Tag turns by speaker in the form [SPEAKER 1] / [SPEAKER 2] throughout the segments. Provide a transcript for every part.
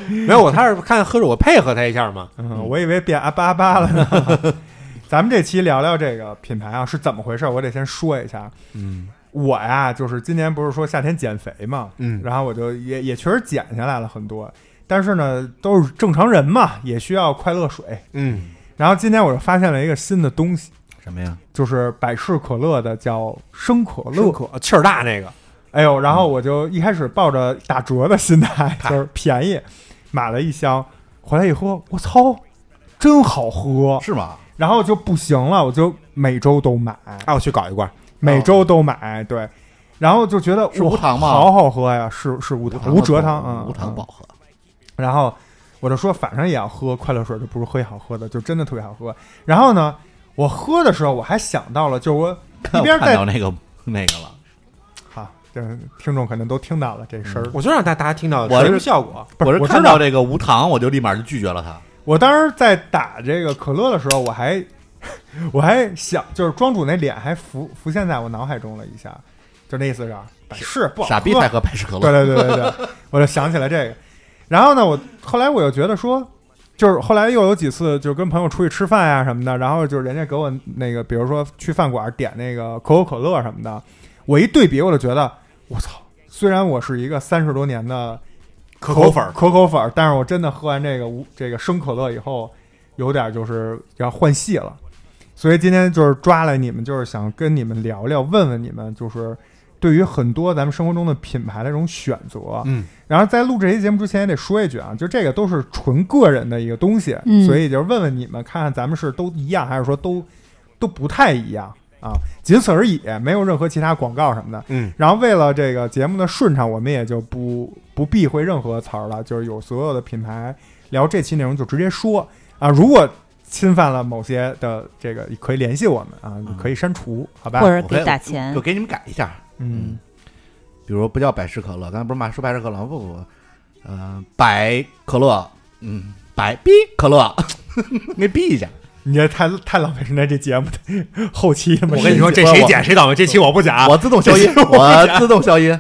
[SPEAKER 1] 没有，我他是看喝水，我配合他一下嘛。
[SPEAKER 2] 嗯，我以为变阿巴阿巴了呢。 咱们这期聊聊这个品牌啊是怎么回事，我得先说一下。
[SPEAKER 1] 嗯
[SPEAKER 2] 我呀，就是今年不是说夏天减肥嘛，
[SPEAKER 1] 嗯
[SPEAKER 2] 然后我就也也确实减下来了很多，但是呢，都是正常人嘛，也需要快乐水。
[SPEAKER 1] 嗯，
[SPEAKER 2] 然后今天我就发现了一个新的东西，
[SPEAKER 3] 什么呀？
[SPEAKER 2] 就是百事可乐的叫生可乐
[SPEAKER 1] 乐。可气儿大那个，
[SPEAKER 2] 哎呦，然后我就一开始抱着打折的心态，就是便宜，买了一箱，回来一喝，我操，真好喝！
[SPEAKER 3] 是吗？
[SPEAKER 2] 然后就不行了，我就每周都买，
[SPEAKER 1] 啊，我去搞一罐。
[SPEAKER 2] 每周都买，对。然后就觉得
[SPEAKER 3] 是
[SPEAKER 2] 哇
[SPEAKER 3] 无糖吗
[SPEAKER 2] 好好喝呀，是是无糖，无蔗糖啊，嗯
[SPEAKER 3] 无糖不好喝。
[SPEAKER 2] 然后我就说，反正也要喝快乐水，就不如喝一好喝的，就真的特别好喝。然后呢，我喝的时候我还想到了，就是我一
[SPEAKER 3] 看
[SPEAKER 2] 边
[SPEAKER 3] 我看
[SPEAKER 2] 在
[SPEAKER 3] 到那个那个了，
[SPEAKER 2] 啊，这听众可能都听到了这声儿。
[SPEAKER 1] 嗯我就让大大家听到
[SPEAKER 3] 我
[SPEAKER 1] 什
[SPEAKER 3] 是
[SPEAKER 1] 么效果。
[SPEAKER 2] 不
[SPEAKER 3] 我
[SPEAKER 2] 是
[SPEAKER 3] 是
[SPEAKER 2] 我知
[SPEAKER 3] 看到
[SPEAKER 2] 道
[SPEAKER 3] 这个无糖，我就立马就拒绝了他。
[SPEAKER 2] 我当时在打这个可乐的时候，我还 我还想，就是庄主那脸还浮浮现在我脑海中了一下，就那意思是吧百事不好喝
[SPEAKER 3] 傻逼才喝百事可乐，
[SPEAKER 2] 对对对对对，我就想起来这个。然后呢，我后来我又觉得说，就是后来又有几次就跟朋友出去吃饭呀、什么的，然后就是人家给我那个，比如说去饭馆点那个可口可乐什么的，我一对比，我就觉得我操，虽然我是一个三十多年的
[SPEAKER 1] 可口粉儿
[SPEAKER 2] 可口粉儿，但是我真的喝完这个无这个生可乐以后，有点就是要换戏了。所以今天就是抓来你们，就是想跟你们聊聊，问问你们，就是对于很多咱们生活中的品牌的这种选择，
[SPEAKER 1] 嗯，
[SPEAKER 2] 然后在录这期节目之前也得说一句啊，就这个都是纯个人的一个东西，
[SPEAKER 4] 嗯
[SPEAKER 2] 所以就是问问你们，看看咱们是都一样，还是说都都不太一样啊，仅此而已，没有任何其他广告什么的。
[SPEAKER 1] 嗯，
[SPEAKER 2] 然后为了这个节目的顺畅，我们也就不不避讳任何词儿了，就是有所有的品牌聊这期内容就直接说啊，如果侵犯了某些的这个，可以联系我们啊，
[SPEAKER 1] 嗯
[SPEAKER 2] 可以删除，好吧
[SPEAKER 4] 或？者
[SPEAKER 3] 我
[SPEAKER 4] 给
[SPEAKER 3] 给
[SPEAKER 4] 打钱
[SPEAKER 3] 就，给你们改一下。
[SPEAKER 2] 嗯，
[SPEAKER 3] 比如不叫百事可乐，刚才不是骂说百事可乐，不不不，呃，百可乐，嗯，百逼可 乐，没逼一下。
[SPEAKER 2] 你这太太浪费时间，这节目的后期他妈
[SPEAKER 1] 我跟你说，
[SPEAKER 2] 剪
[SPEAKER 1] 这
[SPEAKER 2] 辑
[SPEAKER 1] 谁剪谁倒霉，这期我不剪。
[SPEAKER 3] 我啊自动消音，我自动消音。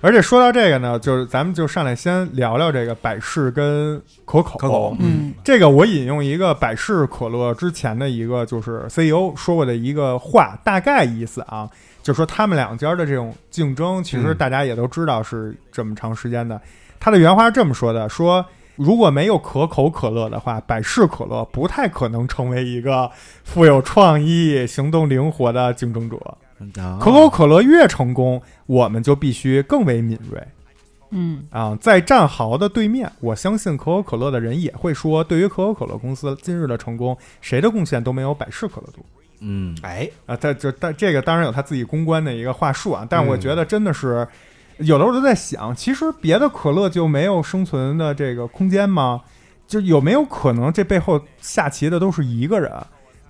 [SPEAKER 2] 而且说到这个呢，就是咱们就上来先聊聊这个百事跟可口。
[SPEAKER 1] 可口
[SPEAKER 4] 嗯，
[SPEAKER 2] 这个我引用一个百事可乐之前的一个就是 CEO 说过的一个话，大概意思啊，就是说他们两家的这种竞争，其实
[SPEAKER 1] 嗯
[SPEAKER 2] 大家也都知道是这么长时间的。他的原话是这么说的：说如果没有可口可乐的话，百事可乐不太可能成为一个富有创意、行动灵活的竞争者。可
[SPEAKER 3] 可
[SPEAKER 2] 口可乐越成功，我们就必须更为敏锐。
[SPEAKER 4] 嗯，
[SPEAKER 2] 啊，在战壕的对面，我相信可口可乐的人也会说，对于可口可乐公司今日的成功，谁的贡献都没有百事可乐多。
[SPEAKER 3] 嗯，
[SPEAKER 1] 哎，
[SPEAKER 2] 啊，这这但这个当然有他自己公关的一个话术啊，但我
[SPEAKER 3] 嗯
[SPEAKER 2] 觉得真的是，有的时候都在想，其实别的可乐就没有生存的这个空间吗？就有没有可能这背后下棋的都是一个人，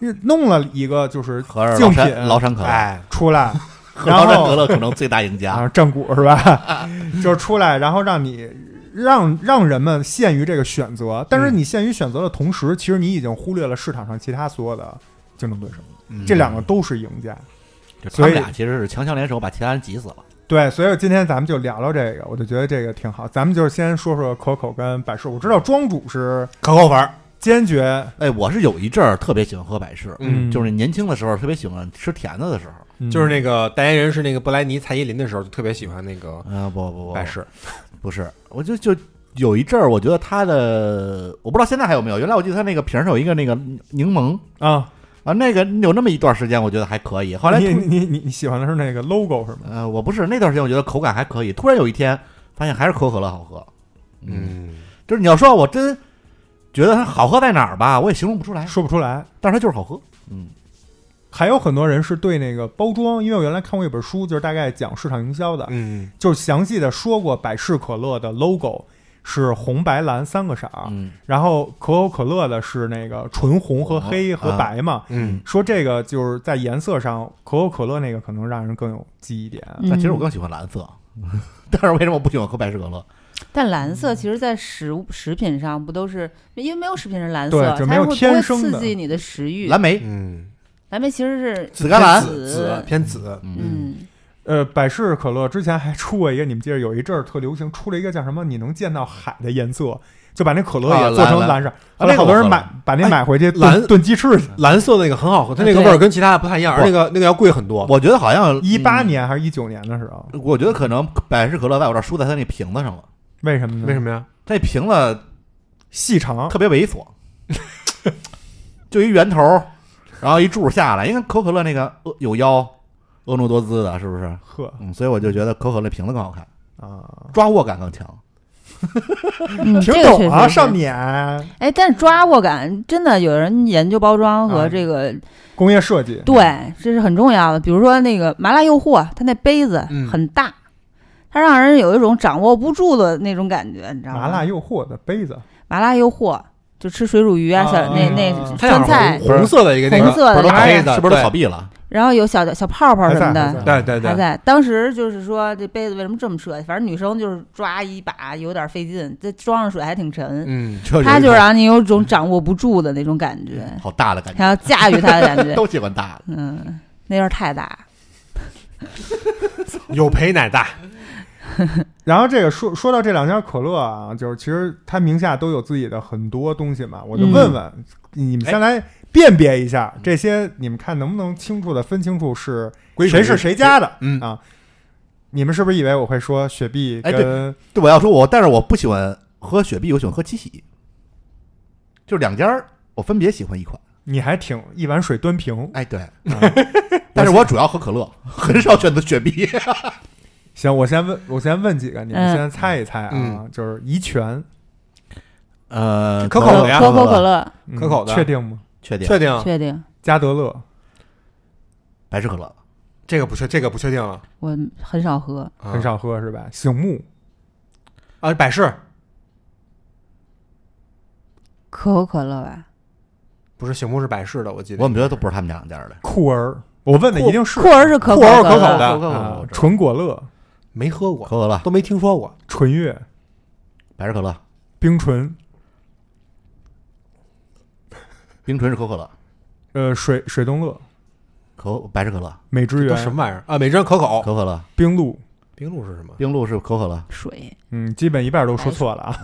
[SPEAKER 2] 因为弄了一个就是
[SPEAKER 3] 合着
[SPEAKER 2] 竞
[SPEAKER 3] 崂
[SPEAKER 2] 品
[SPEAKER 3] 山崂山可乐，
[SPEAKER 1] 哎，
[SPEAKER 2] 出来，
[SPEAKER 3] 和
[SPEAKER 2] 然
[SPEAKER 3] 崂
[SPEAKER 2] 后
[SPEAKER 3] 山可乐可能最大赢家。
[SPEAKER 2] 啊，正骨是吧？就是出来，然后让你让让人们限于这个选择，但是你限于选择的同时，其实你已经忽略了市场上其他所有的竞争对手，这两个都是赢家。
[SPEAKER 3] 就他
[SPEAKER 2] 所以
[SPEAKER 3] 们俩其实是强强联手把其他人挤死了。
[SPEAKER 2] 对，所以今天咱们就聊聊这个，我就觉得这个挺好。咱们就是先说说可口跟百事，我知道庄主是
[SPEAKER 1] 可口粉儿，
[SPEAKER 2] 坚决，
[SPEAKER 3] 哎，我是有一阵儿特别喜欢喝百事，
[SPEAKER 2] 嗯
[SPEAKER 3] 就是年轻的时候特别喜欢吃甜的的时候。
[SPEAKER 1] 就是那个代言人是那个布莱尼蔡依林的时候，就特别喜欢那个
[SPEAKER 3] 啊，不不不，
[SPEAKER 1] 百事，
[SPEAKER 3] 不是，我就就有一阵儿，我觉得它的我不知道现在还有没有。原来我记得它那个瓶儿上有一个那个柠檬
[SPEAKER 2] 啊，
[SPEAKER 3] 啊，那个有那么一段时间，我觉得还可以。后来
[SPEAKER 2] 你
[SPEAKER 3] 突
[SPEAKER 2] 你你你喜欢的是那个 logo 是吗？
[SPEAKER 3] 呃，我不是那段时间，我觉得口感还可以。突然有一天发现还是可口可乐好喝，，
[SPEAKER 1] 嗯，
[SPEAKER 3] 就是你要说我真觉得它好喝在哪儿吧，我也形容不出来，
[SPEAKER 2] 说不出来。
[SPEAKER 3] 但是它就是好喝。嗯，
[SPEAKER 2] 还有很多人是对那个包装，因为我原来看过一本书，就是大概讲市场营销的，
[SPEAKER 1] 嗯，
[SPEAKER 2] 就是详细的说过百事可乐的 logo 是红白蓝三个色儿，
[SPEAKER 3] 嗯
[SPEAKER 2] 然后可口可乐的是那个纯红和黑
[SPEAKER 3] 红啊
[SPEAKER 2] 和白嘛。
[SPEAKER 1] 嗯，
[SPEAKER 2] 说这个就是在颜色上，可口可乐那个可能让人更有记忆点。啊
[SPEAKER 5] 嗯
[SPEAKER 3] 但其实
[SPEAKER 2] 嗯
[SPEAKER 3] 我更喜欢蓝色， 但是为什么不喜欢喝百事可乐？
[SPEAKER 5] 但蓝色其实，在食物食品上不都是因为没有食品是蓝
[SPEAKER 2] 对
[SPEAKER 5] 色，
[SPEAKER 2] 就
[SPEAKER 5] 它
[SPEAKER 2] 没有
[SPEAKER 5] 会不
[SPEAKER 2] 天
[SPEAKER 5] 会
[SPEAKER 2] 生的
[SPEAKER 5] 刺激你的食欲。
[SPEAKER 3] 蓝莓、
[SPEAKER 1] 嗯，
[SPEAKER 5] 蓝莓其实是
[SPEAKER 3] 紫甘蓝、
[SPEAKER 5] 紫
[SPEAKER 1] 紫偏紫，
[SPEAKER 5] 嗯，
[SPEAKER 2] 呃，百事可乐之前还出过一个，你们记得有一阵儿特流行，出了一个叫什么？你能见到海的颜色，就把那可乐也
[SPEAKER 1] 啊
[SPEAKER 2] 做成
[SPEAKER 1] 蓝
[SPEAKER 2] 蓝色。后
[SPEAKER 3] 那
[SPEAKER 2] 来
[SPEAKER 3] 个
[SPEAKER 2] 好多
[SPEAKER 3] 我
[SPEAKER 2] 人
[SPEAKER 3] 喝
[SPEAKER 2] 买
[SPEAKER 3] 了哎
[SPEAKER 2] 把那买回去
[SPEAKER 1] 蓝
[SPEAKER 2] 炖炖鸡翅去。
[SPEAKER 1] 蓝色那个很好喝，它那个
[SPEAKER 5] 对
[SPEAKER 1] 味儿跟其他的不太一样，而那个那个要贵很多。
[SPEAKER 3] 我觉得好像
[SPEAKER 2] 一八
[SPEAKER 3] 嗯
[SPEAKER 2] 年还是一九年的时候，
[SPEAKER 3] 我觉得可能百事可乐在我这儿输在它那瓶子上了，
[SPEAKER 2] 为什么呢？
[SPEAKER 1] 为什
[SPEAKER 2] 么
[SPEAKER 1] 么呀？
[SPEAKER 3] 它那瓶子
[SPEAKER 2] 细长？
[SPEAKER 3] 特别猥 琐，就一圆头儿，然后一柱下来，因为可口可乐那个呃有腰，婀娜多姿的，是不是？
[SPEAKER 2] 呵
[SPEAKER 3] 嗯，所以我就觉得可口可乐瓶子更好看，
[SPEAKER 2] 啊，
[SPEAKER 3] 抓握感更强。
[SPEAKER 5] 嗯
[SPEAKER 2] 挺
[SPEAKER 5] 这个
[SPEAKER 2] 懂
[SPEAKER 5] 确
[SPEAKER 2] 啊，
[SPEAKER 5] 实是
[SPEAKER 2] 少年
[SPEAKER 5] 哎，但是抓握感真的有人研究包装
[SPEAKER 2] 啊
[SPEAKER 5] 和这个，
[SPEAKER 2] 工业设计。
[SPEAKER 5] 对，这是很重要的。比如说那个麻辣诱惑，它那杯子
[SPEAKER 1] 嗯
[SPEAKER 5] 很大，它让人有一种掌握不住的那种感觉，你知道吗？
[SPEAKER 2] 麻辣诱惑的杯子，
[SPEAKER 5] 麻辣诱惑就吃水煮鱼啊，
[SPEAKER 2] 啊
[SPEAKER 5] 小那那
[SPEAKER 2] 啊
[SPEAKER 1] 它俩
[SPEAKER 5] 川菜
[SPEAKER 1] 是，红红色的一个那
[SPEAKER 5] 红
[SPEAKER 1] 个，
[SPEAKER 5] 色的
[SPEAKER 3] 不是都
[SPEAKER 5] 那个
[SPEAKER 3] 倒
[SPEAKER 5] 哎
[SPEAKER 1] 白
[SPEAKER 3] 闭
[SPEAKER 1] 的
[SPEAKER 3] 是不是都
[SPEAKER 1] 对
[SPEAKER 3] 倒闭了？
[SPEAKER 5] 然后有小小泡泡什么
[SPEAKER 2] 还在还
[SPEAKER 5] 的。
[SPEAKER 2] 在
[SPEAKER 1] 对对
[SPEAKER 5] 还
[SPEAKER 1] 对，
[SPEAKER 5] 在，当时就是说这杯子为什么这么设计？反正女生就是抓一把有点费劲，这装上水还挺沉，
[SPEAKER 1] 嗯，
[SPEAKER 5] 它就让你有种掌握不住的那种感觉，
[SPEAKER 3] 好大的感觉，
[SPEAKER 5] 还要驾驭它的感觉。
[SPEAKER 3] 都喜欢大的。
[SPEAKER 5] 嗯，那有点太大。
[SPEAKER 1] 有陪奶大，
[SPEAKER 2] 然后这个说说到这两家可乐啊，就是其实它名下都有自己的很多东西嘛，我就
[SPEAKER 5] 嗯
[SPEAKER 2] 问问、你
[SPEAKER 1] 哎
[SPEAKER 2] 们先来辨别一下这些，你们看能不能清楚的分清楚是
[SPEAKER 1] 归属于
[SPEAKER 2] 谁是谁家的？
[SPEAKER 1] 嗯
[SPEAKER 2] 啊，你们是不是以为我会说雪碧
[SPEAKER 3] 哎
[SPEAKER 2] 跟
[SPEAKER 3] 对，我要说我，但是我不喜欢喝雪碧，我喜欢喝七喜，就是两家儿我分别喜欢一款。
[SPEAKER 2] 你还挺一碗水端 平？啊
[SPEAKER 3] 哎，对，但是我主要喝可乐，很少选择雪碧。
[SPEAKER 2] 行，我先问，我先问几个，你们
[SPEAKER 5] 嗯
[SPEAKER 2] 先猜一猜啊，
[SPEAKER 1] 嗯
[SPEAKER 2] 就是怡泉、
[SPEAKER 3] 呃，
[SPEAKER 1] 可口
[SPEAKER 5] 可
[SPEAKER 1] 的呀
[SPEAKER 5] 可口可乐，
[SPEAKER 2] 嗯
[SPEAKER 1] 可口的
[SPEAKER 2] 确定吗？
[SPEAKER 3] 确定
[SPEAKER 1] 确定
[SPEAKER 5] 确定？
[SPEAKER 2] 加德乐，
[SPEAKER 3] 百事可乐，
[SPEAKER 1] 这个不确这个不确定了，
[SPEAKER 5] 我很少喝，
[SPEAKER 1] 啊
[SPEAKER 2] 很少喝是吧？醒目
[SPEAKER 1] 啊，百事
[SPEAKER 5] 可口可乐吧？
[SPEAKER 1] 不是醒目是百事的，我记得
[SPEAKER 3] 我怎么觉得都不是他们两家的？
[SPEAKER 2] 酷儿，我问的一定是
[SPEAKER 5] 酷儿是可口
[SPEAKER 1] 酷儿是可口
[SPEAKER 5] 乐，
[SPEAKER 1] 的
[SPEAKER 2] 啊
[SPEAKER 3] 可，
[SPEAKER 2] 纯果乐、
[SPEAKER 1] 没喝过，
[SPEAKER 3] 口可乐、
[SPEAKER 1] 都没听说过。
[SPEAKER 2] 纯月、
[SPEAKER 3] 百事可乐、
[SPEAKER 2] 冰纯，
[SPEAKER 3] 冰纯是可口可乐，
[SPEAKER 2] 呃，水水东乐、
[SPEAKER 3] 可百事可乐、
[SPEAKER 2] 美之
[SPEAKER 1] 都什
[SPEAKER 2] 源、
[SPEAKER 1] 么玩意儿啊？每人可口
[SPEAKER 3] 可，口可乐、
[SPEAKER 2] 冰露，
[SPEAKER 1] 冰露是什么？
[SPEAKER 3] 冰露是可口可乐
[SPEAKER 5] 水，
[SPEAKER 2] 嗯，基本一半都说错了啊。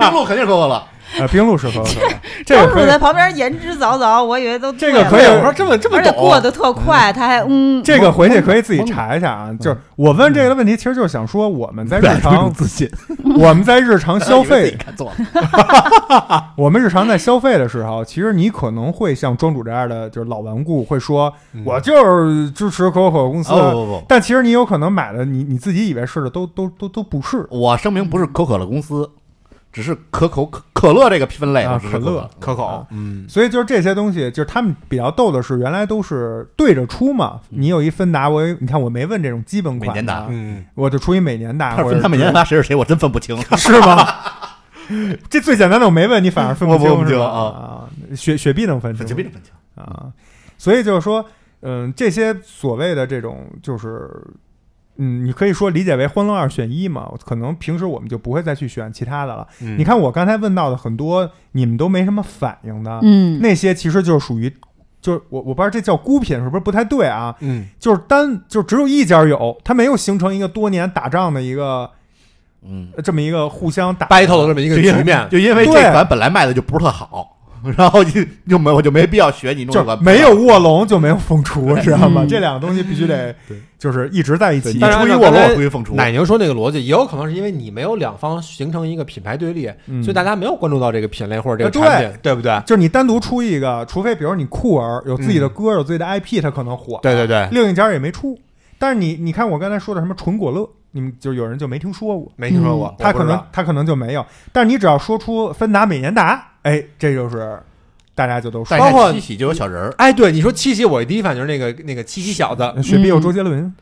[SPEAKER 3] 冰露肯定是可口可乐。
[SPEAKER 2] 呃，冰露是可口可乐，这个
[SPEAKER 5] 庄
[SPEAKER 2] 可
[SPEAKER 5] 主在
[SPEAKER 2] 以，
[SPEAKER 5] 旁边言之凿凿，我以为都
[SPEAKER 2] 这个
[SPEAKER 5] 对
[SPEAKER 2] 可以
[SPEAKER 5] 了
[SPEAKER 1] 我说这么这么
[SPEAKER 5] 而且
[SPEAKER 1] 懂，啊
[SPEAKER 5] 过得特快，他还嗯，
[SPEAKER 2] 这个回去可以自己查一下啊。就是我问这个问题，其实就是想说我们在日
[SPEAKER 3] 这种
[SPEAKER 2] 常，
[SPEAKER 3] 自信，
[SPEAKER 2] 我们在日常 消
[SPEAKER 3] 以为自
[SPEAKER 2] 费
[SPEAKER 3] 己，看错了。
[SPEAKER 2] 我们日常在消费的时候，其实你可能会像庄主这样的就是老顽固，会说
[SPEAKER 1] 嗯
[SPEAKER 2] 我就是支持可口可乐公司。
[SPEAKER 3] 哦不不
[SPEAKER 2] 但其实你有可能买的，你你自己以为是的，都都都都不是。
[SPEAKER 3] 不，我声明不是可口可乐公司，只是可口可可乐这个分类，
[SPEAKER 2] 啊
[SPEAKER 3] 我只
[SPEAKER 2] 可
[SPEAKER 3] 是
[SPEAKER 2] 乐
[SPEAKER 3] 口
[SPEAKER 1] 可口
[SPEAKER 2] 啊，
[SPEAKER 1] 嗯，
[SPEAKER 2] 所以就是这些东西，就是他们比较逗的是，原来都是对着出嘛。你有一芬达，我有你看我没问这种基本款的，
[SPEAKER 3] 嗯每年达
[SPEAKER 1] 嗯，
[SPEAKER 2] 我就出一每年达，
[SPEAKER 3] 但
[SPEAKER 2] 或者
[SPEAKER 3] 是 分他们研发谁是谁，我真分不清。
[SPEAKER 2] 是吗？ 这最简单的我没问你，反而分不
[SPEAKER 3] 我我不
[SPEAKER 2] 清是
[SPEAKER 3] 清
[SPEAKER 2] 吧？
[SPEAKER 3] 啊
[SPEAKER 2] 啊，雪雪碧能分 清，
[SPEAKER 3] 分清分清。
[SPEAKER 2] 啊，所以就是说，嗯，这些所谓的这种就是。嗯，你可以说理解为欢乐二选一嘛？可能平时我们就不会再去选其他的了。
[SPEAKER 1] 你
[SPEAKER 2] 你，看我刚才问到的很多，你们都没什么反应的，
[SPEAKER 5] 嗯，
[SPEAKER 2] 那些其实就是属于就是我我不知道这叫孤品是不是不太对啊？
[SPEAKER 1] 嗯，
[SPEAKER 2] 就是单就只有一家有，它没有形成一个多年打仗的一个
[SPEAKER 3] 嗯
[SPEAKER 2] 这么一个互相打
[SPEAKER 1] battle 的这么一个
[SPEAKER 3] 就因
[SPEAKER 1] 局
[SPEAKER 3] 为
[SPEAKER 1] 面，
[SPEAKER 3] 就因为这
[SPEAKER 2] 对
[SPEAKER 3] 款本来卖的就不是特好，然后就就没我就没必要学你
[SPEAKER 2] 就
[SPEAKER 3] 弄这
[SPEAKER 2] 是
[SPEAKER 3] 款
[SPEAKER 2] 没有卧龙就没有凤雏，知道吗？
[SPEAKER 5] 嗯
[SPEAKER 2] 这两个东西必须得
[SPEAKER 1] 对
[SPEAKER 2] 就是一直在一
[SPEAKER 3] 对
[SPEAKER 2] 起
[SPEAKER 3] 你。
[SPEAKER 1] 但是
[SPEAKER 3] 出一
[SPEAKER 1] 按照
[SPEAKER 3] 卧龙，
[SPEAKER 1] 刚才
[SPEAKER 3] 我出一凤雏，
[SPEAKER 1] 奶牛说那个逻辑，也有可能是因为你没有两方形成一个品牌对立，
[SPEAKER 2] 嗯
[SPEAKER 1] 所以大家没有关注到这个品类或者这
[SPEAKER 2] 呃
[SPEAKER 1] 个
[SPEAKER 2] 对
[SPEAKER 1] 产品，对不对？
[SPEAKER 2] 就是你单独出一个，除非比如你酷儿有自己的歌，有自己的 IP，它可能火。
[SPEAKER 1] 嗯对对对，
[SPEAKER 2] 另一家也没出。但是你你看我刚才说的什么纯果乐，你们就有人就没听说过，
[SPEAKER 1] 没听说过，
[SPEAKER 2] 他
[SPEAKER 1] 我不
[SPEAKER 2] 可
[SPEAKER 1] 知
[SPEAKER 2] 能
[SPEAKER 1] 道
[SPEAKER 2] 他可能就没有。但是你只要说出芬达、美年达，哎，这就是大家就都说
[SPEAKER 3] 但
[SPEAKER 1] 包
[SPEAKER 3] 是
[SPEAKER 1] 括
[SPEAKER 3] 七喜就有小人儿，
[SPEAKER 1] 哎，对你说七喜，我第一反应就是那个那个七喜小子，
[SPEAKER 2] 雪碧有周杰伦，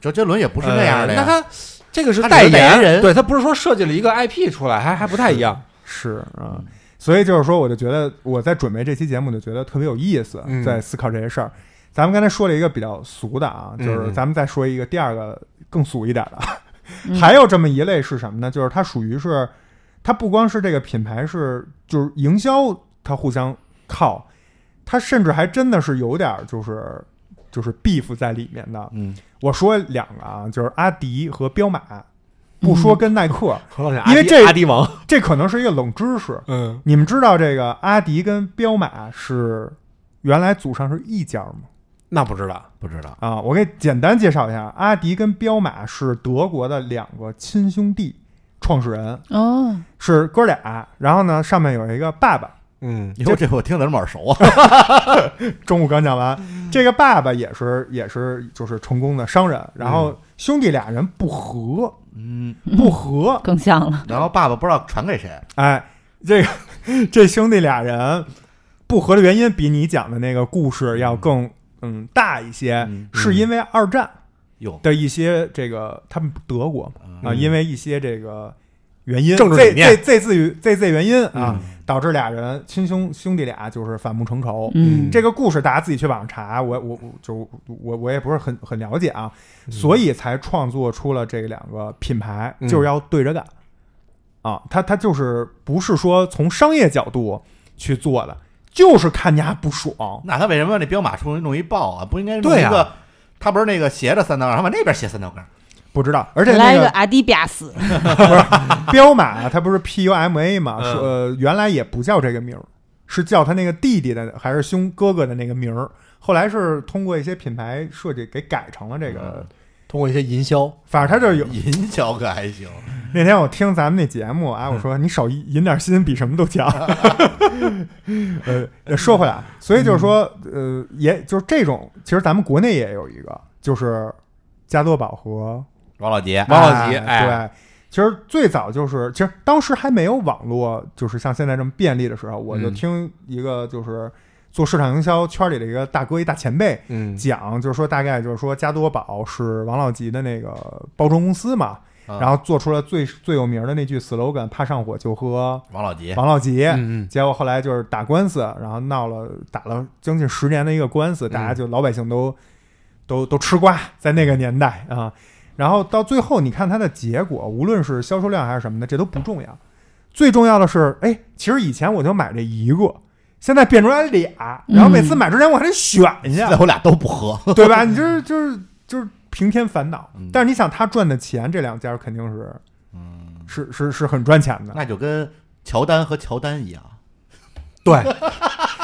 [SPEAKER 3] 周杰伦也不是那样的
[SPEAKER 1] 呃
[SPEAKER 3] 呀。
[SPEAKER 1] 那他这个是
[SPEAKER 3] 他只
[SPEAKER 1] 代
[SPEAKER 3] 是代言人
[SPEAKER 1] 对他不是说设计了一个 IP 出来，还还不太一样。
[SPEAKER 2] 是
[SPEAKER 1] 嗯
[SPEAKER 2] 啊。所以就是说，我就觉得我在准备这期节目，就觉得特别有意思，
[SPEAKER 1] 嗯
[SPEAKER 2] 在思考这些事儿。咱们刚才说了一个比较俗的啊，就是
[SPEAKER 1] 嗯
[SPEAKER 2] 咱们再说一个第二个更俗一点的，
[SPEAKER 5] 嗯
[SPEAKER 2] 还有这么一类是什么呢？就是它属于是，它不光是这个品牌是就是营销，它互相靠，它甚至还真的是有点儿就是就是 beef 在里面的。
[SPEAKER 3] 嗯，
[SPEAKER 2] 我说两个啊，就是阿迪和彪马，不
[SPEAKER 1] 嗯
[SPEAKER 2] 说跟耐克，因
[SPEAKER 1] 因
[SPEAKER 2] 为
[SPEAKER 1] 为
[SPEAKER 2] 这
[SPEAKER 1] 这阿迪王，
[SPEAKER 2] 这可能是一个冷知识。
[SPEAKER 1] 嗯，
[SPEAKER 2] 你们知道这个阿迪跟彪马是原来祖上是一家吗？
[SPEAKER 1] 那不知道，
[SPEAKER 3] 不知道，
[SPEAKER 2] 啊，我给简单介绍一下，阿迪跟彪马是德国的两个亲兄弟创始人，
[SPEAKER 5] 哦，
[SPEAKER 2] 是哥俩。然后呢，上面有一个爸爸，
[SPEAKER 1] 嗯
[SPEAKER 3] 哟，这我听着那么耳熟啊。
[SPEAKER 2] 中午刚讲完，这个爸爸也是也是就是成功的商人。然后兄弟俩人不和，
[SPEAKER 3] 嗯，
[SPEAKER 2] 不和，
[SPEAKER 5] 更像了，
[SPEAKER 3] 然后爸爸不知道传给谁，
[SPEAKER 2] 哎，这个这兄弟俩人不和的原因比你讲的那个故事要更嗯大一些，
[SPEAKER 3] 嗯
[SPEAKER 2] 是因为二战
[SPEAKER 3] 哟，
[SPEAKER 2] 的一些这个他们德国嘛啊、
[SPEAKER 1] 嗯
[SPEAKER 2] 因为一些这个原因，
[SPEAKER 1] 政治
[SPEAKER 2] 这
[SPEAKER 1] 理念嗯
[SPEAKER 2] 这这自于这这原因啊，导致俩人亲兄兄弟俩就是反目成仇。
[SPEAKER 5] 嗯，
[SPEAKER 2] 这个故事大家自己去网上查，我我我就我我也不是很很了解啊，所以才创作出了这两个品牌，
[SPEAKER 1] 嗯
[SPEAKER 2] 就是要对着干、啊，他他就是不是说从商业角度去做的，就是看你家不爽，
[SPEAKER 3] 那他为什么那彪马出弄一豹啊？不应该弄
[SPEAKER 1] 对
[SPEAKER 3] 一
[SPEAKER 1] 呀
[SPEAKER 3] 个？他不是那个斜着三道杠，他往那边斜三道 杠。
[SPEAKER 2] 不知道，而且
[SPEAKER 5] 来
[SPEAKER 2] 那
[SPEAKER 5] 一个
[SPEAKER 2] 个
[SPEAKER 5] 阿迪比亚斯，
[SPEAKER 2] 彪马它不是 PUMA 嘛，
[SPEAKER 1] 嗯
[SPEAKER 2] 说、呃、原来也不叫这个名儿，是叫他那个弟弟的还是兄哥哥的那个名儿，后来是通过一些品牌设计给改成了这个，
[SPEAKER 3] 嗯
[SPEAKER 1] 通过一些营销，
[SPEAKER 2] 反正他就有
[SPEAKER 3] 银桥可还行，
[SPEAKER 2] 那天我听咱们那节目啊，我说你少引点心，比什么都强。呃，说回来，所以就是说，呃，也就是这种，其实咱们国内也有一个，就是加多宝和
[SPEAKER 3] 王老吉，
[SPEAKER 1] 王老吉哎
[SPEAKER 2] 对，其实最早就是，其实当时还没有网络，就是像现在这么便利的时候，我就
[SPEAKER 1] 嗯
[SPEAKER 2] 听一个就是做市场营销圈里的一个大哥，一大前辈，
[SPEAKER 1] 嗯
[SPEAKER 2] 讲，就是说大概就是说加多宝是王老吉的那个包装公司嘛，
[SPEAKER 1] 嗯
[SPEAKER 3] 啊
[SPEAKER 2] 然后做出了最最有名的那句 slogan“ 怕上火就喝
[SPEAKER 3] 王老吉，
[SPEAKER 2] 王老吉”，
[SPEAKER 1] 嗯
[SPEAKER 2] 结果后来就是打官司，然后闹了打了将近十年的一个官司，大家就老百姓都、都都吃瓜，在那个年代啊。然后到最后，你看它的结果，无论是销售量还是什么的，这都不重要。最重要的是，哎，其实以前我就买这一个，现在变出来俩，然后每次
[SPEAKER 5] 嗯
[SPEAKER 2] 买之前我还得选一下
[SPEAKER 3] 现在，我俩都不喝。
[SPEAKER 2] 对吧？你就是就是就是平添烦恼
[SPEAKER 3] 嗯。
[SPEAKER 2] 但是你想，他赚的钱，这两家肯定是
[SPEAKER 3] 嗯，
[SPEAKER 2] 是是是很赚钱的。
[SPEAKER 3] 那就跟乔丹和乔丹一样，
[SPEAKER 1] 对，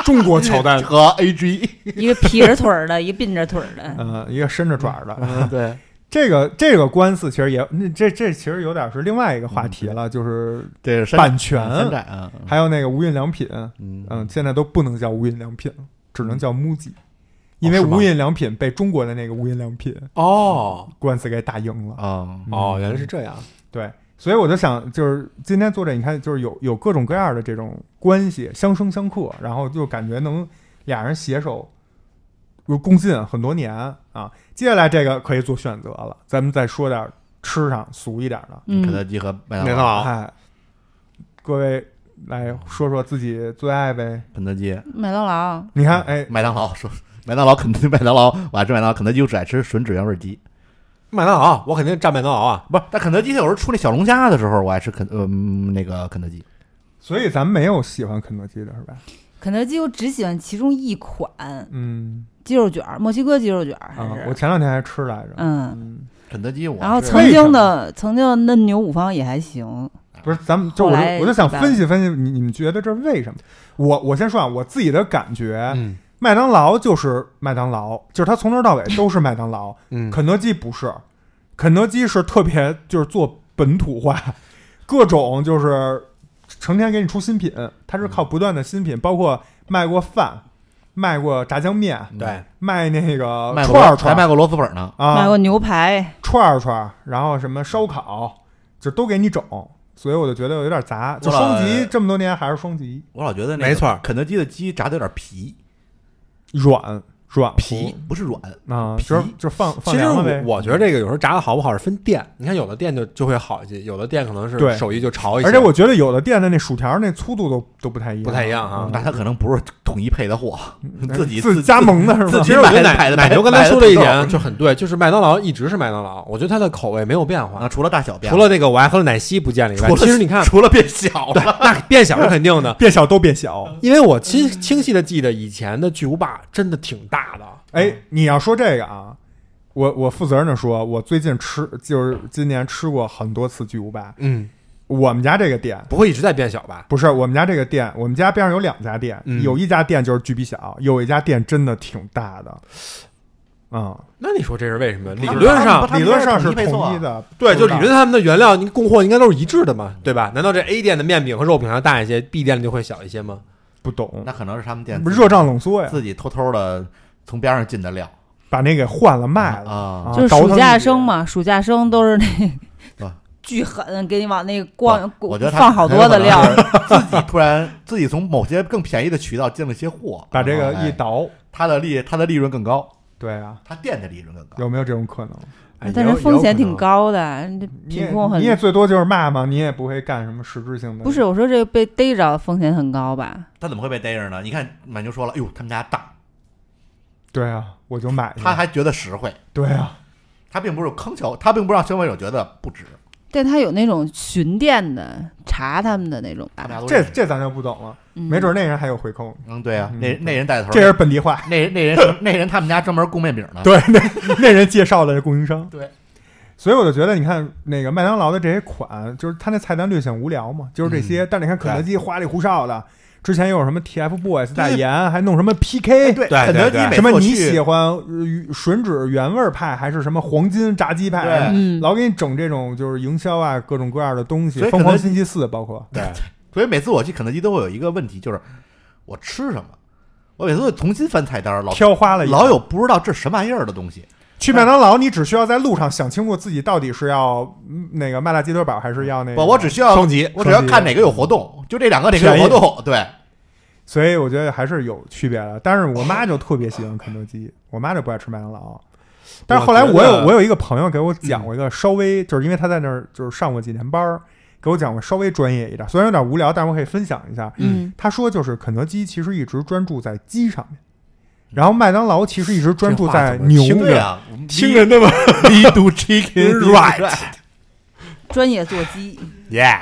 [SPEAKER 1] 中国乔丹，
[SPEAKER 3] 和 AG
[SPEAKER 5] 一个劈着腿儿的，一个并着腿 儿的，
[SPEAKER 2] 嗯，一个伸着爪儿的，
[SPEAKER 1] 嗯
[SPEAKER 3] 对，
[SPEAKER 2] 这个这个官司其实也，那这这其实有点是另外一个话题了，就是
[SPEAKER 3] 这是山
[SPEAKER 2] 版权，
[SPEAKER 3] 山寨啊，嗯
[SPEAKER 2] 还有那个无印良品，
[SPEAKER 3] 嗯
[SPEAKER 2] 嗯，现在都不能叫无印良品了，只能叫 MUJI，因为
[SPEAKER 1] 是吗
[SPEAKER 2] 无印良品被中国的那个无印良品
[SPEAKER 1] 哦
[SPEAKER 2] 官司给打赢了。
[SPEAKER 3] 啊，
[SPEAKER 1] 哦，原来是这样，
[SPEAKER 2] 对，所以我就想，就是今天作者，你看，就是有有各种各样的这种关系，相生相克，然后就感觉能俩人携手，有共进很多年啊。接下来这个可以做选择了，咱们再说点吃上俗一点的，
[SPEAKER 5] 嗯
[SPEAKER 3] 肯德基和麦
[SPEAKER 1] 没
[SPEAKER 3] 当
[SPEAKER 1] 错
[SPEAKER 3] 劳，
[SPEAKER 1] 啊，
[SPEAKER 2] 哎，各位来说说自己最爱呗。
[SPEAKER 3] 肯德
[SPEAKER 1] 哎
[SPEAKER 3] 基，
[SPEAKER 5] 嗯麦当劳，
[SPEAKER 2] 你看，哎，
[SPEAKER 3] 麦当劳说。麦当劳、肯德基、麦当劳，我爱吃麦当劳。肯德基我只爱吃吮指原味鸡，
[SPEAKER 1] 麦当劳，我肯定蘸麦当劳啊，
[SPEAKER 3] 不是。但肯德基有时候出那小龙虾的时候，我爱吃肯呃嗯那个肯德基。
[SPEAKER 2] 所以咱们没有喜欢肯德基的是吧？
[SPEAKER 5] 肯德基我只喜欢其中一款
[SPEAKER 2] 嗯
[SPEAKER 5] 鸡肉卷儿，墨西哥鸡肉卷儿还
[SPEAKER 2] 啊
[SPEAKER 5] 是，
[SPEAKER 2] 我前两天还吃来着。
[SPEAKER 5] 嗯。
[SPEAKER 2] 嗯，
[SPEAKER 3] 肯德基我是，
[SPEAKER 5] 然后
[SPEAKER 2] 曾
[SPEAKER 5] 曾
[SPEAKER 2] 为什
[SPEAKER 5] 经
[SPEAKER 2] 么
[SPEAKER 5] 的曾经的嫩牛五方也还行，
[SPEAKER 2] 不是，咱们就
[SPEAKER 5] 后
[SPEAKER 2] 我就
[SPEAKER 5] 来
[SPEAKER 2] 我就想
[SPEAKER 5] 一般
[SPEAKER 2] 分析分析，你你们觉得这是为什么？我我先说啊，我自己的感觉，
[SPEAKER 1] 嗯
[SPEAKER 2] 麦当劳就是麦当劳，就是它从头到尾都是麦当劳。
[SPEAKER 1] 嗯，
[SPEAKER 2] 肯德基不是，肯德基是特别就是做本土化，各种就是成天给你出新品，它是靠不断的新品，包括卖过饭，卖过炸酱面，
[SPEAKER 1] 嗯
[SPEAKER 3] 对，
[SPEAKER 2] 卖那个
[SPEAKER 3] 卖过
[SPEAKER 2] 串儿
[SPEAKER 3] 还
[SPEAKER 2] 串
[SPEAKER 3] 卖
[SPEAKER 2] 儿
[SPEAKER 3] 过螺蛳粉呢，
[SPEAKER 5] 买
[SPEAKER 2] 啊，
[SPEAKER 5] 过牛排，
[SPEAKER 2] 串儿串儿，然后什么烧烤，就都给你整。所以我就觉得有点杂，就
[SPEAKER 3] 我老
[SPEAKER 2] 双极这么多年还是双极，
[SPEAKER 3] 我老觉得那个
[SPEAKER 1] 没错儿
[SPEAKER 3] 肯德基的鸡炸的有点皮
[SPEAKER 2] 软软乎
[SPEAKER 3] 皮，不是软，
[SPEAKER 2] 啊，
[SPEAKER 3] 皮
[SPEAKER 2] 就是就是放放
[SPEAKER 1] 其实
[SPEAKER 2] 凉了
[SPEAKER 1] 我
[SPEAKER 2] 呗。
[SPEAKER 1] 我觉得这个有时候炸的好不好是分店，你看有的店就就会好一些，有的店可能
[SPEAKER 2] 对
[SPEAKER 1] 是手艺就潮一些。
[SPEAKER 2] 而且我觉得有的店的那薯条那粗度都都不太一样，
[SPEAKER 1] 不太一样啊
[SPEAKER 2] 嗯
[SPEAKER 3] 那它可能不是统一配的货，
[SPEAKER 1] 嗯
[SPEAKER 3] 自己
[SPEAKER 2] 自加盟的是吗？
[SPEAKER 3] 自
[SPEAKER 1] 其
[SPEAKER 3] 己
[SPEAKER 1] 实我觉得
[SPEAKER 3] 买
[SPEAKER 1] 奶
[SPEAKER 3] 的
[SPEAKER 1] 奶牛
[SPEAKER 3] 买
[SPEAKER 1] 刚
[SPEAKER 3] 的
[SPEAKER 1] 才说的一点
[SPEAKER 3] 土
[SPEAKER 1] 就很对，就是麦当劳一直是麦当劳，我觉得它的口味没有变化
[SPEAKER 3] 啊，，除了大小变，
[SPEAKER 1] 除了那个我爱喝的奶昔不见了以外
[SPEAKER 3] 除，了
[SPEAKER 1] 其实 你看
[SPEAKER 3] 除了变小了，
[SPEAKER 1] 那变小是肯定的，
[SPEAKER 2] 变小都变小。
[SPEAKER 1] 因为我清清晰的记得以前的巨无霸真的挺大的，
[SPEAKER 2] 哎，你要说这个啊，我我负责任的说，我最近吃就是今年吃过很多次巨无霸。
[SPEAKER 1] 嗯，
[SPEAKER 2] 我们家这个店
[SPEAKER 1] 不会一直在变小吧？
[SPEAKER 2] 不是我们家这个店，我们家边上有两家店，
[SPEAKER 1] 嗯
[SPEAKER 2] 有一家店就是巨比小，有一家店真的挺大的。嗯，
[SPEAKER 1] 那你说这是为什么？理
[SPEAKER 3] 他们
[SPEAKER 1] 论
[SPEAKER 3] 哦他们不。
[SPEAKER 1] 上
[SPEAKER 2] 理论上是
[SPEAKER 3] 统一配
[SPEAKER 2] 统
[SPEAKER 3] 送啊
[SPEAKER 2] 一的，
[SPEAKER 1] 对，
[SPEAKER 2] 不
[SPEAKER 1] 就
[SPEAKER 2] 知道
[SPEAKER 1] 理论上他们的原料，你供货应该都是一致的嘛，对吧？难道这 A 店的面饼和肉饼要大一些，B 店的就会小一些吗？
[SPEAKER 2] 不懂，
[SPEAKER 3] 那可能是他们店
[SPEAKER 2] 不是热胀冷缩呀，
[SPEAKER 3] 自己偷偷的从边上进的料
[SPEAKER 2] 把那给换了卖了。啊
[SPEAKER 3] 啊
[SPEAKER 5] 就是暑假生嘛，暑假生都是那
[SPEAKER 3] 啊
[SPEAKER 5] 巨狠，给你往那光
[SPEAKER 3] 我我觉得他啊
[SPEAKER 5] 放好多的料，，
[SPEAKER 3] 自己突然 自己从某些更便宜的渠道进了些货，
[SPEAKER 2] 把这个
[SPEAKER 3] 哎
[SPEAKER 2] 一倒，
[SPEAKER 3] 他的利他的利润更高，
[SPEAKER 2] 对啊，
[SPEAKER 3] 他店的利润更高。
[SPEAKER 2] 有没有这种可能？
[SPEAKER 1] 哎
[SPEAKER 5] 啊但
[SPEAKER 1] 也
[SPEAKER 5] 是
[SPEAKER 1] 有
[SPEAKER 5] 风险
[SPEAKER 1] 也有
[SPEAKER 5] 挺
[SPEAKER 1] 可能
[SPEAKER 5] 高的，这
[SPEAKER 2] 你也
[SPEAKER 5] 品控很
[SPEAKER 2] 你也最多就是骂骂，你也不会干什么实质性的。
[SPEAKER 5] 不是我说这被逮着风险很高吧？
[SPEAKER 3] 他怎么会被逮着呢？你看满牛说了，哎呦，他们家大，
[SPEAKER 2] 对啊，我就买去
[SPEAKER 3] 他还觉得实惠，
[SPEAKER 2] 对啊，
[SPEAKER 3] 他并不是坑求，他并不让消费者觉得不值。
[SPEAKER 5] 但他有那种巡店的查他们的那种
[SPEAKER 3] 他们
[SPEAKER 5] 吧
[SPEAKER 3] 家，都
[SPEAKER 2] 这
[SPEAKER 3] 认识
[SPEAKER 2] 这咱就不懂了，
[SPEAKER 5] 嗯
[SPEAKER 2] 没准那人还有回扣呢。
[SPEAKER 3] 嗯，对啊，
[SPEAKER 2] 嗯
[SPEAKER 3] 那那人带头，
[SPEAKER 2] 这是本地化，
[SPEAKER 3] 那那人那人他们家专门供面饼的，
[SPEAKER 2] 对，那 那人介绍的供应商。
[SPEAKER 3] 对，
[SPEAKER 2] 所以我就觉得，你看那个麦当劳的这些款，就是它那菜单略显无聊嘛，就是这
[SPEAKER 3] 嗯
[SPEAKER 2] 些。但是你看肯德基花里胡哨的，之前又有什么 TFBOYS 代言，还弄什么 PK，
[SPEAKER 3] 哎对，
[SPEAKER 1] 对
[SPEAKER 3] 肯德基
[SPEAKER 1] 对
[SPEAKER 2] 什
[SPEAKER 3] 每次
[SPEAKER 2] 么
[SPEAKER 3] 我
[SPEAKER 2] 你
[SPEAKER 3] 去
[SPEAKER 2] 喜欢呃吮指原味派还是什么黄金炸鸡派，
[SPEAKER 3] 对，
[SPEAKER 5] 嗯，
[SPEAKER 2] 老给你整这种就是营销啊，各种各样的东西
[SPEAKER 3] 所，以
[SPEAKER 2] 疯
[SPEAKER 3] 肯
[SPEAKER 2] 狂
[SPEAKER 3] 德基
[SPEAKER 2] 星期四包括。
[SPEAKER 1] 对，
[SPEAKER 3] 所以每次我去肯德基都会有一个问题，就是我吃什么？我每次都会重新翻菜单，老
[SPEAKER 2] 挑花了眼，
[SPEAKER 3] 老有不知道这什么玩意儿的东西。
[SPEAKER 2] 去麦当劳，你只需要在路上想清楚自己到底是要嗯那个麦辣鸡腿堡还是要那个。
[SPEAKER 3] 我我只需要
[SPEAKER 1] 双极
[SPEAKER 3] 我只要
[SPEAKER 2] 双极
[SPEAKER 3] 看哪个有活动，就这两个哪个
[SPEAKER 2] 便宜
[SPEAKER 3] 有活动，对，
[SPEAKER 2] 所以我觉得还是有区别的。但是我妈就特别喜 欢肯德基，我妈就不爱吃麦当劳。但是后来
[SPEAKER 1] 我
[SPEAKER 2] 我
[SPEAKER 1] 觉
[SPEAKER 2] 有
[SPEAKER 1] 得
[SPEAKER 2] 我有一个朋友给我讲过一个稍微，就是因为他在那儿就是上过几年班
[SPEAKER 1] 嗯
[SPEAKER 2] 儿，给我讲过稍微专业一点，虽然有点无聊，但是我可以分享一下。
[SPEAKER 5] 嗯，
[SPEAKER 2] 他说就是肯德基其实一直专注在鸡上
[SPEAKER 1] 嗯
[SPEAKER 2] 面，然后麦当劳其实一直专注在牛
[SPEAKER 3] 听着
[SPEAKER 1] 啊
[SPEAKER 2] 上。
[SPEAKER 3] 呀，我们
[SPEAKER 1] 听着那么
[SPEAKER 3] lead to chicken right，
[SPEAKER 5] 专业做鸡，
[SPEAKER 3] yeah，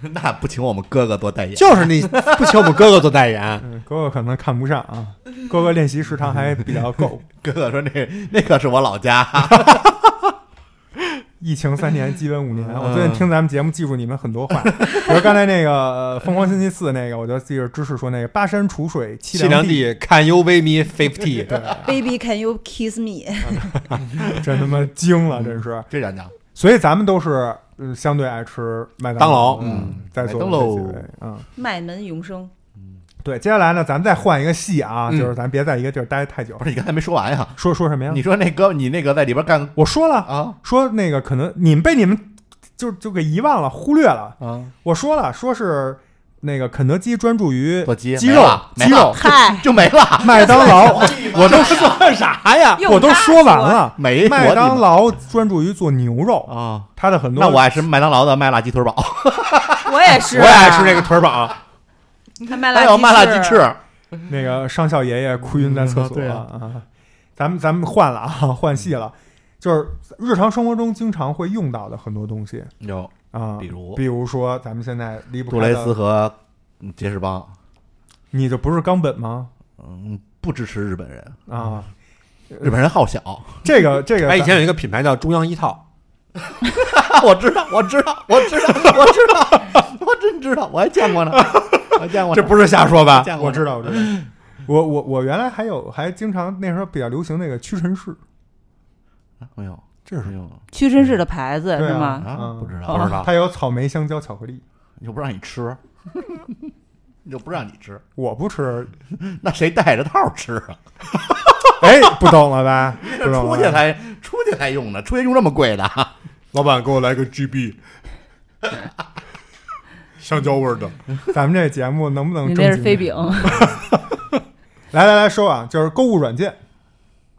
[SPEAKER 3] 那不请我们哥哥做代言，
[SPEAKER 1] 就是你不请我们哥哥做代言，
[SPEAKER 2] 嗯，哥哥可能看不上啊，哥哥练习时长还比较够。
[SPEAKER 3] 哥哥说那那可是我老家，
[SPEAKER 2] 疫情三年，基本五
[SPEAKER 3] 嗯
[SPEAKER 2] 年。我最近听咱们节目，记住你们很 多话，比如刚才那个呃《疯狂星期四》那个，我就记着芝士说那个“巴山楚水
[SPEAKER 1] 西
[SPEAKER 2] 凄
[SPEAKER 1] 凉
[SPEAKER 2] 凉
[SPEAKER 1] 地 Can you weigh me fifty？
[SPEAKER 5] Baby, can you kiss me？
[SPEAKER 2] 地”，真他妈惊了，真是。
[SPEAKER 3] 这讲讲
[SPEAKER 2] 所以咱们都是嗯相对爱吃麦当劳，
[SPEAKER 1] 当劳
[SPEAKER 2] 嗯，在座的
[SPEAKER 3] 麦当劳
[SPEAKER 2] 这几位，嗯，
[SPEAKER 5] 卖门永生，
[SPEAKER 2] 对。接下来呢，咱们再换一个戏啊，
[SPEAKER 1] 嗯
[SPEAKER 2] 就是咱别在一个地儿待太久
[SPEAKER 3] 不。是你刚才没说完呀？
[SPEAKER 2] 说说什么呀
[SPEAKER 3] 你？说那哥你那个在里边干
[SPEAKER 2] 我说了，
[SPEAKER 3] 啊
[SPEAKER 2] 说那个可能你们被你们就就给遗忘了、忽略了。
[SPEAKER 3] 啊
[SPEAKER 2] 我说了，说是那个肯德基专注于
[SPEAKER 3] 做鸡
[SPEAKER 2] 鸡
[SPEAKER 3] 没
[SPEAKER 2] 肉
[SPEAKER 3] 了、
[SPEAKER 2] 鸡
[SPEAKER 3] 没了
[SPEAKER 2] 肉，
[SPEAKER 5] 嗨，
[SPEAKER 3] 就没了，
[SPEAKER 2] 麦当劳，
[SPEAKER 3] 我都算
[SPEAKER 1] 哎
[SPEAKER 3] 啥呀？
[SPEAKER 5] 用
[SPEAKER 2] 我都
[SPEAKER 5] 它
[SPEAKER 2] 说完了。
[SPEAKER 3] 没
[SPEAKER 2] 麦当劳专注于做牛肉，
[SPEAKER 3] 啊。
[SPEAKER 2] 它的很多
[SPEAKER 3] 那我爱吃麦当劳的麦辣鸡腿堡，
[SPEAKER 5] 我也是，
[SPEAKER 1] 我也爱吃这个腿儿堡，
[SPEAKER 5] 他卖辣
[SPEAKER 3] 还有哎麦辣鸡翅，
[SPEAKER 2] 那个上校爷爷哭晕在厕
[SPEAKER 3] 嗯
[SPEAKER 2] 所
[SPEAKER 3] 对
[SPEAKER 2] 了
[SPEAKER 3] 啊
[SPEAKER 2] 啊。咱们咱们换了啊，换戏了，就是日常生活中经常会用到的很多东西
[SPEAKER 3] 有
[SPEAKER 2] 啊，
[SPEAKER 3] 比如
[SPEAKER 2] 比如说咱们现在离不
[SPEAKER 3] 杜
[SPEAKER 2] 开
[SPEAKER 3] 蕾嗯
[SPEAKER 2] 的
[SPEAKER 3] 斯和杰士邦，
[SPEAKER 2] 你就不是冈本吗？
[SPEAKER 3] 嗯，不支持日本人，
[SPEAKER 2] 啊，
[SPEAKER 3] 日本人好小。
[SPEAKER 2] 这个这个，
[SPEAKER 1] 哎，以前有一个品牌叫中央一套，
[SPEAKER 3] 我知道，我知道，我知道，我知道， 我真知道，我还见过呢，我见过呢。
[SPEAKER 1] 这不是啊瞎说吧？
[SPEAKER 3] 见过
[SPEAKER 2] 我
[SPEAKER 3] 呢
[SPEAKER 2] 知道，我知道。我我我原来还有还经常那时候比较流行那个屈臣氏，
[SPEAKER 3] 没有，
[SPEAKER 2] 这
[SPEAKER 3] 没有
[SPEAKER 5] 屈臣氏的牌子
[SPEAKER 2] 对啊
[SPEAKER 5] 是吗？
[SPEAKER 3] 啊
[SPEAKER 2] 嗯，
[SPEAKER 3] 不知道，
[SPEAKER 1] 不知道
[SPEAKER 2] 它有草莓、香蕉、巧克力。
[SPEAKER 3] 又不让你吃，又不让你吃，
[SPEAKER 2] 我不吃，
[SPEAKER 3] 那谁带着套吃啊？
[SPEAKER 2] 哎，不懂了吧？不懂
[SPEAKER 3] 出
[SPEAKER 2] 了
[SPEAKER 3] 去
[SPEAKER 2] 吧。
[SPEAKER 3] 才出去才用的，出去用这么贵的啊？
[SPEAKER 1] 老板给我来个 GB，香蕉味儿的。
[SPEAKER 2] 咱们这节目能不能
[SPEAKER 5] 你
[SPEAKER 2] 正
[SPEAKER 5] 那
[SPEAKER 2] 经
[SPEAKER 5] 是飞
[SPEAKER 2] 点
[SPEAKER 5] 饼，
[SPEAKER 2] 来来来说啊，就是购物软件，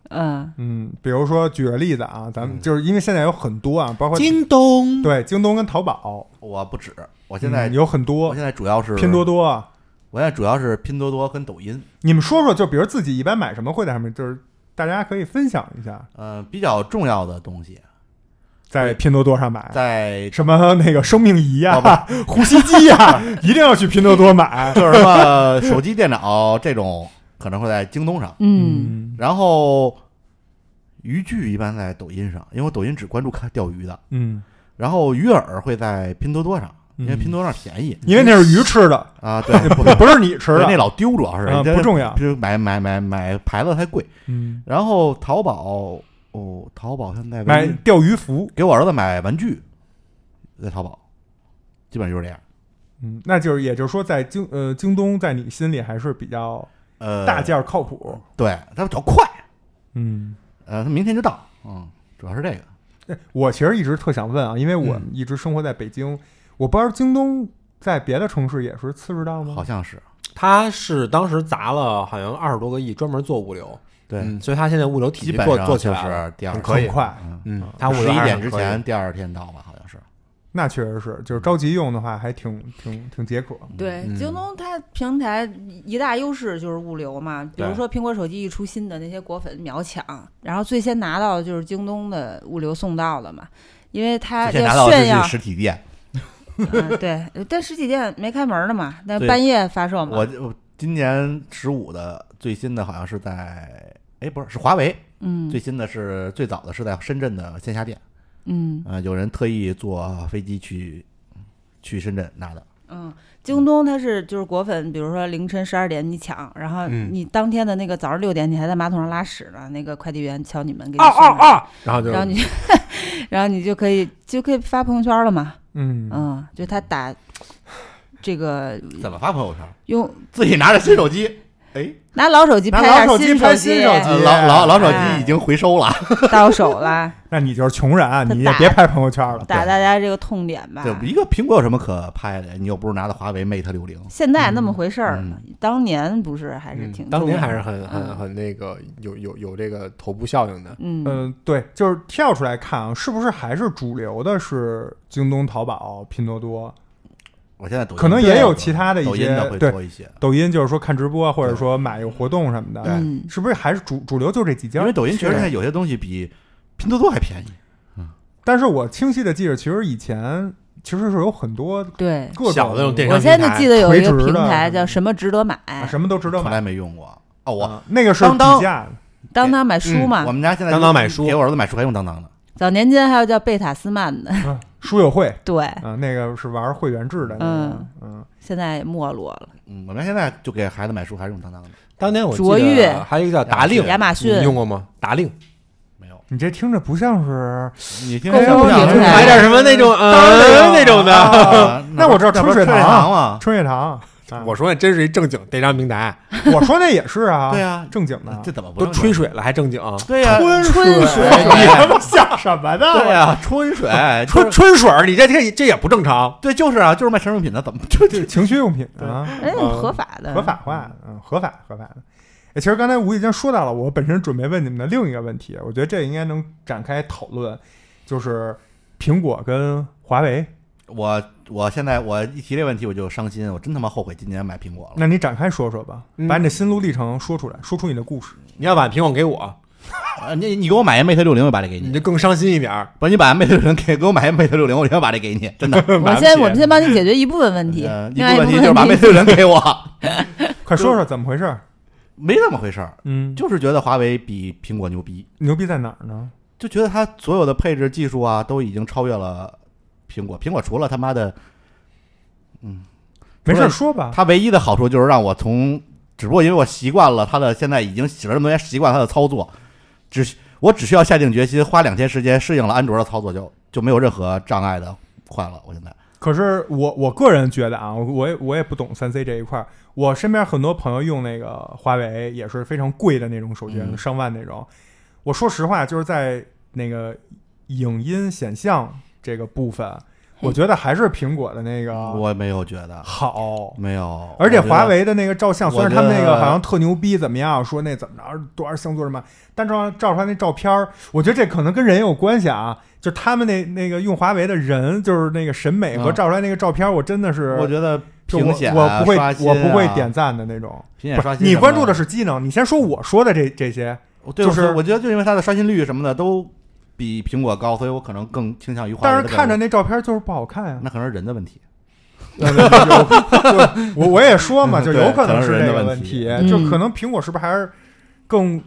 [SPEAKER 5] 嗯，
[SPEAKER 2] 嗯，比如说举个例子啊，咱们就是因为现在有很多啊，包括
[SPEAKER 3] 京东，
[SPEAKER 2] 对京东跟淘宝，
[SPEAKER 3] 我不止，我现在
[SPEAKER 2] 嗯有很
[SPEAKER 3] 我
[SPEAKER 2] 多
[SPEAKER 3] 现在主要是
[SPEAKER 2] 拼多，多啊。
[SPEAKER 3] 我现在主要是拼多多跟抖音。
[SPEAKER 2] 你们说说，就比如自己一般买什么会在上面，就是大家可以分享一下，
[SPEAKER 3] 呃，比较重要的东西
[SPEAKER 2] 在拼多多上买
[SPEAKER 3] 在哦
[SPEAKER 2] 什么那个生命仪
[SPEAKER 3] 好
[SPEAKER 2] 啊
[SPEAKER 3] 吧、
[SPEAKER 2] 呼吸机啊， 一定要去拼多多买。
[SPEAKER 3] 就是什么手机、电脑这种，可能会在京东上。
[SPEAKER 5] 嗯，
[SPEAKER 3] 然后渔具一般在抖音上，因为我抖音只关注看钓鱼的。
[SPEAKER 2] 嗯，
[SPEAKER 3] 然后鱼饵会在拼多多上，因为
[SPEAKER 2] 嗯
[SPEAKER 3] 拼多多上便宜
[SPEAKER 2] 因为那是鱼吃的，
[SPEAKER 3] 啊。对，不
[SPEAKER 2] 不是你吃
[SPEAKER 3] 对那
[SPEAKER 2] 的，
[SPEAKER 3] 老丢，主要是
[SPEAKER 2] 啊
[SPEAKER 3] 这
[SPEAKER 2] 不重要
[SPEAKER 3] 就买买买买牌子太贵。
[SPEAKER 2] 嗯，
[SPEAKER 3] 然后淘宝哦，淘宝现在
[SPEAKER 2] 买
[SPEAKER 3] 玩
[SPEAKER 2] 钓鱼服，
[SPEAKER 3] 给我儿子买玩具，在淘宝，基本上就是这样。
[SPEAKER 2] 嗯，那就是也就是说，在京呃京东在你心里还是比较
[SPEAKER 3] 呃，
[SPEAKER 2] 大件儿靠谱，
[SPEAKER 3] 对，他比较快，
[SPEAKER 2] 嗯。
[SPEAKER 3] 呃，他明天就到，嗯，主要是这个。
[SPEAKER 2] 我其实一直特想问啊，因为我一直生活在北京，我不知道京东在别的城市也是次日到吗？
[SPEAKER 3] 好像是
[SPEAKER 1] 他是当时砸了好像二十多个亿，专门做物流，
[SPEAKER 3] 对，
[SPEAKER 1] 嗯，所以他现在物流体
[SPEAKER 3] 基
[SPEAKER 1] 系
[SPEAKER 3] 本
[SPEAKER 1] 做
[SPEAKER 3] 上
[SPEAKER 1] 做起
[SPEAKER 3] 就
[SPEAKER 1] 来了，
[SPEAKER 3] 是第二
[SPEAKER 2] 很
[SPEAKER 3] 天
[SPEAKER 2] 很快
[SPEAKER 3] 嗯
[SPEAKER 1] 嗯，他物流
[SPEAKER 3] 十一
[SPEAKER 1] 还是
[SPEAKER 3] 点
[SPEAKER 1] 很
[SPEAKER 3] 之
[SPEAKER 1] 可以
[SPEAKER 3] 前第二天到吧，好像是。
[SPEAKER 2] 那确实是，就是着急用的话，还挺挺挺解渴。
[SPEAKER 5] 对
[SPEAKER 1] 嗯，
[SPEAKER 5] 京东它平台一大优势就是物流嘛，比如
[SPEAKER 1] 对
[SPEAKER 5] 说苹果手机一出新的那些果粉秒抢，然后最先拿到的就是京东的物流送到了嘛，因为它
[SPEAKER 3] 现在拿
[SPEAKER 5] 要
[SPEAKER 3] 到
[SPEAKER 5] 炫
[SPEAKER 3] 的
[SPEAKER 5] 耀
[SPEAKER 3] 是，实体店，
[SPEAKER 5] 嗯，对，但实体店没开门呢嘛，那
[SPEAKER 3] 对
[SPEAKER 5] 半夜发售嘛，
[SPEAKER 3] 我我今年十五的最新的好像是在，哎，不是，是华为
[SPEAKER 5] 嗯
[SPEAKER 3] 最新的是最早的是在深圳的线下店，
[SPEAKER 5] 嗯
[SPEAKER 3] 呃，有人特意坐飞机去去深圳拿的，
[SPEAKER 5] 嗯，京东它是就是果粉，比如说凌晨十二点你抢，然后
[SPEAKER 1] 嗯
[SPEAKER 5] 你当天的那个早上六点你还在马桶上拉屎呢，那个快递员敲你门给你
[SPEAKER 1] 哦
[SPEAKER 5] 送
[SPEAKER 1] 哦
[SPEAKER 5] 来，
[SPEAKER 1] 哦，然后就
[SPEAKER 5] 然后你 然后你就可以就可以发朋友圈了嘛。
[SPEAKER 2] 嗯，
[SPEAKER 5] 嗯，就他打这个
[SPEAKER 3] 怎么发朋友圈？
[SPEAKER 5] 用
[SPEAKER 3] 自己拿着新手机，哎，
[SPEAKER 5] 拿老手机
[SPEAKER 2] 拿
[SPEAKER 5] 拍
[SPEAKER 2] 老
[SPEAKER 5] 点
[SPEAKER 2] 手
[SPEAKER 5] 新
[SPEAKER 2] 机拍新手机
[SPEAKER 3] 呃老老老手
[SPEAKER 5] 哎
[SPEAKER 3] 机已经回收了，
[SPEAKER 5] 到手了，
[SPEAKER 2] 那你就是穷人啊，
[SPEAKER 5] 他
[SPEAKER 2] 你也
[SPEAKER 5] 打
[SPEAKER 2] 别拍朋友圈了。
[SPEAKER 5] 打大家这个痛点吧。
[SPEAKER 3] 对，一个苹果有什么可拍的？你又不是拿的华为 Mate 六零，
[SPEAKER 5] 现在那么回事儿了，当年不是还是
[SPEAKER 1] 嗯
[SPEAKER 5] 挺
[SPEAKER 1] 当年
[SPEAKER 5] 重要
[SPEAKER 1] 还是
[SPEAKER 5] 的
[SPEAKER 1] 很很
[SPEAKER 5] 嗯
[SPEAKER 1] 很那个有有有这个头部效应的，
[SPEAKER 5] 嗯
[SPEAKER 2] 嗯，对，就是跳出来看啊，是不是还是主流的是京东、淘宝、拼多多、
[SPEAKER 3] 我现在抖音啊
[SPEAKER 2] 可能也有其他的一些
[SPEAKER 3] 抖音的会
[SPEAKER 2] 对
[SPEAKER 3] 多一些，
[SPEAKER 2] 抖音？就是说看直播，啊或者说买有活动什么的，
[SPEAKER 5] 嗯
[SPEAKER 2] 是不是还是主主流就这几家？
[SPEAKER 3] 因为抖音确实现在有些东西比拼多多还便宜。
[SPEAKER 2] 但是我清晰的记着，其实以前其实是有很多
[SPEAKER 5] 对。
[SPEAKER 2] 各种
[SPEAKER 1] 小的那种电
[SPEAKER 5] 我
[SPEAKER 1] 商
[SPEAKER 5] 现
[SPEAKER 1] 平
[SPEAKER 5] 在
[SPEAKER 1] 台
[SPEAKER 5] 记得有一个
[SPEAKER 2] 垂直的
[SPEAKER 5] 平台叫什么值得买，
[SPEAKER 2] 啊什么都值得
[SPEAKER 3] 从
[SPEAKER 2] 买。
[SPEAKER 3] 来没用过。哦，我、
[SPEAKER 2] 啊那个是
[SPEAKER 3] 当当
[SPEAKER 2] 底价的，
[SPEAKER 5] 当当买嗯书嘛
[SPEAKER 3] 嗯我。们家现在
[SPEAKER 1] 当当买书
[SPEAKER 3] 给我儿子买书还用当当呢。
[SPEAKER 5] 早年间还有叫贝塔斯曼的，
[SPEAKER 2] 啊书友会
[SPEAKER 5] 对，
[SPEAKER 2] 啊，那个是玩会员制的那个，嗯，
[SPEAKER 5] 现在也没落了。
[SPEAKER 3] 嗯，我们家现在就给孩子买书还是用当当的，
[SPEAKER 1] 当年我记
[SPEAKER 5] 卓越
[SPEAKER 1] 得还有一个叫达令，
[SPEAKER 5] 亚马逊
[SPEAKER 1] 你用过吗？达令，
[SPEAKER 3] 没有。
[SPEAKER 2] 你这听着不像是，
[SPEAKER 3] 你听
[SPEAKER 2] 购物
[SPEAKER 3] 像不像
[SPEAKER 5] 平台
[SPEAKER 1] 买点什么那种呃那种的。
[SPEAKER 2] 的。
[SPEAKER 3] 啊
[SPEAKER 2] 那我知道
[SPEAKER 3] 那不
[SPEAKER 2] 春
[SPEAKER 3] 是
[SPEAKER 2] 水
[SPEAKER 3] 春水
[SPEAKER 2] 堂
[SPEAKER 3] 堂吗？
[SPEAKER 2] 春叶堂，啊
[SPEAKER 1] 我说那真是一正经电商平台，
[SPEAKER 2] 我说那也是啊，
[SPEAKER 3] 对啊
[SPEAKER 2] 正经的
[SPEAKER 3] 这。怎么不
[SPEAKER 1] 都
[SPEAKER 3] 用
[SPEAKER 1] 吹？水了还正经，
[SPEAKER 3] 对呀、
[SPEAKER 2] 春水，哎你他妈像什么呢？
[SPEAKER 3] 对啊呀、春水
[SPEAKER 1] 啊春哎春水儿，你这这这也不正常。
[SPEAKER 3] 对，就是啊，就是卖生用品的，怎么就就
[SPEAKER 2] 情趣用品啊，
[SPEAKER 5] 哎，
[SPEAKER 1] 嗯
[SPEAKER 5] 合法的，
[SPEAKER 2] 合法化，嗯，合法合法的。哎，其实刚才无意间说到了，我本身准备问你们的另一个问题，我觉得这应该能展开讨论，就是苹果跟华为，
[SPEAKER 3] 我我现在我一提这问题我就伤心，我真他妈后悔今年买苹果了。
[SPEAKER 2] 那你展开说说吧，
[SPEAKER 1] 哦嗯
[SPEAKER 2] 把你的心路历程说出来，说出你的故事。
[SPEAKER 1] 你要把苹果给我，
[SPEAKER 3] 呃你你给我买一 Mate 六零，我把这给
[SPEAKER 1] 你
[SPEAKER 3] 你。
[SPEAKER 1] 就更伤心一点儿。
[SPEAKER 3] 不，你把 Mate 六零给给我买一 Mate 六零，我就把这给你，真的。
[SPEAKER 5] 我先我先帮你解决一部分问题
[SPEAKER 3] 呃，一
[SPEAKER 5] 另外
[SPEAKER 3] 部
[SPEAKER 5] 部
[SPEAKER 3] 分
[SPEAKER 5] 分
[SPEAKER 3] 题就是把 Mate 六零给 我，
[SPEAKER 2] 快说说怎么回事？
[SPEAKER 3] 没那么回事儿，
[SPEAKER 2] 嗯，
[SPEAKER 3] 就是觉得华为比苹果牛逼，
[SPEAKER 2] 牛逼在哪儿呢？
[SPEAKER 3] 就觉得它所有的配置技术啊，都已经超越了苹果。苹果除了他妈的，
[SPEAKER 2] 没事儿说吧。
[SPEAKER 3] 它唯一的好处就是让我从，只不过因为我习惯了它的，现在已经使了这么多年，习惯它的操作，只需我只需要下定决心，花两天时间适应了安卓的操作就，就没有任何障碍的坏了。我现在
[SPEAKER 2] 可是我我个人觉得啊，我我也我也不懂三 C 这一块儿。我身边很多朋友用那个华为也是非常贵的那种手机，
[SPEAKER 3] 嗯
[SPEAKER 2] 上万那种。我说实话，就是在那个影音显像这个部分，我觉得还是苹果的那个
[SPEAKER 3] 啊我没有觉得
[SPEAKER 2] 好。
[SPEAKER 3] 没有，
[SPEAKER 2] 而且
[SPEAKER 3] 我觉得
[SPEAKER 2] 华为的那个照相，虽然
[SPEAKER 3] 我
[SPEAKER 2] 他
[SPEAKER 3] 觉得
[SPEAKER 2] 们那个好像特牛逼，怎么样说那怎么着多少像素什么，但照照出来那照片儿，我觉得这可能跟人也有关系啊。就他们那那个用华为的人，就是那个审美和
[SPEAKER 3] 嗯
[SPEAKER 2] 照出来那个照片儿，我真的是，
[SPEAKER 3] 我觉得
[SPEAKER 2] 就
[SPEAKER 3] 屏显、啊、
[SPEAKER 2] 我我不会、
[SPEAKER 3] 刷新
[SPEAKER 2] 我
[SPEAKER 3] 啊
[SPEAKER 2] 不会点赞的那种。
[SPEAKER 3] 屏显
[SPEAKER 2] 不
[SPEAKER 3] 刷
[SPEAKER 2] 是
[SPEAKER 3] 新。
[SPEAKER 2] 你关注的，是机能，你先说我说的这这些，
[SPEAKER 3] 对，
[SPEAKER 2] 就
[SPEAKER 3] 我
[SPEAKER 2] 是
[SPEAKER 3] 我觉得就因为它的刷新率什么的都比苹果高，所以我可能更倾向于华为
[SPEAKER 2] 但
[SPEAKER 3] 的
[SPEAKER 2] 是
[SPEAKER 3] 感觉。
[SPEAKER 2] 看着那照片就是不好看啊呀、
[SPEAKER 3] 那可能是人的问题。
[SPEAKER 2] 有我我也说嘛，
[SPEAKER 3] 嗯
[SPEAKER 2] 就
[SPEAKER 3] 对
[SPEAKER 2] 有可能
[SPEAKER 3] 可能是
[SPEAKER 2] 是
[SPEAKER 3] 人
[SPEAKER 2] 这
[SPEAKER 3] 的
[SPEAKER 2] 个
[SPEAKER 3] 问
[SPEAKER 2] 问
[SPEAKER 3] 题
[SPEAKER 2] 题，
[SPEAKER 5] 嗯
[SPEAKER 2] 就可能苹果是不是还是更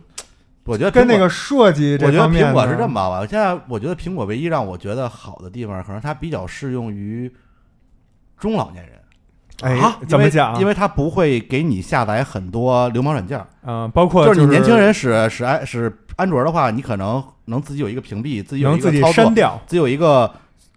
[SPEAKER 3] 我觉得
[SPEAKER 2] 跟
[SPEAKER 3] 苹
[SPEAKER 2] 那
[SPEAKER 3] 果
[SPEAKER 2] 个设计这
[SPEAKER 3] 我觉得
[SPEAKER 2] 方面呢？
[SPEAKER 3] 苹果是这么吧，我现在我觉得苹果唯一让我觉得好的地方，可能它比较适用于中老年人。
[SPEAKER 2] 哎
[SPEAKER 1] 啊，
[SPEAKER 2] 怎
[SPEAKER 3] 因
[SPEAKER 2] 么
[SPEAKER 3] 为
[SPEAKER 2] 讲？
[SPEAKER 3] 因为它不会给你下载很多流氓软件儿，
[SPEAKER 2] 嗯、包括
[SPEAKER 3] 就是
[SPEAKER 2] 是
[SPEAKER 3] 你年轻人使使安使安卓的话，你可能能自己有一个屏蔽，自己有
[SPEAKER 2] 能
[SPEAKER 3] 一
[SPEAKER 2] 自
[SPEAKER 3] 个
[SPEAKER 2] 己
[SPEAKER 3] 操
[SPEAKER 2] 删
[SPEAKER 3] 作，
[SPEAKER 2] 掉，
[SPEAKER 3] 自己有一个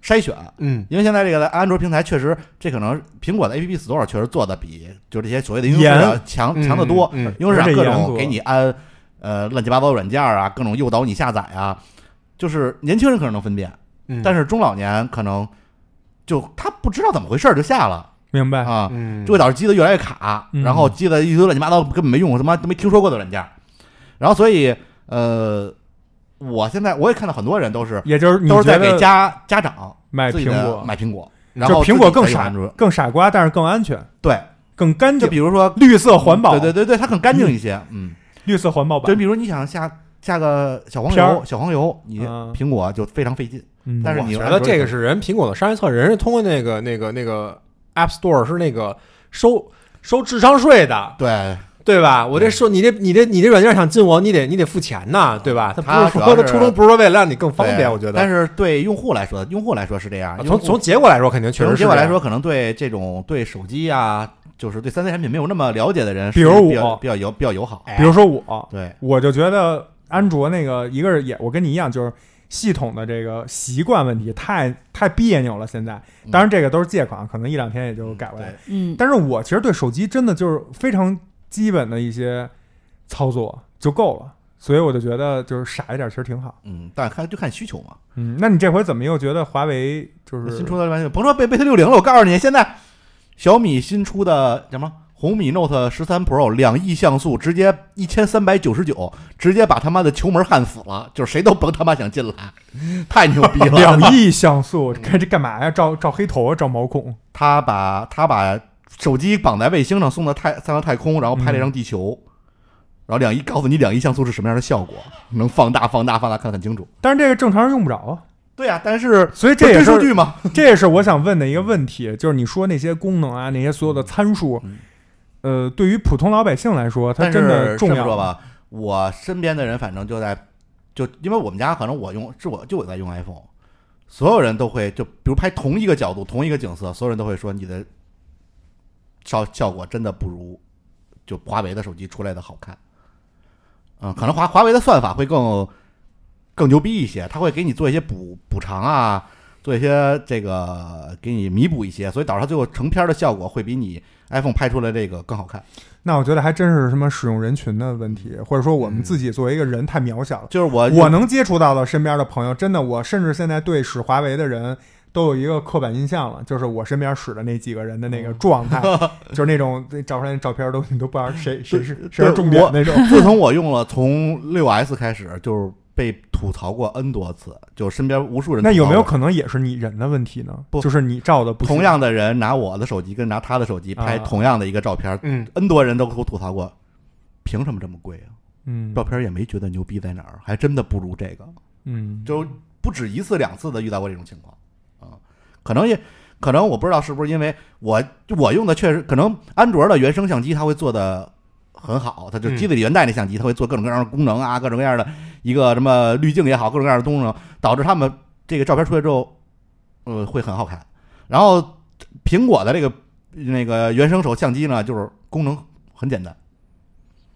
[SPEAKER 3] 筛选。
[SPEAKER 1] 嗯，
[SPEAKER 3] 因为现在这个安卓平台确实，这可能苹果的 App Store 确实做的比就是这些所谓的应用市
[SPEAKER 2] 严
[SPEAKER 3] 场强强得多。
[SPEAKER 1] 嗯，嗯
[SPEAKER 3] 因为市
[SPEAKER 2] 而
[SPEAKER 3] 场
[SPEAKER 2] 且
[SPEAKER 3] 各
[SPEAKER 2] 严
[SPEAKER 3] 种
[SPEAKER 2] 格
[SPEAKER 3] 给你安呃乱七八糟的软件儿啊，各种诱导你下载啊，就是年轻人可能能分辨，
[SPEAKER 1] 嗯
[SPEAKER 3] 但是中老年可能就他不知道怎么回事儿就下了
[SPEAKER 2] 明白？
[SPEAKER 3] 啊，
[SPEAKER 1] 嗯，
[SPEAKER 3] 这会导致机子越来越卡，
[SPEAKER 2] 哎嗯
[SPEAKER 3] 然后机子一堆乱七八糟根本没用过，他妈都没听说过的软件儿，然后所以呃，我现在我也看到很多人都是
[SPEAKER 2] 也就是你
[SPEAKER 3] 都是在
[SPEAKER 2] 觉
[SPEAKER 3] 给
[SPEAKER 2] 得
[SPEAKER 3] 家家长
[SPEAKER 2] 买
[SPEAKER 3] 自己
[SPEAKER 2] 苹
[SPEAKER 3] 的
[SPEAKER 2] 果，
[SPEAKER 3] 买苹果，然
[SPEAKER 2] 就
[SPEAKER 3] 后
[SPEAKER 2] 苹果
[SPEAKER 3] 自己
[SPEAKER 2] 更
[SPEAKER 3] 才用
[SPEAKER 2] 傻
[SPEAKER 3] 安卓，
[SPEAKER 2] 更傻瓜，但是更安全、
[SPEAKER 3] 对，
[SPEAKER 2] 更干
[SPEAKER 3] 就
[SPEAKER 2] 净、
[SPEAKER 3] 比如说
[SPEAKER 2] 绿色环保，
[SPEAKER 3] 对对对对，它更干净一些，嗯
[SPEAKER 2] 绿色环保版
[SPEAKER 3] 就。比如你想下下个小黄
[SPEAKER 2] 片
[SPEAKER 3] 油
[SPEAKER 2] 儿，
[SPEAKER 3] 小黄油，你
[SPEAKER 2] 嗯
[SPEAKER 3] 苹果就非常费劲。
[SPEAKER 2] 嗯
[SPEAKER 3] 但是
[SPEAKER 1] 我
[SPEAKER 3] 你
[SPEAKER 1] 觉
[SPEAKER 3] 安
[SPEAKER 1] 得
[SPEAKER 3] 卓
[SPEAKER 1] 这个
[SPEAKER 3] 手
[SPEAKER 1] 是人苹果的商业策略，人是通过那个那个那个 App Store 是那个收收智商税的，
[SPEAKER 3] 对，
[SPEAKER 1] 对吧？我这说你这你这你这软件想进我，你得你得付钱呐，对吧？
[SPEAKER 3] 它
[SPEAKER 1] 不是
[SPEAKER 3] 主要
[SPEAKER 1] 说它
[SPEAKER 3] 是
[SPEAKER 1] 初衷不是说为了让你更方
[SPEAKER 3] 对啊
[SPEAKER 1] 便，我觉得。
[SPEAKER 3] 但是对用户来说，用户来说是这样
[SPEAKER 1] 啊。
[SPEAKER 3] 用
[SPEAKER 1] 从
[SPEAKER 3] 户
[SPEAKER 1] 从结果来说，肯定确
[SPEAKER 3] 从
[SPEAKER 1] 实
[SPEAKER 3] 结果
[SPEAKER 1] 是这
[SPEAKER 3] 来
[SPEAKER 1] 样
[SPEAKER 3] 说，可能对这种对手机啊，就是对三 C 产品没有那么了解的人，
[SPEAKER 2] 比如
[SPEAKER 3] 是比
[SPEAKER 2] 我
[SPEAKER 3] 较比较友比较友好。
[SPEAKER 1] 哎
[SPEAKER 2] 比如说我，
[SPEAKER 3] 对，
[SPEAKER 2] 我就觉得安卓那个，一个是也我跟你一样，就是系统的这个习惯问题太太别扭了。现在，当然这个都是借款，可能一两天也就改过来。
[SPEAKER 3] 嗯对
[SPEAKER 5] 嗯，
[SPEAKER 2] 但是我其实对手机真的就是非常基本的一些操作就够了，所以我就觉得就是傻一点其实挺好。
[SPEAKER 3] 嗯，但看就看需求嘛。
[SPEAKER 2] 嗯，那你这回怎么又觉得华为就是
[SPEAKER 3] 新出的玩意，甭说贝贝特六零了，我告诉你，现在小米新出的叫什么？红米 Note 十三 Pro 两亿像素，直接一千三百九十九，直接把他妈的球门焊死了，就是谁都甭他妈想进来， 太牛逼了！
[SPEAKER 2] 两亿像素？看 这干嘛呀？照照黑头啊，照毛孔？
[SPEAKER 3] 他把他把手机绑在卫星上送到太送到太空，然后拍了一张地球，
[SPEAKER 2] 嗯
[SPEAKER 3] 然后两亿告诉你两亿像素是什么样的效果，能放大放大放大看得很清楚。
[SPEAKER 2] 但是这个正常人用不着啊，
[SPEAKER 3] 对呀、但是
[SPEAKER 2] 所以这也
[SPEAKER 3] 追
[SPEAKER 2] 是
[SPEAKER 3] 数据嘛，
[SPEAKER 2] 这也是我想问的一个问题，就是你说那些功能啊，那些所有的参数，
[SPEAKER 3] 嗯
[SPEAKER 2] 呃，对于普通老百姓来说，它
[SPEAKER 3] 但
[SPEAKER 2] 真的
[SPEAKER 3] 是
[SPEAKER 2] 重
[SPEAKER 3] 这么
[SPEAKER 2] 要
[SPEAKER 3] 说
[SPEAKER 2] 吗？
[SPEAKER 3] 吧，我身边的人反正就在就因为我们家可能我用是我就我在用 iPhone，所有人都会就比如拍同一个角度同一个景色，所有人都会说你的效效果真的不如就华为的手机出来的好看。嗯，可能华华为的算法会更更牛逼一些，它会给你做一些补补偿啊，做一些这个给你弥补一些，所以导致它最后成片儿的效果会比你 iPhone 拍出来这个更好看。
[SPEAKER 2] 那我觉得还真是什么使用人群的问题，或者说我们
[SPEAKER 3] 嗯
[SPEAKER 2] 自己作为一个人太渺小了。
[SPEAKER 3] 呃就是我
[SPEAKER 2] 我能接触到的身边的朋友，真的，我甚至现在对使华为的人都有一个刻板印象 了，就是我身边使的那几个人的那
[SPEAKER 3] 嗯
[SPEAKER 2] 个状态，就是那种照出来那照片都你都不知道谁谁是谁是重点那种。
[SPEAKER 3] 自从我用了从六 S 开始，就是被吐槽过 N 多次，就身边无数人吐
[SPEAKER 2] 那
[SPEAKER 3] 槽我。
[SPEAKER 2] 有没有可能也是你人的问题呢？
[SPEAKER 3] 不
[SPEAKER 2] 就是你照的不行
[SPEAKER 3] 同样的人拿我的手机跟拿他的手机拍
[SPEAKER 2] 啊
[SPEAKER 3] 同样的一个照片、
[SPEAKER 1] 嗯
[SPEAKER 3] n 多人都给我吐槽过，凭什么这么贵啊？
[SPEAKER 2] 嗯
[SPEAKER 3] 照片也没觉得牛逼在哪儿，还真的不如这个。
[SPEAKER 2] 嗯，
[SPEAKER 3] 就不止一次两次的遇到过这种情况啊，可能也可能我不知道是不是因为我就我用的确实可能安卓的原生相机它会做的很好，它就
[SPEAKER 1] 嗯
[SPEAKER 3] 机子里原带那相机它会做各种各样的功能啊，各种各样的一个什么滤镜也好，各种各样的功能，导致他们这个照片出来之后，呃，会很好看。然后苹果的这个那个原生手相机呢，就是功能很简单，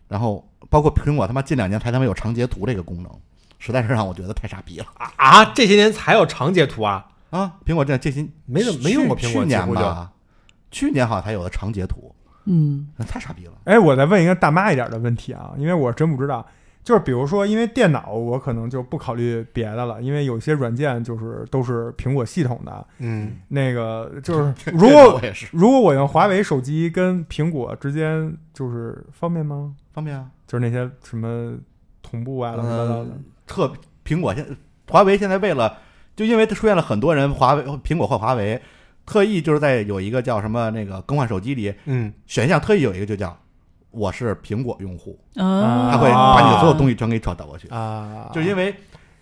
[SPEAKER 3] 然后包括苹果他妈近两年才他妈有长截图这个功能，实在是让我觉得太傻逼了。
[SPEAKER 1] 啊，这些年才有长截图啊，
[SPEAKER 3] 啊，苹果这这些
[SPEAKER 1] 没怎么没用过苹
[SPEAKER 3] 去
[SPEAKER 1] 果，
[SPEAKER 3] 去
[SPEAKER 1] 几
[SPEAKER 3] 年
[SPEAKER 1] 乎就
[SPEAKER 3] 吧，去年好像才有的长截图，
[SPEAKER 5] 嗯，
[SPEAKER 3] 那太傻逼了。
[SPEAKER 2] 哎，我再问一个大妈一点的问题啊，因为我真不知道，就是比如说，因为电脑我可能就不考虑别的了，因为有些软件就是都是苹果系统的，
[SPEAKER 1] 嗯，
[SPEAKER 2] 那个 就是如果
[SPEAKER 3] 我也是
[SPEAKER 2] 如果我用华为手机跟苹果之间就是方便吗？
[SPEAKER 3] 方便啊，
[SPEAKER 2] 就是那些什么同步啊，乱七八糟的
[SPEAKER 3] 嗯，特苹果现华为现在为了就因为它出现了很多人华为苹果换华为，特意就是在有一个叫什么那个更换手机里
[SPEAKER 1] 嗯，
[SPEAKER 3] 选项特意有一个就叫我是苹果用户，
[SPEAKER 5] 嗯
[SPEAKER 2] 啊
[SPEAKER 3] 他会把你的所有东西全给你传导过去，
[SPEAKER 2] 啊，
[SPEAKER 3] 呃就因为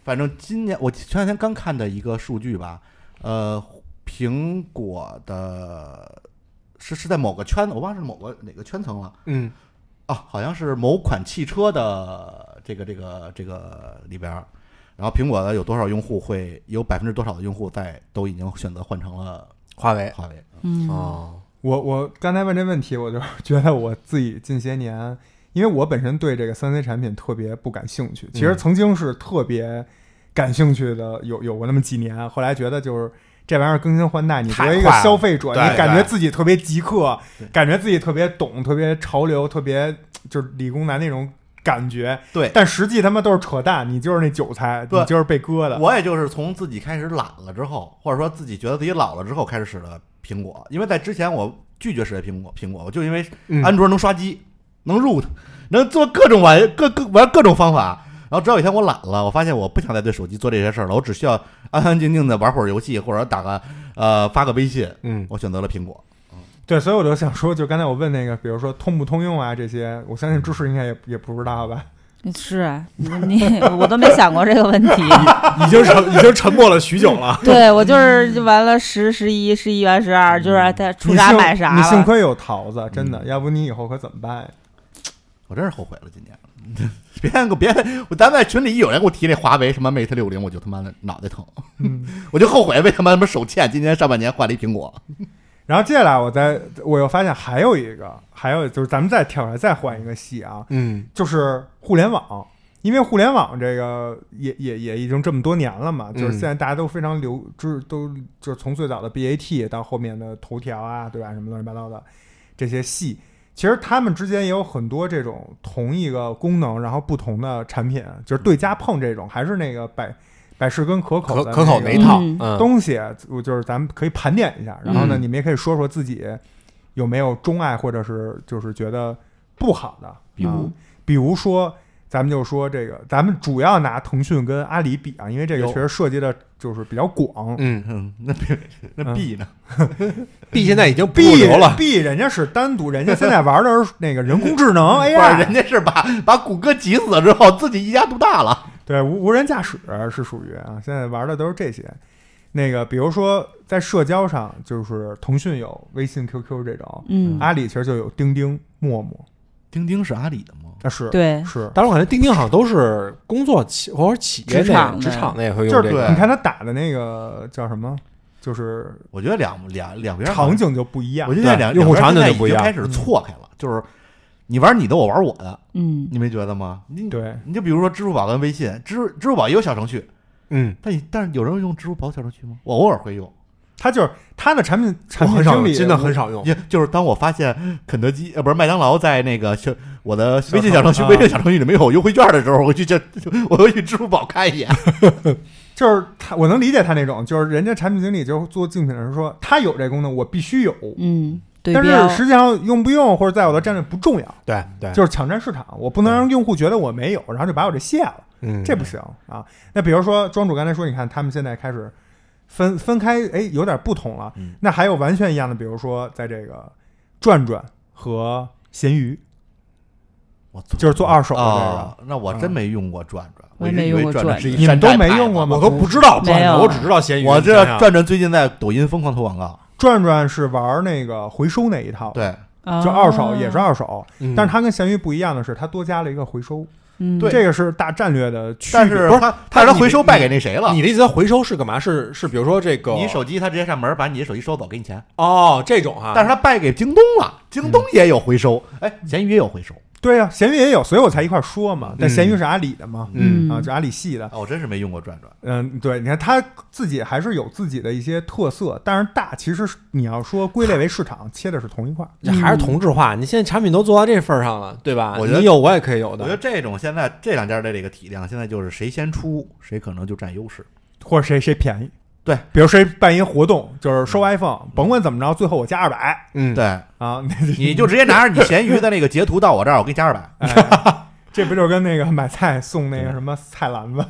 [SPEAKER 3] 反正今年我前两天刚看的一个数据吧，呃，苹果的是是在某个圈，我忘了是某个哪个圈层了。
[SPEAKER 1] 嗯，
[SPEAKER 3] 啊，好像是某款汽车的这个这个这个里边儿，然后苹果的有多少用户会有百分之多少的用户在都已经选择换成了
[SPEAKER 1] 华为
[SPEAKER 3] 华为，
[SPEAKER 5] 嗯，
[SPEAKER 1] 哦，
[SPEAKER 2] 我我刚才问这问题，我就 觉得我自己近些年，因为我本身对这个三 C 产品特别不感兴趣，其
[SPEAKER 1] 嗯
[SPEAKER 2] 实曾经是特别感兴趣的，有有过那么几年，后来觉得就是。这玩意儿更新换代，你作为一
[SPEAKER 1] 太
[SPEAKER 2] 个
[SPEAKER 1] 快了
[SPEAKER 2] 消费者，
[SPEAKER 1] 对
[SPEAKER 2] 你感觉
[SPEAKER 1] 对
[SPEAKER 2] 自己特别极客
[SPEAKER 3] 对，
[SPEAKER 2] 感觉自己特别懂，特别潮流，特别就是理工男那种感觉。
[SPEAKER 3] 对
[SPEAKER 2] 但实际他妈都是扯淡，你就是那韭菜，
[SPEAKER 3] 对
[SPEAKER 2] 你就是被割的。
[SPEAKER 3] 我也就是从自己开始懒了之后，或者说自己觉得自己老了之后开始使的苹果，因为在之前我拒绝使用苹果，苹果我就因为
[SPEAKER 1] 嗯
[SPEAKER 3] 安卓能刷机，能 root，能做各种玩各各玩各种方法。然后直到有一天我懒了，我发现我不想再对手机做这些事儿了，我只需要安安静静的玩会儿游戏，或者打个呃发个微信。
[SPEAKER 1] 嗯，
[SPEAKER 3] 我选择了苹果。
[SPEAKER 2] 对，所以我就想说，就刚才我问那个，比如说通不通用啊这些，我相信知识应该也也不知道吧？
[SPEAKER 5] 是啊，你你我都没想过这个问题。
[SPEAKER 1] 已经沉已经沉默了许久了，
[SPEAKER 5] 对我就是就完了十、十一、十一完十二，就是他出
[SPEAKER 2] 你
[SPEAKER 5] 啥
[SPEAKER 2] 幸
[SPEAKER 5] 买啥
[SPEAKER 2] 你幸
[SPEAKER 5] 了。
[SPEAKER 2] 亏有桃子，真
[SPEAKER 1] 嗯
[SPEAKER 2] 的，要不你以后可怎么办呀？
[SPEAKER 3] 我真是后悔了，今年。 别给我别，我咱们在群里一有人给我提这华为什么 Mate 六零，我就他妈的脑袋疼，
[SPEAKER 2] 嗯，
[SPEAKER 3] 我就后悔为他妈他妈手欠，今年上半年换了一苹果。
[SPEAKER 2] 然后接下来我再我又发现还有一个，还有就是咱们再跳出来再换一个系啊，
[SPEAKER 1] 嗯
[SPEAKER 2] 就是互联网。因为互联网这个也也也已经这么多年了嘛，就是
[SPEAKER 1] 嗯
[SPEAKER 2] 现在大家都非常流，就是都就是从最早的 BAT 到后面的头条啊，对吧？什么乱七八糟的这些系，其实他们之间也有很多这种同一个功能，然后不同的产品，就是对家碰这种，还是那个百百事跟可口
[SPEAKER 1] 可
[SPEAKER 2] 的
[SPEAKER 1] 可口
[SPEAKER 2] 那
[SPEAKER 1] 那
[SPEAKER 2] 个
[SPEAKER 1] 一套，
[SPEAKER 5] 嗯
[SPEAKER 1] 嗯，
[SPEAKER 2] 东西，我就是咱们可以盘点一下，然后呢，
[SPEAKER 3] 嗯
[SPEAKER 2] 你们也可以说说自己有没有钟爱或者是就是觉得不好的，
[SPEAKER 3] 比如
[SPEAKER 2] 啊比如说咱们就说这个，咱们主要拿腾讯跟阿里比啊，因为这个
[SPEAKER 3] 有
[SPEAKER 2] 确实涉及的就是比较广。
[SPEAKER 1] 嗯
[SPEAKER 3] 嗯，那那 B 呢？
[SPEAKER 1] ，B 现在已经不
[SPEAKER 2] B
[SPEAKER 1] 流了，
[SPEAKER 2] B 人家是单独，人家现在玩的是那个人工智 能哎
[SPEAKER 3] 不是，
[SPEAKER 2] AI，
[SPEAKER 3] 哎人家是把把谷歌挤死了之后，自己一家独大了。
[SPEAKER 2] 对无无人驾驶是属于啊，现在玩的都是这些。那个比如说在社交上，就是腾讯有微信、QQ 这种，
[SPEAKER 5] 嗯，
[SPEAKER 2] 阿里其实就有钉钉、陌陌，
[SPEAKER 3] 钉钉是阿里的吗？
[SPEAKER 2] 啊是，
[SPEAKER 5] 对，
[SPEAKER 2] 是，
[SPEAKER 1] 但是我感觉钉钉好像都是工作企或者企业
[SPEAKER 5] 职
[SPEAKER 1] 那
[SPEAKER 5] 场
[SPEAKER 1] 个
[SPEAKER 5] 的
[SPEAKER 1] 职场那也会
[SPEAKER 2] 就
[SPEAKER 1] 用这
[SPEAKER 2] 是
[SPEAKER 1] 个，
[SPEAKER 2] 你看他打的那个叫什么，就是
[SPEAKER 3] 我觉得两两两边
[SPEAKER 2] 场，景就不一样
[SPEAKER 3] 我。觉得
[SPEAKER 1] 对
[SPEAKER 3] 两
[SPEAKER 1] 用户场景
[SPEAKER 3] 两边现在
[SPEAKER 1] 就不一
[SPEAKER 3] 已经
[SPEAKER 1] 样嗯
[SPEAKER 3] 开始错开了，就是你玩你的，我玩我的，
[SPEAKER 5] 嗯，
[SPEAKER 3] 你没觉得吗？你
[SPEAKER 2] 对，
[SPEAKER 3] 你就比如说支付宝跟微信，支付支付宝也有小程序，
[SPEAKER 1] 嗯，
[SPEAKER 3] 但你但是有人用支付宝小程序吗？我偶尔会用。
[SPEAKER 2] 他就是他的产品
[SPEAKER 1] 我
[SPEAKER 2] 产品
[SPEAKER 1] 很少
[SPEAKER 2] 经
[SPEAKER 1] 用，
[SPEAKER 2] 理
[SPEAKER 1] 真的很少用，
[SPEAKER 3] 也就是当我发现肯德基呃不是麦当劳在那个小我的
[SPEAKER 2] 小
[SPEAKER 3] 微信小程序
[SPEAKER 2] 程
[SPEAKER 3] 微信小程序里没有优惠券的时候，我去这 我会去支付宝看一眼。
[SPEAKER 2] 就是他，我能理解他那种，就是人家产品经理就是做竞品的时候说，他有这功能，我必须有。
[SPEAKER 5] 嗯，对
[SPEAKER 2] 但
[SPEAKER 5] 标
[SPEAKER 2] 是实际上用不用或者在我的战略不重要，
[SPEAKER 1] 对对，
[SPEAKER 2] 就是抢占市场，我不能让用户觉得我没有，然后就把我这卸了，
[SPEAKER 1] 嗯
[SPEAKER 2] 这不行啊。那比如说庄主刚才说，你看他们现在开始分分开，哎，有点不同了
[SPEAKER 3] 嗯。
[SPEAKER 2] 那还有完全一样的，比如说在这个转转和闲鱼，
[SPEAKER 3] 我做
[SPEAKER 2] 就是做二手的这个。
[SPEAKER 3] 啊，那我真没用过转转，
[SPEAKER 5] 我
[SPEAKER 3] 一
[SPEAKER 5] 也
[SPEAKER 3] 直
[SPEAKER 5] 没
[SPEAKER 3] 以为
[SPEAKER 5] 用过
[SPEAKER 3] 转转
[SPEAKER 5] 转
[SPEAKER 3] 是一
[SPEAKER 2] 你们
[SPEAKER 3] 山
[SPEAKER 2] 都
[SPEAKER 3] 寨
[SPEAKER 2] 没
[SPEAKER 3] 牌
[SPEAKER 2] 用
[SPEAKER 3] 子
[SPEAKER 2] 过吗
[SPEAKER 1] 我都不知道转
[SPEAKER 5] 没
[SPEAKER 1] 转，
[SPEAKER 5] 有
[SPEAKER 1] 嗯我只知道闲鱼。
[SPEAKER 3] 我
[SPEAKER 1] 你
[SPEAKER 3] 这
[SPEAKER 1] 想想
[SPEAKER 3] 转转最近在抖音疯狂投广告，
[SPEAKER 2] 转转是玩那个回收那一套，，
[SPEAKER 3] 对
[SPEAKER 5] 啊
[SPEAKER 2] 就二手
[SPEAKER 5] 哦
[SPEAKER 2] 也是二手，
[SPEAKER 1] 嗯
[SPEAKER 2] 但是它跟闲鱼不一样的是，它多加了一个回收，
[SPEAKER 5] 嗯
[SPEAKER 3] 对
[SPEAKER 2] 这个是大战略的区别。
[SPEAKER 3] 但是
[SPEAKER 1] 不是
[SPEAKER 3] 他但是
[SPEAKER 1] 你
[SPEAKER 3] 他回收败给那谁了？
[SPEAKER 1] 你的意思，回收是干嘛？是是，比如说这个
[SPEAKER 3] 你手机他直接上门把你的手机收走，给你钱。嗯
[SPEAKER 1] 哦，这种哈，
[SPEAKER 3] 啊但是他败给京东了，京东也有回收，哎，闲鱼也有回收。
[SPEAKER 2] 对呀、闲鱼也有，所以我才一块说嘛。但闲鱼是阿里的嘛，
[SPEAKER 1] 嗯
[SPEAKER 2] 啊，就阿里系的。
[SPEAKER 3] 啊，我真是没用过转转。
[SPEAKER 2] 嗯，对，你看它自己还是有自己的一些特色，但是大其实是你要说归类为市场，切的是同一块儿。
[SPEAKER 1] 这还是同质化。你现在产品都做到这份儿上了，对吧？
[SPEAKER 3] 我觉得
[SPEAKER 1] 你有嗯我也可以有
[SPEAKER 3] 我觉得
[SPEAKER 1] 的。
[SPEAKER 3] 这种现在这两家的这个体量，现在就是谁先出，谁可能就占优势。
[SPEAKER 2] 或者谁谁便宜。
[SPEAKER 3] 对，
[SPEAKER 2] 比如谁办一活动，就是收 iPhone，甭管怎么着，最后我加二百
[SPEAKER 1] 嗯，
[SPEAKER 3] 对，
[SPEAKER 2] 啊，
[SPEAKER 3] 你就直接拿着你闲鱼的那个截图到我这儿，我给你加二百。
[SPEAKER 2] 这不就是跟那个买菜送那个什么菜篮子？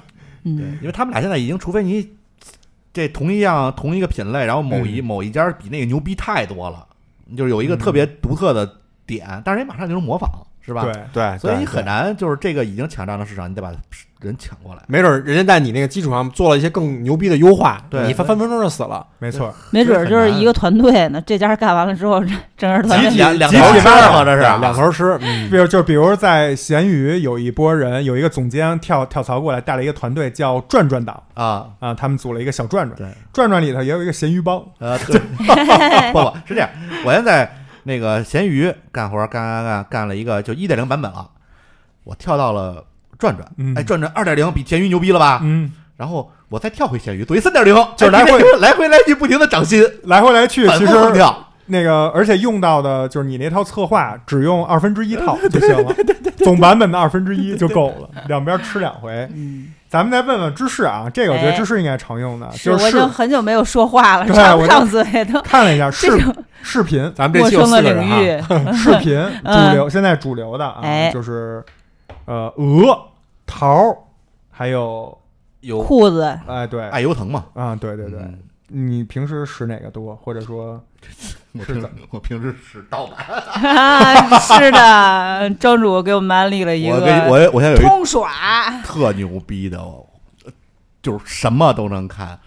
[SPEAKER 5] 嗯，
[SPEAKER 3] 因为他们俩现在已经，除非你这同一样同一个品类，然后某
[SPEAKER 1] 嗯
[SPEAKER 3] 一、某一家比那个牛逼太多了，就是有一个特别独特的点，但是你马上就能模仿，是吧？
[SPEAKER 2] 对，，
[SPEAKER 1] 嗯对，
[SPEAKER 3] 所以你
[SPEAKER 1] 对
[SPEAKER 3] 很难就是这个已经抢占了市场，你得把人抢过来。
[SPEAKER 1] 没准儿人家在你那个基础上做了一些更牛逼的优化，
[SPEAKER 3] 对
[SPEAKER 1] 你分分分钟就死了。
[SPEAKER 2] 没错，
[SPEAKER 5] 没准儿就是一个团队呢，这家干完了之后，这整个团
[SPEAKER 3] 集
[SPEAKER 5] 队
[SPEAKER 3] 体两
[SPEAKER 2] 集体
[SPEAKER 3] 头吃啊
[SPEAKER 2] 卖
[SPEAKER 3] 嘛，这是
[SPEAKER 1] 两头吃，嗯
[SPEAKER 2] 比如就比如在闲鱼有一波人，有一个总监跳跳槽过来，带了一个团队叫转转党
[SPEAKER 3] 啊。
[SPEAKER 2] 啊，他们组了一个小转转，
[SPEAKER 3] 对，
[SPEAKER 2] 转转里头也有一个闲鱼帮，
[SPEAKER 3] 呃，对， 不不是这样，我现在那个闲鱼干活儿干干干干了一个就一点零版本了，我跳到了转转，
[SPEAKER 2] 嗯
[SPEAKER 3] 哎，转转二点零比闲鱼牛逼了吧？
[SPEAKER 2] 嗯，
[SPEAKER 3] 然后我再跳回闲鱼，作为三点零，
[SPEAKER 2] 就是来回
[SPEAKER 3] 来回来去不停的涨薪，
[SPEAKER 2] 来回来去
[SPEAKER 3] 反
[SPEAKER 2] 其
[SPEAKER 3] 复
[SPEAKER 2] 实
[SPEAKER 3] 横跳。
[SPEAKER 2] 那个，而且用到的就是你那套策划，只用二分之一套就行了，总版本的二分之一就够了，两边吃两回。
[SPEAKER 5] 嗯，
[SPEAKER 2] 咱们再问问芝士啊，这个我觉得
[SPEAKER 5] 哎
[SPEAKER 2] 芝士应该常用的，
[SPEAKER 5] 是，
[SPEAKER 2] 啊就
[SPEAKER 5] 我已
[SPEAKER 2] 是
[SPEAKER 5] 经
[SPEAKER 2] 视
[SPEAKER 5] 很久没有说话了，
[SPEAKER 2] 对啊
[SPEAKER 5] 张
[SPEAKER 2] 我
[SPEAKER 5] 不
[SPEAKER 2] 就
[SPEAKER 5] 上嘴都
[SPEAKER 2] 看了一下视
[SPEAKER 5] 这种
[SPEAKER 2] 视频
[SPEAKER 1] 咱们这
[SPEAKER 5] 陌
[SPEAKER 1] 期有
[SPEAKER 5] 生
[SPEAKER 1] 四
[SPEAKER 5] 的
[SPEAKER 1] 个人啊
[SPEAKER 5] 领
[SPEAKER 1] 哈，
[SPEAKER 2] 啊
[SPEAKER 5] 域，
[SPEAKER 2] 视频主
[SPEAKER 5] 嗯
[SPEAKER 2] 流现在主流的啊，
[SPEAKER 5] 哎
[SPEAKER 2] 就是呃鹅、桃，还有
[SPEAKER 3] 有
[SPEAKER 5] 裤子
[SPEAKER 2] 哎对
[SPEAKER 3] 爱优腾嘛？
[SPEAKER 2] 啊对对对，
[SPEAKER 3] 嗯
[SPEAKER 2] 你平时使哪个多，或者说
[SPEAKER 3] 我
[SPEAKER 2] 是
[SPEAKER 3] 平时
[SPEAKER 2] 的
[SPEAKER 3] 我平时是盗版，
[SPEAKER 5] 啊，是的，庄主给我们安利了一
[SPEAKER 3] 我
[SPEAKER 5] 个
[SPEAKER 3] 跟我我现在有一
[SPEAKER 5] 通耍，
[SPEAKER 3] 特牛逼的，我就是什么都能看，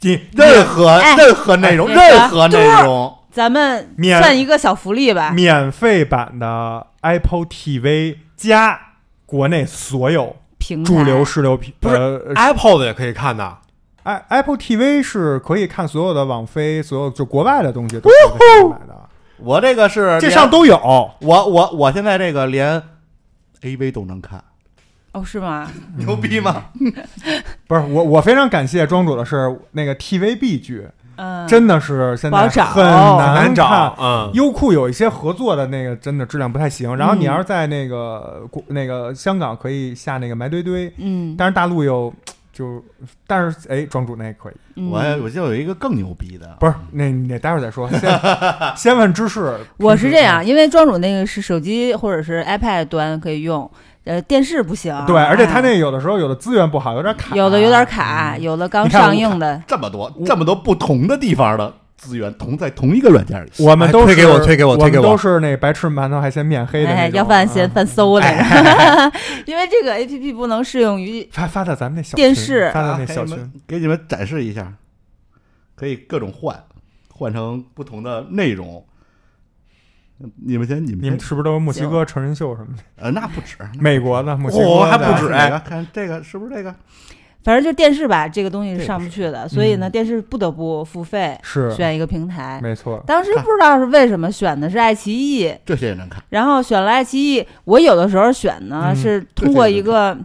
[SPEAKER 3] 进任何
[SPEAKER 5] 哎
[SPEAKER 3] 任何内容，
[SPEAKER 5] 哎
[SPEAKER 2] 啊
[SPEAKER 3] 任何内容，
[SPEAKER 5] 咱们
[SPEAKER 2] 免
[SPEAKER 5] 算一个小福利吧，
[SPEAKER 2] 免费版的 Apple TV 加国内所有
[SPEAKER 5] 平台
[SPEAKER 2] 主流视流频，
[SPEAKER 1] 不是
[SPEAKER 2] 呃
[SPEAKER 1] Apple 的也可以看的，
[SPEAKER 2] ，i Apple TV 是可以看所有的网飞，所有就国外的东西都可以在上面买的，
[SPEAKER 3] 我这个是
[SPEAKER 2] 这
[SPEAKER 3] 连
[SPEAKER 2] 上都有。
[SPEAKER 3] 我我我现在这个连 A V 都能看，
[SPEAKER 5] 哦，是吗？
[SPEAKER 3] 嗯牛逼吗？
[SPEAKER 2] 不是我，我非常感谢庄主的是那个 TVB 剧，
[SPEAKER 5] 嗯，
[SPEAKER 2] 真的是现
[SPEAKER 5] 不
[SPEAKER 2] 在
[SPEAKER 5] 好找
[SPEAKER 2] 很
[SPEAKER 1] 很
[SPEAKER 2] 难
[SPEAKER 1] 难
[SPEAKER 2] 看
[SPEAKER 1] 找。。嗯，
[SPEAKER 2] 优酷有一些合作的那个真的质量不太
[SPEAKER 5] 嗯
[SPEAKER 2] 行，然后你要是在那个国、那个香港可以下那个埋堆堆，
[SPEAKER 5] 嗯，
[SPEAKER 2] 但是大陆又就但是哎，庄主那可以，
[SPEAKER 5] 嗯
[SPEAKER 3] 我我就有一个更牛逼的，
[SPEAKER 2] 不是那你得待会儿再说， 先先问芝士。
[SPEAKER 5] 我是这样，因为庄主那个是手机或者是 iPad 端可以用，呃，电视不行。
[SPEAKER 2] 对，而且他
[SPEAKER 5] 哎
[SPEAKER 2] 那有的时候有的资源不好，有点卡，嗯
[SPEAKER 5] 有的有点卡，有的刚
[SPEAKER 2] 你看我
[SPEAKER 5] 上映的，
[SPEAKER 3] 这么多这么多不同的地方的资源同在同一个软件里。
[SPEAKER 2] 我们都是
[SPEAKER 1] 哎推给我推给我推给我
[SPEAKER 2] 们都是那白吃馒头还嫌面黑的那
[SPEAKER 5] 哎，
[SPEAKER 2] 种，啊嗯哎
[SPEAKER 5] 要饭嫌
[SPEAKER 2] 先
[SPEAKER 5] 犯馊来着， 因为这个 A P P 不能适用于
[SPEAKER 2] 发发到咱们那小群
[SPEAKER 5] 电视
[SPEAKER 2] 发到那
[SPEAKER 1] 哎
[SPEAKER 2] 小
[SPEAKER 3] 啊
[SPEAKER 2] 群，
[SPEAKER 3] 给你们展示一下，可以各种换，换成不同的内容。你们先，你们
[SPEAKER 2] 你
[SPEAKER 3] 先
[SPEAKER 2] 们嗯是不是都是墨西哥成人秀什么的？
[SPEAKER 3] 呃，那不止，那
[SPEAKER 2] 美国的墨西哥
[SPEAKER 1] 我
[SPEAKER 2] 的
[SPEAKER 1] 还不止
[SPEAKER 3] 哪
[SPEAKER 2] 哎
[SPEAKER 3] 个看这个是不是这个？
[SPEAKER 5] 反正就电视吧，这个东西是上不去的，所以呢，电视不得不付费
[SPEAKER 2] 嗯是
[SPEAKER 5] 选一个平台。
[SPEAKER 2] 没错，
[SPEAKER 5] 当时不知道是为什么选的是爱奇艺，
[SPEAKER 3] 这些也能看，
[SPEAKER 5] 然后选了爱奇艺，我有的时候选呢、
[SPEAKER 2] 嗯
[SPEAKER 5] 是通过一个，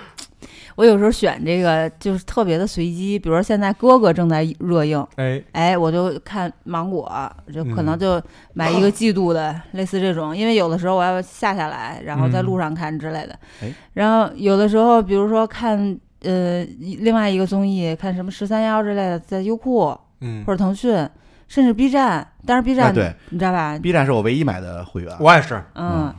[SPEAKER 5] 我有时候选这个就是特别的随机，比如说现在哥哥正在热映，
[SPEAKER 2] 哎，
[SPEAKER 5] 哎，我就看芒果，就可
[SPEAKER 1] 嗯
[SPEAKER 5] 能就买一个季度的，类似这种，因为有的时候我要下下来，然后在
[SPEAKER 2] 嗯
[SPEAKER 5] 路上看之类的。
[SPEAKER 3] 哎
[SPEAKER 5] 然后有的时候，比如说看呃一另外一个综艺，看什么十三幺之类的，在优酷
[SPEAKER 1] 嗯
[SPEAKER 5] 或，者腾讯，甚至 B 站，但是 B
[SPEAKER 3] 啊
[SPEAKER 5] 站、
[SPEAKER 3] 对
[SPEAKER 5] 你知道吧？
[SPEAKER 3] ，B 站是我唯一买的会员。
[SPEAKER 1] 我也是，
[SPEAKER 5] 嗯，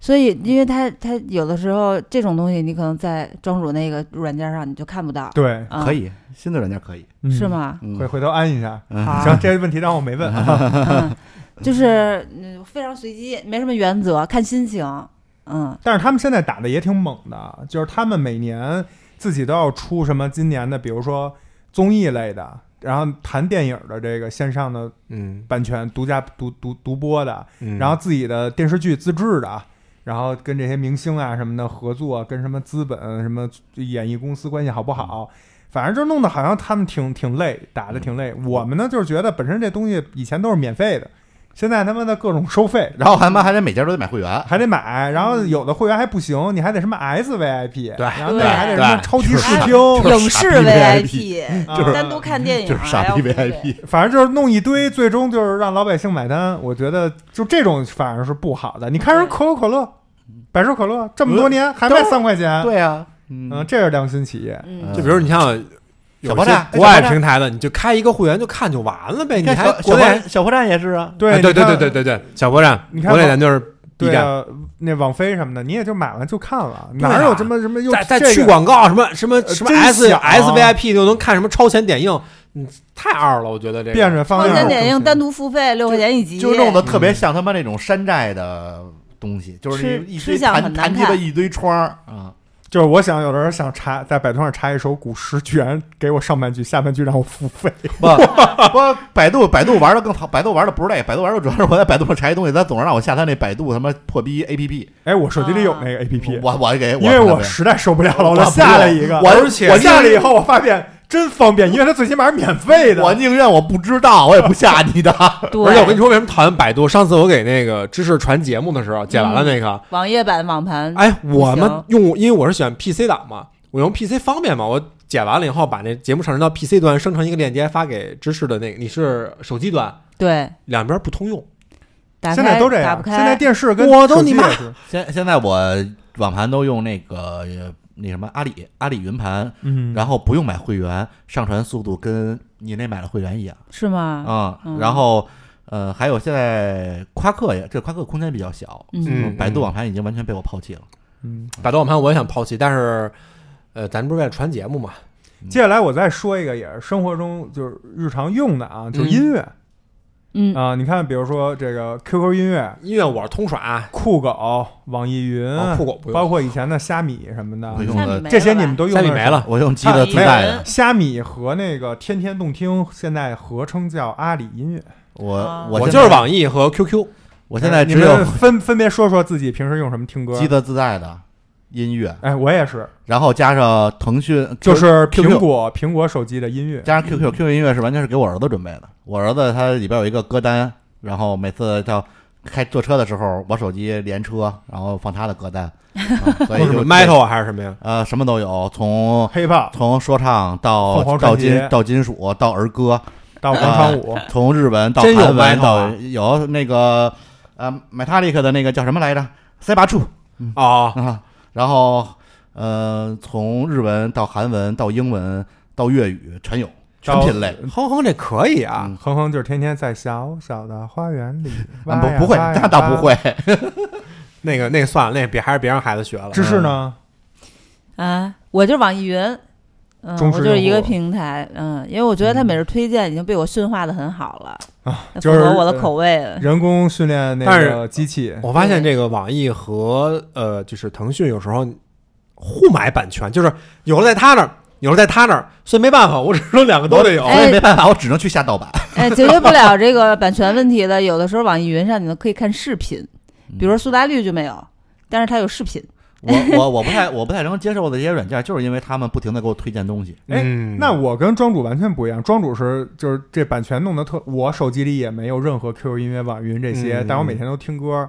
[SPEAKER 5] 所以因为它它有的时候这种东西，你可能在庄主那个软件上你就看不到，
[SPEAKER 2] 对，
[SPEAKER 5] 啊、
[SPEAKER 3] 可以，新的软件可以。
[SPEAKER 2] 嗯
[SPEAKER 5] 是？吗？
[SPEAKER 3] 嗯
[SPEAKER 2] 回回头安一下。
[SPEAKER 3] 嗯
[SPEAKER 5] 好
[SPEAKER 2] 行，这个问题当我没问啊。
[SPEAKER 5] 嗯，就是嗯非常随机，没什么原则，看心情。嗯，
[SPEAKER 2] 但是他们现在打的也挺猛的，就是他们每年自己都要出什么今年的，比如说综艺类的，然后谈电影的这个线上的
[SPEAKER 1] 嗯
[SPEAKER 2] 版权独家独独独播的，
[SPEAKER 1] 嗯，
[SPEAKER 2] 然后自己的电视剧自制的，然后跟这些明星啊什么的合作，跟什么资本、什么演艺公司关系好不好？反正就弄得好像他们挺挺累，打的挺累。我们呢就是觉得本身这东西以前都是免费的，现在他妈的各种收费，
[SPEAKER 3] 然后他妈还得每家都得买会员，
[SPEAKER 2] 还得买，然后有的会员还不行，你还得什么 SVIP，
[SPEAKER 1] 对
[SPEAKER 5] 哎
[SPEAKER 2] 然后那还得什么
[SPEAKER 1] 对
[SPEAKER 2] 超级
[SPEAKER 3] 就
[SPEAKER 2] 视
[SPEAKER 3] 是
[SPEAKER 2] 听，
[SPEAKER 5] 影视
[SPEAKER 3] 傻逼
[SPEAKER 5] VIP，
[SPEAKER 2] 啊就是
[SPEAKER 5] 单独看电影哎
[SPEAKER 3] 就是傻逼 VIP。
[SPEAKER 2] 反正就是弄一堆，最终就是让老百姓买单。我觉得就这种反而是不好的。你看人可口可乐、百事可乐这么多年还卖
[SPEAKER 3] 都
[SPEAKER 2] 三块钱，
[SPEAKER 3] 对啊，
[SPEAKER 2] 嗯，
[SPEAKER 3] 嗯，
[SPEAKER 2] 这是良心企业。
[SPEAKER 5] 嗯，
[SPEAKER 1] 就比如你像有
[SPEAKER 3] 小爆炸
[SPEAKER 1] 些国外
[SPEAKER 3] 哎小爆炸
[SPEAKER 1] 平台的，你就开一个会员就看就完了呗，
[SPEAKER 3] 你
[SPEAKER 1] 你
[SPEAKER 3] 看小
[SPEAKER 1] 还
[SPEAKER 3] 小
[SPEAKER 1] 国内
[SPEAKER 3] 破。小破站也是啊，
[SPEAKER 2] 对
[SPEAKER 1] 哎对
[SPEAKER 2] 你看
[SPEAKER 1] 对对对对对，小破站，
[SPEAKER 2] 你看
[SPEAKER 1] 国内
[SPEAKER 2] 网
[SPEAKER 1] 咱就是
[SPEAKER 2] 对
[SPEAKER 1] B 站，
[SPEAKER 2] 啊，那网飞什么的，你也就买了就看了，
[SPEAKER 1] 对啊
[SPEAKER 2] 哪有什么什么又
[SPEAKER 1] 再
[SPEAKER 2] 哎这
[SPEAKER 1] 再
[SPEAKER 2] 个
[SPEAKER 1] 去广告什么什么
[SPEAKER 2] 呃
[SPEAKER 1] 什么
[SPEAKER 2] 真
[SPEAKER 1] S
[SPEAKER 2] 想啊
[SPEAKER 1] S V I P 就能看什么超前点映，嗯，太二了，我觉得这个
[SPEAKER 2] 变着方
[SPEAKER 5] 光
[SPEAKER 2] 式
[SPEAKER 5] 前点映单独付费六块钱一集，
[SPEAKER 3] 就弄得特别像他妈那种山寨的东西，就是一一
[SPEAKER 5] 吃
[SPEAKER 3] 堆
[SPEAKER 5] 吃相
[SPEAKER 3] 弹
[SPEAKER 5] 很难
[SPEAKER 3] 弹
[SPEAKER 5] 看
[SPEAKER 3] 鸡巴一堆窗儿啊，
[SPEAKER 2] 就是我想有的时候想查在百度上查一首古诗，居然给我上半句，下半句让我付费。
[SPEAKER 3] 不 不，百度百度玩的更好，百度玩的不是这个，百度玩的主要是我在百度上查一东西，他总是让我下他那百度他妈破逼 A P P，
[SPEAKER 2] 哎，我手机里有
[SPEAKER 5] 啊
[SPEAKER 2] 那个 A P P，
[SPEAKER 3] 我我给我
[SPEAKER 2] 因为
[SPEAKER 3] 看了
[SPEAKER 2] 我
[SPEAKER 3] 呗
[SPEAKER 2] 实在受不了了，
[SPEAKER 3] 我
[SPEAKER 2] 就
[SPEAKER 3] 不
[SPEAKER 2] 下了
[SPEAKER 3] 用
[SPEAKER 2] 一个，
[SPEAKER 3] 我
[SPEAKER 2] 而
[SPEAKER 3] 而且
[SPEAKER 2] 我
[SPEAKER 3] 因
[SPEAKER 2] 下了
[SPEAKER 3] 为
[SPEAKER 2] 以后，我发现真方便，因为它最起码是免费的。
[SPEAKER 3] 我宁愿我不知道，我也不下你的。
[SPEAKER 5] 对，
[SPEAKER 1] 而且我跟你说，为什么讨厌百度？上次我给那个知识传节目的时候，解完了那个，
[SPEAKER 5] 网页版网盘，
[SPEAKER 1] 哎，我们
[SPEAKER 5] 嗯行
[SPEAKER 1] 用，因为我是选 PC 档嘛，我用 PC 方便嘛，我解完了以后，把那节目上传到 PC 端，生成一个链接发给知识的那个，你是手机端，
[SPEAKER 5] 对，
[SPEAKER 1] 两边不通用，
[SPEAKER 5] 打
[SPEAKER 2] 现在
[SPEAKER 5] 开
[SPEAKER 2] 都这
[SPEAKER 5] 打
[SPEAKER 2] 样
[SPEAKER 5] 不，
[SPEAKER 2] 现在
[SPEAKER 5] 开，
[SPEAKER 2] 电视跟
[SPEAKER 1] 我都
[SPEAKER 2] 手机
[SPEAKER 1] 你妈
[SPEAKER 2] 也是
[SPEAKER 3] 现现在我网盘都用那个呃那什么阿里阿里云盘，
[SPEAKER 2] 嗯，
[SPEAKER 3] 然后不用买会员，上传速度跟你那买了会员一样
[SPEAKER 5] 是吗？
[SPEAKER 3] 啊、
[SPEAKER 5] 嗯
[SPEAKER 3] 然后呃，还有现在夸克也，这夸克空间比较小，
[SPEAKER 5] 嗯
[SPEAKER 1] 嗯
[SPEAKER 3] 百度网盘已经完全被我 抛弃了。
[SPEAKER 2] 嗯，
[SPEAKER 1] 百度网盘我也想抛弃，但是，呃，咱不是为了传节目嘛，
[SPEAKER 2] 接下来我再说一个，也是生活中就是日常用的啊，就是
[SPEAKER 1] 嗯
[SPEAKER 2] 音乐
[SPEAKER 5] 嗯，
[SPEAKER 2] 啊。你看，比如说这个 QQ 音乐、
[SPEAKER 1] 音乐我是通耍，
[SPEAKER 2] 酷狗、网易云、
[SPEAKER 1] 哦酷狗不用
[SPEAKER 2] 嗯包括以前的虾米什么的
[SPEAKER 3] 不，用
[SPEAKER 5] 下面没
[SPEAKER 2] 这些你们
[SPEAKER 5] 了吧
[SPEAKER 2] 都用
[SPEAKER 1] 家
[SPEAKER 2] 得
[SPEAKER 1] 里
[SPEAKER 2] 上
[SPEAKER 1] 没了，
[SPEAKER 3] 我用鸡
[SPEAKER 5] 啊
[SPEAKER 3] 的自
[SPEAKER 2] 没
[SPEAKER 3] 带
[SPEAKER 5] 有
[SPEAKER 3] 的，
[SPEAKER 2] 虾米和那个天天动听现在合称叫阿里音乐。
[SPEAKER 5] 啊
[SPEAKER 3] 我
[SPEAKER 1] 我
[SPEAKER 3] 现
[SPEAKER 1] 就是
[SPEAKER 3] 在，
[SPEAKER 1] 网哎易和 QQ，
[SPEAKER 3] 我现在
[SPEAKER 2] 你
[SPEAKER 3] 只
[SPEAKER 2] 们
[SPEAKER 3] 有
[SPEAKER 2] 分分别说说自己平时用什么听歌。
[SPEAKER 3] 鸡的自带的音乐，
[SPEAKER 2] 哎，我也是，
[SPEAKER 3] 然后加上腾讯
[SPEAKER 2] 就是苹
[SPEAKER 3] QQ
[SPEAKER 2] 果苹果手机的音乐。
[SPEAKER 3] 加上 QQ QQ 音乐是完全是给我儿子准备的。我儿子他里边有一个歌单，然后每次到开坐车的时候，我手机连车，然后放他的 歌单，啊所
[SPEAKER 1] 或者
[SPEAKER 3] 以
[SPEAKER 1] 什
[SPEAKER 3] 就
[SPEAKER 1] 么 Metal 啊还是什么呀？
[SPEAKER 3] 呃什么都有，从
[SPEAKER 2] 黑豹
[SPEAKER 3] 从说唱到
[SPEAKER 2] 凤凰传
[SPEAKER 3] 到
[SPEAKER 2] 奇
[SPEAKER 3] 金到金属到儿歌，
[SPEAKER 2] 到广场舞，
[SPEAKER 3] 从日文到
[SPEAKER 1] 真有
[SPEAKER 3] 韩文
[SPEAKER 1] metal
[SPEAKER 3] 到
[SPEAKER 1] 啊
[SPEAKER 3] 有那个呃 Metallica 的那个叫什么来着？塞巴处
[SPEAKER 1] 哦，
[SPEAKER 3] 啊，然后呃从日文到韩文到英文到粤语全有，全
[SPEAKER 2] 到
[SPEAKER 3] 品类。
[SPEAKER 1] 哼哼这可以啊
[SPEAKER 3] 嗯，
[SPEAKER 2] 哼哼就是天天在小小的花园里，
[SPEAKER 3] 啊
[SPEAKER 2] 挖呀
[SPEAKER 3] 不不会，
[SPEAKER 2] 挖呀
[SPEAKER 3] 那倒不。
[SPEAKER 2] 挖
[SPEAKER 3] 会。
[SPEAKER 1] 那个那个算了，那个别还是别让孩子学了。
[SPEAKER 2] 芝士呢？
[SPEAKER 5] 啊，我就是网易云，嗯，
[SPEAKER 2] 忠
[SPEAKER 5] 我
[SPEAKER 2] 实
[SPEAKER 5] 就是一
[SPEAKER 2] 用
[SPEAKER 5] 个
[SPEAKER 2] 户
[SPEAKER 5] 平台，嗯，因为我觉得它每日推荐已经被我驯化的很好了，符
[SPEAKER 2] 啊就是呃
[SPEAKER 5] 合我的口味 了。
[SPEAKER 2] 人工训练那
[SPEAKER 1] 但
[SPEAKER 2] 个
[SPEAKER 1] 是
[SPEAKER 2] 机器，
[SPEAKER 1] 我发现这个网易和呃，就是腾讯有时候互买版权，就是有的在他那儿，有的在他那儿，所以没办法，我只能两个都得有。
[SPEAKER 5] 哎
[SPEAKER 3] 所以没办法，我只能去下盗版。
[SPEAKER 5] 哎，解决不了这个版权问题的，有的时候网易云上你都可以看视频，比如说苏打绿就没有，但是它有视频。
[SPEAKER 3] 我我我不太我不太能接受的这些软件，就是因为他们不停的给我推荐东西。
[SPEAKER 2] 哎
[SPEAKER 1] 嗯
[SPEAKER 2] 那我跟庄主完全不一样，庄主是就是这版权弄得特，我手机里也没有任何 QQ 音乐、网易云这些，
[SPEAKER 1] 嗯
[SPEAKER 2] 但我每天都听歌。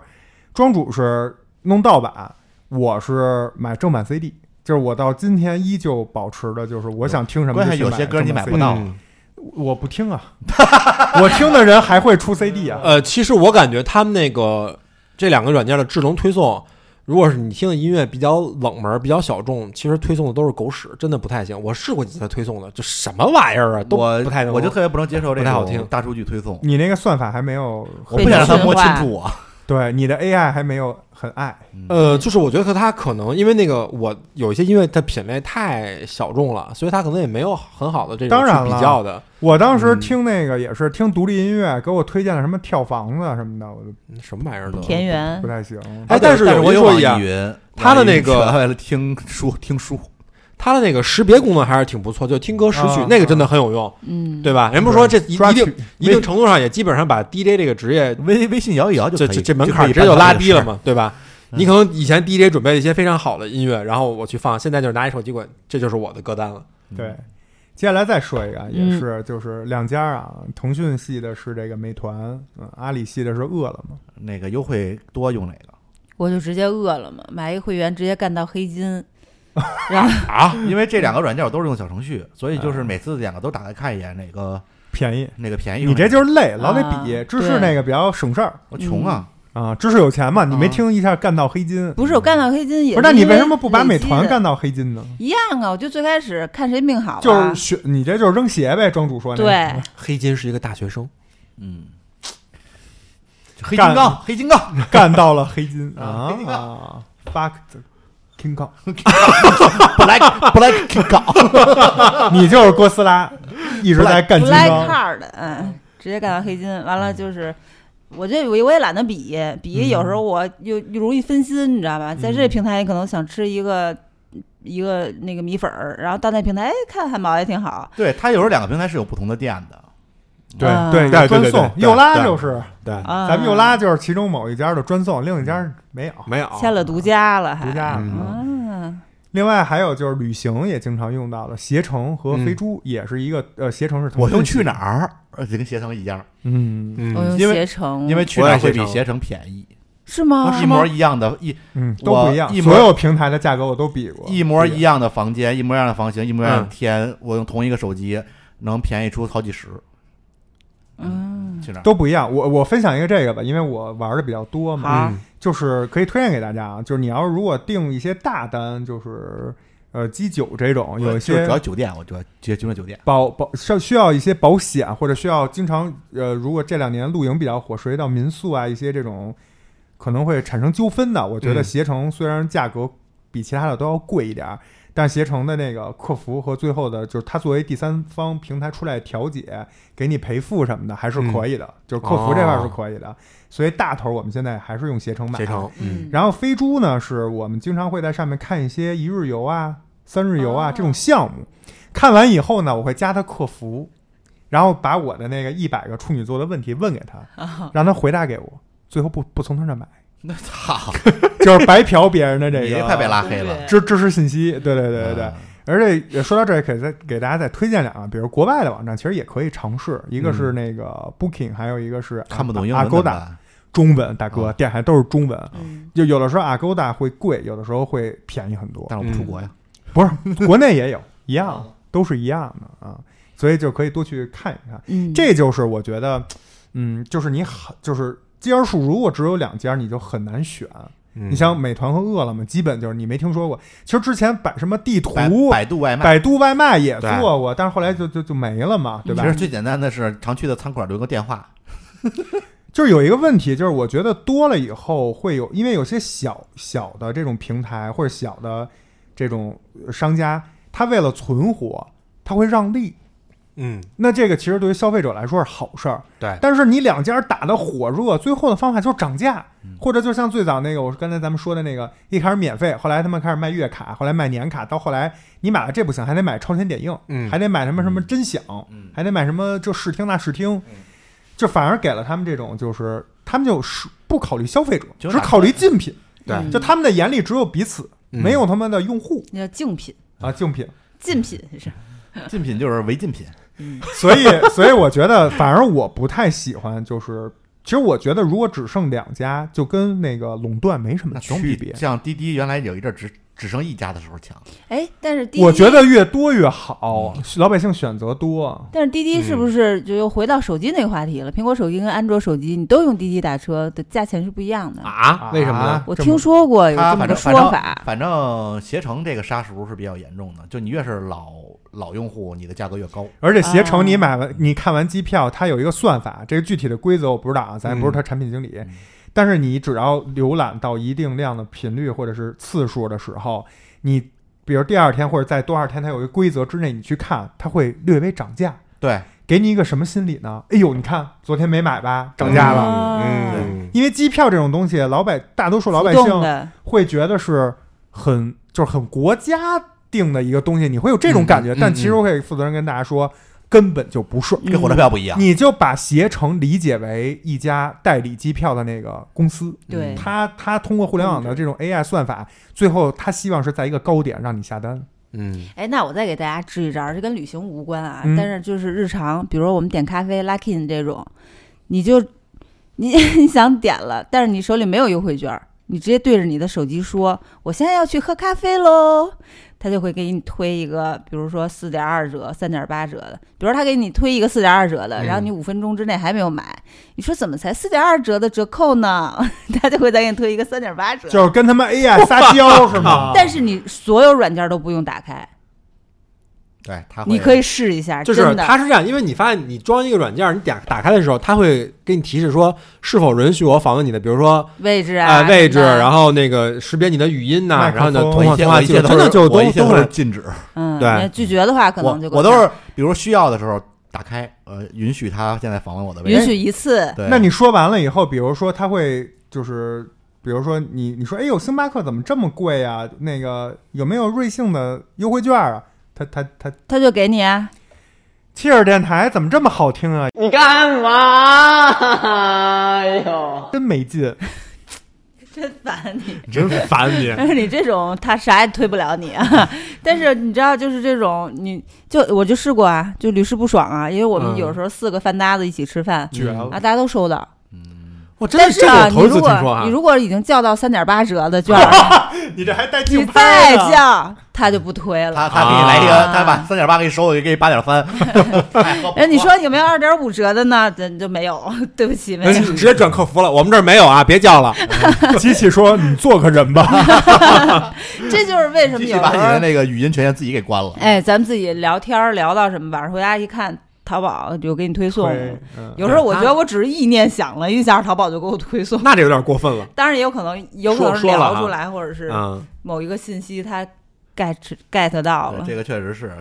[SPEAKER 2] 庄主是弄盗版，我是买正版 CD，就是我到今天依旧保持的就是我想听什么
[SPEAKER 3] 关
[SPEAKER 2] 就
[SPEAKER 3] 键
[SPEAKER 2] 去
[SPEAKER 3] 有
[SPEAKER 2] 买
[SPEAKER 3] 些歌你
[SPEAKER 2] 正版
[SPEAKER 3] 买不
[SPEAKER 2] CD
[SPEAKER 3] 到，
[SPEAKER 1] 嗯
[SPEAKER 2] 我不听啊， 我听的人还会出 CD 啊。
[SPEAKER 1] 呃，其实我感觉他们那个这两个软件的智能推送，如果是你听的音乐比较冷门、比较小众，其实推送的都是狗屎，真的不太行。我试过几次推送的，就什么玩意儿啊，都
[SPEAKER 3] 我
[SPEAKER 1] 不太能。
[SPEAKER 3] 我就特别不能接受这
[SPEAKER 1] 不太好
[SPEAKER 3] 种
[SPEAKER 1] 听
[SPEAKER 3] 大数据推送，
[SPEAKER 2] 你那个算法还没有，
[SPEAKER 3] 我不想让他摸清楚我。
[SPEAKER 2] 对你的 AI 还没有很爱，
[SPEAKER 1] 呃，就是我觉得和他可能因为那个我有一些音乐的品类太小众了，所以他可能也没有很好的这种
[SPEAKER 2] 当然
[SPEAKER 1] 去比
[SPEAKER 2] 了
[SPEAKER 1] 较的。
[SPEAKER 2] 我当时
[SPEAKER 1] 嗯
[SPEAKER 2] 听那个也是听独立音乐，给我推荐的什么跳房子什么的，我就
[SPEAKER 1] 嗯什么玩意儿都
[SPEAKER 5] 田园
[SPEAKER 2] 不，太行。
[SPEAKER 1] 哎但是有
[SPEAKER 3] 我
[SPEAKER 1] 一
[SPEAKER 3] 有
[SPEAKER 1] 说
[SPEAKER 3] 网
[SPEAKER 1] 一啊
[SPEAKER 3] 易云，
[SPEAKER 1] 他的那个
[SPEAKER 3] 网易云为了听书听书，
[SPEAKER 1] 它的那个识别功能还是挺不错，就听歌识曲、
[SPEAKER 2] 啊
[SPEAKER 1] 那个真的很有用，
[SPEAKER 5] 嗯，
[SPEAKER 1] 对吧？人不说这一
[SPEAKER 2] 抓
[SPEAKER 1] 一定
[SPEAKER 2] 取
[SPEAKER 1] 一定程度上也基本上把 DJ 这个职业
[SPEAKER 3] 微微信摇一摇就
[SPEAKER 1] 这
[SPEAKER 3] 可以
[SPEAKER 1] 这这门槛直接就拉低了。嘛，对吧？你可能以前 DJ 准备了一些非常好的音乐，然后我去放，现在就是拿一手机滚，这就是我的歌单了。
[SPEAKER 2] 对，接下来再说一个，啊
[SPEAKER 5] 嗯
[SPEAKER 2] 也是就是两家啊，腾讯系的是这个美团，嗯，阿里系的是饿了么。
[SPEAKER 3] 那个优惠多用哪个？
[SPEAKER 5] 我就直接饿了嘛，买一会员直接干到黑金，然后
[SPEAKER 1] 啊
[SPEAKER 3] 因为这两个软件我都是用小程序，所以就是每次两个都打开看一眼，哪个
[SPEAKER 2] 便宜，
[SPEAKER 3] 哪个便
[SPEAKER 1] 哎
[SPEAKER 3] 宜。
[SPEAKER 2] 你这就是累，老得
[SPEAKER 5] 啊
[SPEAKER 2] 比。芝士那个比较省事儿
[SPEAKER 3] 我穷啊，
[SPEAKER 2] 啊，芝士有钱嘛，你没
[SPEAKER 1] 嗯
[SPEAKER 3] 啊
[SPEAKER 2] 听一下干到黑金，
[SPEAKER 5] 不是我干到黑金也
[SPEAKER 2] 不是？那你
[SPEAKER 5] 因为
[SPEAKER 2] 为什么不把美
[SPEAKER 5] 累
[SPEAKER 2] 团
[SPEAKER 5] 积的
[SPEAKER 2] 干到黑金呢？
[SPEAKER 5] 一样啊？我就最开始看谁命好啊，
[SPEAKER 2] 就是学你这就是扔鞋呗，庄主说那
[SPEAKER 5] 对
[SPEAKER 2] 个，
[SPEAKER 1] 黑金是一个大学生，
[SPEAKER 3] 嗯，黑金刚，黑金 刚，
[SPEAKER 2] 干到了黑金
[SPEAKER 3] 啊黑金
[SPEAKER 2] 啊，fuck the King Kong，
[SPEAKER 3] 布莱布 莱金刚，
[SPEAKER 2] 你就是哥斯拉，一直在干金
[SPEAKER 5] black
[SPEAKER 2] 刚。
[SPEAKER 5] card，嗯，直接干到黑金，完
[SPEAKER 3] 嗯
[SPEAKER 5] 了就是。我这我我也懒得比，比有
[SPEAKER 3] 嗯
[SPEAKER 5] 时候我又又容易分心，你知道吧？在这平台你可能想吃一个一个那个米粉儿，然后到那平台哎看汉堡也挺好，
[SPEAKER 3] 对他有时候两个平台是有不同的店 的。
[SPEAKER 2] 对
[SPEAKER 5] 啊
[SPEAKER 2] 对
[SPEAKER 1] 对对
[SPEAKER 2] 有专
[SPEAKER 1] 对
[SPEAKER 2] 送
[SPEAKER 1] 对对
[SPEAKER 2] 右拉
[SPEAKER 1] 对
[SPEAKER 2] 就是，
[SPEAKER 1] 对，
[SPEAKER 5] 啊，
[SPEAKER 2] 咱们右拉就是其中某一家的专送，另一家没有
[SPEAKER 3] 嗯
[SPEAKER 1] 没有
[SPEAKER 3] 哦
[SPEAKER 5] 签了独家了还，
[SPEAKER 2] 独家的。
[SPEAKER 1] 嗯
[SPEAKER 5] 啊，
[SPEAKER 2] 另外还有就是旅行也经常用到的携程和飞猪，也是一个呃，携程是腾
[SPEAKER 3] 嗯我
[SPEAKER 2] 讯
[SPEAKER 3] 用去
[SPEAKER 2] 系
[SPEAKER 3] 哪儿，呃就跟携程一样，
[SPEAKER 2] 嗯
[SPEAKER 5] 我
[SPEAKER 1] 嗯
[SPEAKER 5] 用
[SPEAKER 3] 因为
[SPEAKER 5] 携程，
[SPEAKER 3] 因为去哪儿会比携程便宜，
[SPEAKER 5] 是
[SPEAKER 1] 啊
[SPEAKER 5] 吗？
[SPEAKER 3] 一模一样的，一
[SPEAKER 2] 嗯
[SPEAKER 3] 我
[SPEAKER 2] 都不一样，
[SPEAKER 3] 一模
[SPEAKER 2] 所有平台的价格我都比过，嗯
[SPEAKER 3] 一模一样的房间，一模一样的房型，一模一样的天，我用同一个手机能便宜出好几十。
[SPEAKER 5] 嗯，
[SPEAKER 3] 去哪儿？
[SPEAKER 2] 都不一样。我我分享一个这个吧，因为我玩的比较多嘛，
[SPEAKER 5] 好，
[SPEAKER 2] 就是可以推荐给大家啊，就是你要如果订一些大单，就是呃基酒这种，有一
[SPEAKER 3] 就
[SPEAKER 2] 些
[SPEAKER 3] 是主要酒店，我就要直接去了酒店。
[SPEAKER 2] 保保需需要一些保险，或者需要经常呃，如果这两年露营比较火，涉及到民宿啊一些这种可能会产生纠纷的。我觉得
[SPEAKER 1] 嗯
[SPEAKER 2] 携程虽然价格比其他的都要贵一点儿，但携程的那个客服和最后的就是他作为第三方平台出来调解，给你赔付什么的还是
[SPEAKER 1] 嗯
[SPEAKER 2] 可以的，就是客服这块儿是可以的。所以大头我们现在还是用携程买。
[SPEAKER 1] 哦携程，嗯，
[SPEAKER 2] 然后飞猪呢，是我们经常会在上面看一些一日游啊、三日游啊、这种项目。看完以后呢，我会加他客服，然后把我的那个一百个处女座的问题问给他，让他回答给我。最后不不从他那儿买，
[SPEAKER 3] 那操，
[SPEAKER 2] 就是白嫖别人的这
[SPEAKER 3] 你这
[SPEAKER 2] 个
[SPEAKER 3] 快被拉黑了。
[SPEAKER 5] 嗯
[SPEAKER 2] 知知识信息。对对对对对。
[SPEAKER 3] 啊
[SPEAKER 2] 而且也说到这儿，可以再给大家再推荐两个，比如国外的网站，其实也可以尝试。一个是那个 Booking，还有一个是
[SPEAKER 3] 嗯
[SPEAKER 2] 啊
[SPEAKER 3] 看不懂英文怎么
[SPEAKER 2] Agoda，
[SPEAKER 3] 办？
[SPEAKER 2] 中文大哥
[SPEAKER 3] 啊
[SPEAKER 2] 店还都是中文。
[SPEAKER 5] 嗯
[SPEAKER 2] 就有的时候 Agoda 会贵，有的时候会便宜很多，
[SPEAKER 3] 但是我不出国呀。
[SPEAKER 2] 不 是国内也有一样，都是一样的啊，所以就可以多去看一看。
[SPEAKER 5] 嗯，
[SPEAKER 2] 这就是我觉得，嗯，就是你很就是家数，如果只有两家，你就很难选。
[SPEAKER 1] 你
[SPEAKER 3] 嗯
[SPEAKER 2] 你像美团和饿了么，基本就是你没听说过。其实之前百什么地嗯图、啊
[SPEAKER 3] 百百度外卖，
[SPEAKER 2] 百度外卖也做过，但是后来就就就没了嘛，对吧
[SPEAKER 3] 其？实最简单的是常去的餐馆留个 电话。
[SPEAKER 2] 就是有一个问题，就是我觉得多了以后会有，因为有些小小的这种平台或者小的这种商家，他为了存活，他会让利。
[SPEAKER 1] 嗯，
[SPEAKER 2] 那这个其实对于消费者来说是好事儿，
[SPEAKER 1] 对
[SPEAKER 2] 但是你两家打得火热，最后的方法就是涨价，
[SPEAKER 1] 嗯
[SPEAKER 2] 或者就像最早那个，我刚才咱们说的那个，一开始免费，后来他们开始卖月卡，后来卖年卡，到后来你买了这不行，还得买超前点映，
[SPEAKER 1] 嗯嗯
[SPEAKER 2] 还得买什么什么真享，
[SPEAKER 3] 嗯
[SPEAKER 2] 还得买什么这试听那试听，就反而给了他们这种就是他们就是不考虑消费者，
[SPEAKER 3] 就
[SPEAKER 2] 只
[SPEAKER 3] 是打
[SPEAKER 2] 考虑竞品，
[SPEAKER 1] 对
[SPEAKER 2] 就他们的眼里只有彼此，
[SPEAKER 1] 嗯
[SPEAKER 2] 没有他们的用户
[SPEAKER 5] 那叫竞品，
[SPEAKER 2] 啊竞品。
[SPEAKER 5] 竞品
[SPEAKER 3] 嗯
[SPEAKER 5] 是，
[SPEAKER 3] 竞品就是违禁品，
[SPEAKER 2] 所以，所以我觉得，反而我不太喜欢，就是其实我觉得，如果只剩两家，就跟那个垄断没什么
[SPEAKER 3] 那总
[SPEAKER 2] 区
[SPEAKER 3] 比
[SPEAKER 2] 别。
[SPEAKER 3] 像滴滴原来有一阵只只剩一家的时候强。
[SPEAKER 5] 哎，但是滴滴
[SPEAKER 2] 我觉得越多越好，
[SPEAKER 1] 嗯
[SPEAKER 2] 老百姓选择多。
[SPEAKER 5] 但是滴滴是不是就又回到手机那个话题了？苹果手机跟安卓手机，你都用滴滴打车的价钱是不一样的。
[SPEAKER 1] 啊，为什么呢？
[SPEAKER 5] 我
[SPEAKER 2] 这
[SPEAKER 5] 听
[SPEAKER 2] 么
[SPEAKER 5] 说过有
[SPEAKER 3] 他
[SPEAKER 5] 哎这么个
[SPEAKER 3] 反正反
[SPEAKER 5] 说
[SPEAKER 3] 正
[SPEAKER 5] 法，
[SPEAKER 3] 反正携程这个杀熟是比较严重的，就你越是老老用户，你的价格越高。
[SPEAKER 2] 而且携程，
[SPEAKER 5] 啊
[SPEAKER 2] 你
[SPEAKER 1] 嗯
[SPEAKER 2] 买完、你看完机票，它有一个算法，这个具体的规则我不知道啊，咱也不是它产品经理。但是你只要浏览到一定量的频率或者是次数的时候，你比如第二天或者在多少天它有一个规则之内，你去看，它会略微涨价，
[SPEAKER 3] 对，
[SPEAKER 2] 给你一个什么心理呢？哎呦，你看昨天没买
[SPEAKER 3] 嗯
[SPEAKER 2] 吧，涨价了。
[SPEAKER 5] 哦
[SPEAKER 1] 嗯，
[SPEAKER 2] 因为机票这种东西，老百大多数老百
[SPEAKER 5] 浮动
[SPEAKER 2] 姓
[SPEAKER 5] 的，
[SPEAKER 2] 会觉得是很就是很国家定的一个东西，你会有这种感觉。
[SPEAKER 3] 嗯嗯
[SPEAKER 2] 但其实我可以负责任跟大家说，根本就不是。
[SPEAKER 3] 跟火车票不一样。
[SPEAKER 2] 你就把携程理解为一家代理机票的那个公司，
[SPEAKER 5] 对，
[SPEAKER 2] 它它通过互联网的这种
[SPEAKER 3] 嗯
[SPEAKER 2] AI 算法，最后它希望是在一个高点让你下单。
[SPEAKER 1] 嗯，
[SPEAKER 5] 哎，那我再给大家支一招，这跟旅行无关啊，
[SPEAKER 2] 嗯
[SPEAKER 5] 但是就是日常，比如我们点咖啡、Luckin 这种，你就你 你想点了，但是你手里没有优惠券儿，你直接对着你的手机说：“我现在要去喝咖啡喽。”他就会给你推一个，比如说四点二折、三点八折的，比如他给你推一个四点二折的，然
[SPEAKER 2] 嗯
[SPEAKER 5] 后你五分钟之内还没有买，你说怎么才四点二折的折扣呢？ 他就会再给你推一个三点八折。
[SPEAKER 2] 就是跟他们 AI 撒娇是吗？
[SPEAKER 5] 但是你所有软件都不用打开，
[SPEAKER 3] 对，
[SPEAKER 2] 啊
[SPEAKER 3] 他
[SPEAKER 5] 你可以试一下，
[SPEAKER 1] 就是
[SPEAKER 5] 真的
[SPEAKER 1] 它是这样，因为你发现你装一个软件，你点打开的时候，它会给你提示说是否允许我访问你的，比如说
[SPEAKER 5] 位置啊
[SPEAKER 1] 啊、
[SPEAKER 5] 什么的，
[SPEAKER 1] 位置，然后那个识别你的语音呐、
[SPEAKER 2] 麦克
[SPEAKER 1] 然后你的
[SPEAKER 2] 风
[SPEAKER 1] 通话
[SPEAKER 3] 一切我
[SPEAKER 1] 通话
[SPEAKER 3] 一
[SPEAKER 1] 记
[SPEAKER 3] 切
[SPEAKER 1] 录，
[SPEAKER 3] 都
[SPEAKER 1] 真的就是都
[SPEAKER 3] 我一切
[SPEAKER 1] 都
[SPEAKER 3] 都是
[SPEAKER 1] 会
[SPEAKER 3] 禁止。
[SPEAKER 5] 嗯，
[SPEAKER 1] 对
[SPEAKER 5] 拒绝的话可
[SPEAKER 3] 我
[SPEAKER 5] 能就够
[SPEAKER 3] 我都
[SPEAKER 5] 呛
[SPEAKER 3] 是，比如说需要的时候打开，呃，允许他现在访问我的位置。
[SPEAKER 5] 允许一次，
[SPEAKER 3] 对，
[SPEAKER 2] 那你说完了以后，比如说他会就是，比如说你你说，哎呦，星巴克怎么这么贵啊？那个有没有瑞幸的优惠券啊？他他他，
[SPEAKER 5] 他就给你啊。
[SPEAKER 2] 切尔电台怎么这么好听啊？
[SPEAKER 6] 你干嘛？ 哎呦！
[SPEAKER 2] 真没劲。
[SPEAKER 5] 真烦你！
[SPEAKER 1] 真烦你。
[SPEAKER 5] 但是你这种他啥也推不了你 啊。但是你知道，就是这种，你就我就试过啊，就屡试不爽啊。因为我们
[SPEAKER 1] 嗯
[SPEAKER 5] 有时候四个饭搭子一起吃饭，
[SPEAKER 1] 绝了
[SPEAKER 5] 啊，大家都收到。
[SPEAKER 1] 嗯我真
[SPEAKER 5] 但
[SPEAKER 1] 的
[SPEAKER 5] 是
[SPEAKER 1] 这
[SPEAKER 5] 啊，
[SPEAKER 1] 个
[SPEAKER 5] 你
[SPEAKER 1] 头一
[SPEAKER 5] 如
[SPEAKER 1] 次听说
[SPEAKER 5] 果
[SPEAKER 1] 哈
[SPEAKER 5] 你。如果已经叫到三点八折的券儿，
[SPEAKER 2] 你这还带
[SPEAKER 5] 你
[SPEAKER 2] 竞拍
[SPEAKER 5] 再
[SPEAKER 2] 呢？
[SPEAKER 5] 叫他就不推了。
[SPEAKER 3] 他他给你来一个，
[SPEAKER 5] 啊
[SPEAKER 3] 他把三点八给你收回去，给你八点三。
[SPEAKER 5] 哎，你说有没有二点五折的呢？咱就没有，对不起，没有。
[SPEAKER 1] 直接转客服了，我们这儿没有啊，别叫了。
[SPEAKER 2] 机器说：“你做个人吧。
[SPEAKER 5] 这就是为什么
[SPEAKER 3] 继续
[SPEAKER 5] 有时
[SPEAKER 3] 把你的
[SPEAKER 5] 候
[SPEAKER 3] 那个语音权限自己给关了。
[SPEAKER 5] 哎，咱们自己聊天儿聊到什么，晚上回家一看，淘宝就给你推”送。
[SPEAKER 2] 对，嗯，
[SPEAKER 5] 有时候我觉得我只是意念想了一下，淘宝就给我推送。
[SPEAKER 1] 那这有点过分了。
[SPEAKER 5] 当然也有可能，有可能是
[SPEAKER 1] 说说了啊
[SPEAKER 5] 聊出来，或者是
[SPEAKER 1] 嗯，
[SPEAKER 5] 某一个信息它 get get 到了
[SPEAKER 3] 对。这个确实是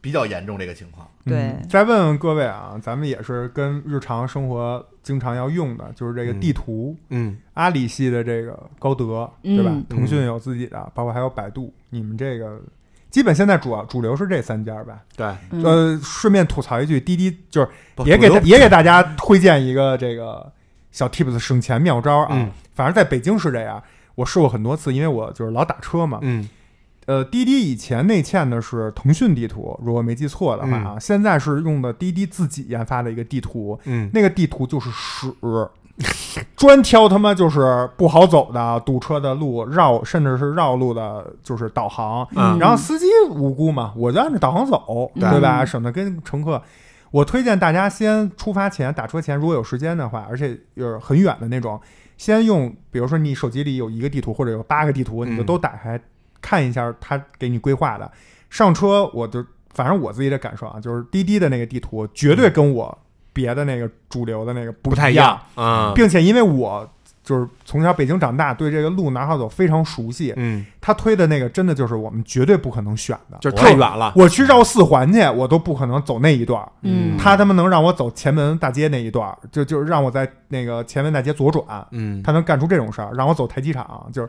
[SPEAKER 3] 比较严重这个情况。
[SPEAKER 5] 对
[SPEAKER 2] 嗯再问问各位啊，咱们也是跟日常生活经常要用的，就是这个地图，
[SPEAKER 1] 嗯，
[SPEAKER 2] 阿里系的这个高德，对吧
[SPEAKER 5] 嗯？
[SPEAKER 2] 腾讯有自己的，包括还有百度，你们这个基本现在主要主流是这三家吧？
[SPEAKER 1] 对，
[SPEAKER 5] 嗯
[SPEAKER 2] 呃，顺便吐槽一句，滴滴就是
[SPEAKER 3] 不
[SPEAKER 2] 也给
[SPEAKER 3] 主
[SPEAKER 2] 大
[SPEAKER 3] 流
[SPEAKER 2] 也给大家推荐一个这个小 tips 省钱妙招啊。
[SPEAKER 1] 嗯
[SPEAKER 2] 反正在北京是这样，我试过很多次，因为我就是老打车嘛。
[SPEAKER 1] 嗯
[SPEAKER 2] 呃，滴滴以前内嵌的是腾讯地图，如果没记错的话啊，现在是用的滴滴自己研发的一个地图，
[SPEAKER 1] 嗯，
[SPEAKER 2] 那个地图就是屎，专挑他妈就是不好走的、堵车的路、绕甚至是绕路的，就是导航。
[SPEAKER 1] 嗯
[SPEAKER 2] 然后司机无辜嘛，我就按着导航走，
[SPEAKER 5] 对
[SPEAKER 2] 对吧？省得跟乘客。我推荐大家先出发前打车前，如果有时间的话，而且就是很远的那种，先用，比如说你手机里有一个地图或者有八个地图，你就
[SPEAKER 1] 嗯
[SPEAKER 2] 都打开、看一下它给你规划的。上车我就反正我自己的感受啊，就是滴滴的那个地图绝对跟我别的那个主流的那个不
[SPEAKER 1] 嗯不太一
[SPEAKER 2] 样
[SPEAKER 1] 样，啊。
[SPEAKER 2] 并且因为我就是从小北京长大，对这个路哪好走非常熟悉，
[SPEAKER 1] 嗯，
[SPEAKER 2] 他推的那个真的就是我们绝对不可能选的，
[SPEAKER 1] 就是太远了。
[SPEAKER 2] 我去绕四环去，我都不可能走那一段儿。
[SPEAKER 5] 嗯
[SPEAKER 2] 他他妈能让我走前门大街那一段儿，就就是让我在那个前门大街左转，
[SPEAKER 1] 嗯，
[SPEAKER 2] 他能干出这种事儿，让我走台机场，就是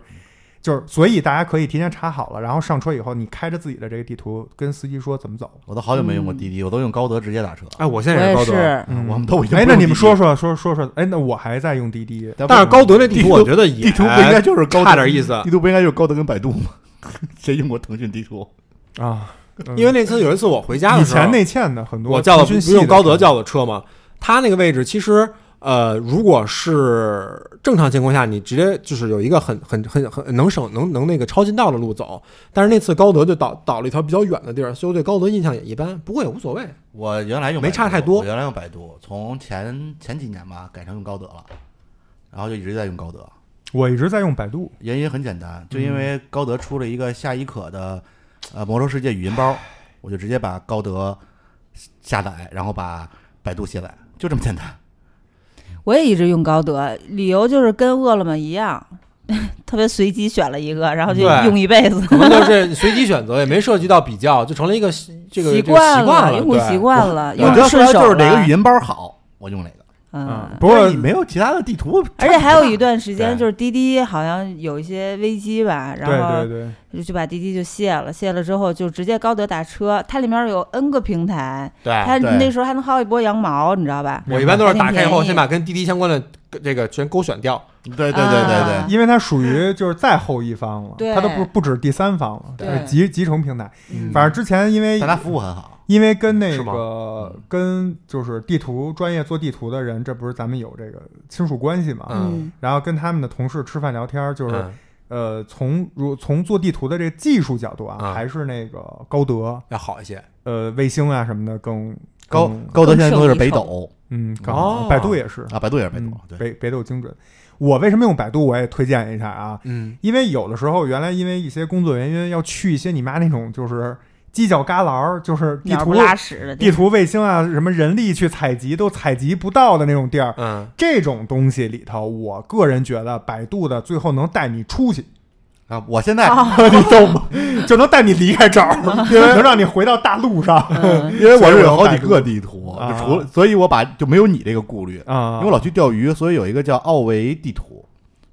[SPEAKER 2] 就是，所以大家可以提前查好了，然后上车以后，你开着自己的这个地图，跟司机说怎么走。
[SPEAKER 3] 我都好久没
[SPEAKER 5] 嗯
[SPEAKER 3] 用过滴滴，我都用高德直接打车。
[SPEAKER 1] 哎，我
[SPEAKER 5] 我
[SPEAKER 1] 现在也
[SPEAKER 5] 也
[SPEAKER 1] 高德，
[SPEAKER 5] 是，
[SPEAKER 2] 嗯
[SPEAKER 3] 我们都已经
[SPEAKER 2] 哎，
[SPEAKER 3] 不
[SPEAKER 2] 那
[SPEAKER 3] 用
[SPEAKER 2] 你们
[SPEAKER 3] 滴滴
[SPEAKER 2] 说说说说说，哎，那我还在用滴滴，
[SPEAKER 1] 但是高德那地图我觉得也
[SPEAKER 3] 地图不应该就是高德
[SPEAKER 1] 差点意思
[SPEAKER 3] 地，图不应该就是高德跟百度吗？ 谁用过腾讯地图？
[SPEAKER 2] 啊，嗯
[SPEAKER 1] 因为那次有一次我回家
[SPEAKER 2] 以
[SPEAKER 1] 的时候，
[SPEAKER 2] 前内嵌的很多，
[SPEAKER 1] 我叫的不是用高德，叫的车吗？它那个位置其实，呃，如果是正常情况下，你直接就是有一个很很很很能省能能那个抄近道的路走。但是那次高德就导导了一条比较远的地儿，所以我对高德印象也一般。不过也 无所谓。
[SPEAKER 3] 我原来用
[SPEAKER 1] 没
[SPEAKER 3] 百度
[SPEAKER 1] 差太多
[SPEAKER 3] 我原来用百度，从前前几年吧改成用高德了，然后就一直在用高德。
[SPEAKER 2] 我一直在用百度，
[SPEAKER 3] 原因很简单，就因为高德出了一个夏伊可的呃《魔兽世界》语音包，我就直接把高德下载，然后把百度卸载，就这么简单。
[SPEAKER 5] 我也一直用高德，理由就是跟饿了么一样， 特别随机选了一个，然后就
[SPEAKER 1] 对
[SPEAKER 5] 用一辈子。
[SPEAKER 1] 可能就是随机选择，也没涉及到比较，就成了一个习这个
[SPEAKER 5] 习
[SPEAKER 1] 这个习
[SPEAKER 5] 了，
[SPEAKER 1] 了，
[SPEAKER 5] 用户
[SPEAKER 1] 对
[SPEAKER 5] 习惯了，
[SPEAKER 3] 我
[SPEAKER 5] 用
[SPEAKER 3] 觉得
[SPEAKER 5] 着
[SPEAKER 3] 说
[SPEAKER 5] 顺
[SPEAKER 3] 来
[SPEAKER 5] 手
[SPEAKER 3] 就是哪个
[SPEAKER 5] 了
[SPEAKER 3] 语音包好，我用哪个。
[SPEAKER 5] 嗯
[SPEAKER 2] 嗯，，不过哎
[SPEAKER 3] 你没有其他的地图，
[SPEAKER 5] 而且还有一段时间，
[SPEAKER 1] 对
[SPEAKER 5] 就是滴滴好像有一些危机吧，
[SPEAKER 2] 对
[SPEAKER 5] 然
[SPEAKER 2] 对
[SPEAKER 5] 后
[SPEAKER 2] 对，
[SPEAKER 5] 就就把滴滴就卸了，卸了之后就直接高德打车，它里面有 N 个平台，它
[SPEAKER 1] 对。
[SPEAKER 3] 对
[SPEAKER 5] 那时候还能薅一波羊毛，你知道吧？
[SPEAKER 1] 我一般都是打开以后，
[SPEAKER 5] 还挺便宜
[SPEAKER 1] 先把跟滴滴相关的这个全勾选掉。
[SPEAKER 3] 对对对
[SPEAKER 5] 啊
[SPEAKER 3] 对
[SPEAKER 2] 因为它属于就是再后一方了，
[SPEAKER 5] 对
[SPEAKER 2] 它都不不止第三方了，
[SPEAKER 5] 对
[SPEAKER 2] 是集集成平台。
[SPEAKER 3] 对，
[SPEAKER 2] 嗯反正之前因为
[SPEAKER 3] 大家嗯服务嗯很好，
[SPEAKER 2] 因为跟那
[SPEAKER 1] 是吗
[SPEAKER 2] 个跟就是地图专业做地图的人，这不是咱们有这个亲属关系嘛？
[SPEAKER 5] 嗯
[SPEAKER 1] 嗯，
[SPEAKER 2] 然后跟他们的同事吃饭聊天儿，就是、
[SPEAKER 1] 嗯，
[SPEAKER 2] 呃，从如从做地图的这个技术角度啊，
[SPEAKER 3] 嗯
[SPEAKER 1] 啊
[SPEAKER 2] 还是那个高德、
[SPEAKER 1] 要好一些。
[SPEAKER 2] 呃卫星啊什么的更
[SPEAKER 3] 高
[SPEAKER 2] 更
[SPEAKER 3] 高德现在都是北斗
[SPEAKER 2] 嗯更
[SPEAKER 1] 哦
[SPEAKER 2] 好百度也是，
[SPEAKER 3] 啊，百度也是百
[SPEAKER 2] 嗯
[SPEAKER 3] 度，对，
[SPEAKER 2] 北北斗精准。我为什么用百度？我也推荐一下啊，
[SPEAKER 1] 嗯，
[SPEAKER 2] 因为有的时候原来因为一些工作原因要去一些你妈那种就是犄角旮旯儿，就是地
[SPEAKER 5] 鸟
[SPEAKER 2] 图
[SPEAKER 5] 不拉屎的地
[SPEAKER 2] 地
[SPEAKER 5] 方，
[SPEAKER 2] 图卫星啊，什么人力去采集都采集不到的那种地儿，
[SPEAKER 1] 嗯
[SPEAKER 2] 这种东西里头，我个人觉得百度的最后能带你出去，
[SPEAKER 3] 啊，我现在
[SPEAKER 2] 你懂吗？就能带你离开 这儿，能让你回到大路上
[SPEAKER 5] 嗯，
[SPEAKER 3] 因为我是有好几个地图，
[SPEAKER 2] 啊
[SPEAKER 3] 就除了，所以我把就没有你这个顾虑，
[SPEAKER 5] 嗯
[SPEAKER 3] 因
[SPEAKER 2] 啊
[SPEAKER 3] 为我老去钓鱼，所以有一个叫奥维地图，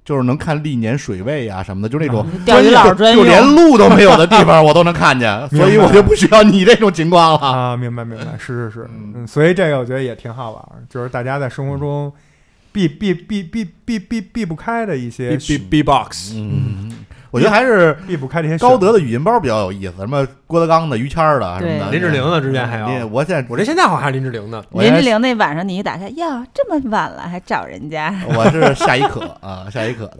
[SPEAKER 3] 就是能看历年水位啊什么的，就那种
[SPEAKER 5] 钓鱼佬专
[SPEAKER 3] 就就连
[SPEAKER 5] 用。
[SPEAKER 3] 路都没有的地 方我都能看见，所以我就不需要你这种情况了。
[SPEAKER 2] 啊，明白明白，是是是，
[SPEAKER 3] 嗯
[SPEAKER 2] 嗯，所以这个我觉得也挺好玩儿，就是大家在生活中避避避避避避避不开的一些
[SPEAKER 1] ，B B box，
[SPEAKER 3] 嗯，我觉得还是
[SPEAKER 2] 避不开这些
[SPEAKER 3] 高德的语音包比较有意思，什么郭德纲的、于谦儿的什么的。嗯
[SPEAKER 5] 对
[SPEAKER 1] 林志玲的之前还
[SPEAKER 3] 你
[SPEAKER 1] 有，
[SPEAKER 3] 我现在
[SPEAKER 1] 我这现在好像还是林志玲的。
[SPEAKER 3] 我
[SPEAKER 5] 林
[SPEAKER 3] 原
[SPEAKER 5] 志
[SPEAKER 3] 来
[SPEAKER 5] 玲那晚上你一打开，呀，这么晚了还找人家，
[SPEAKER 3] 我是夏一可啊，夏一可的，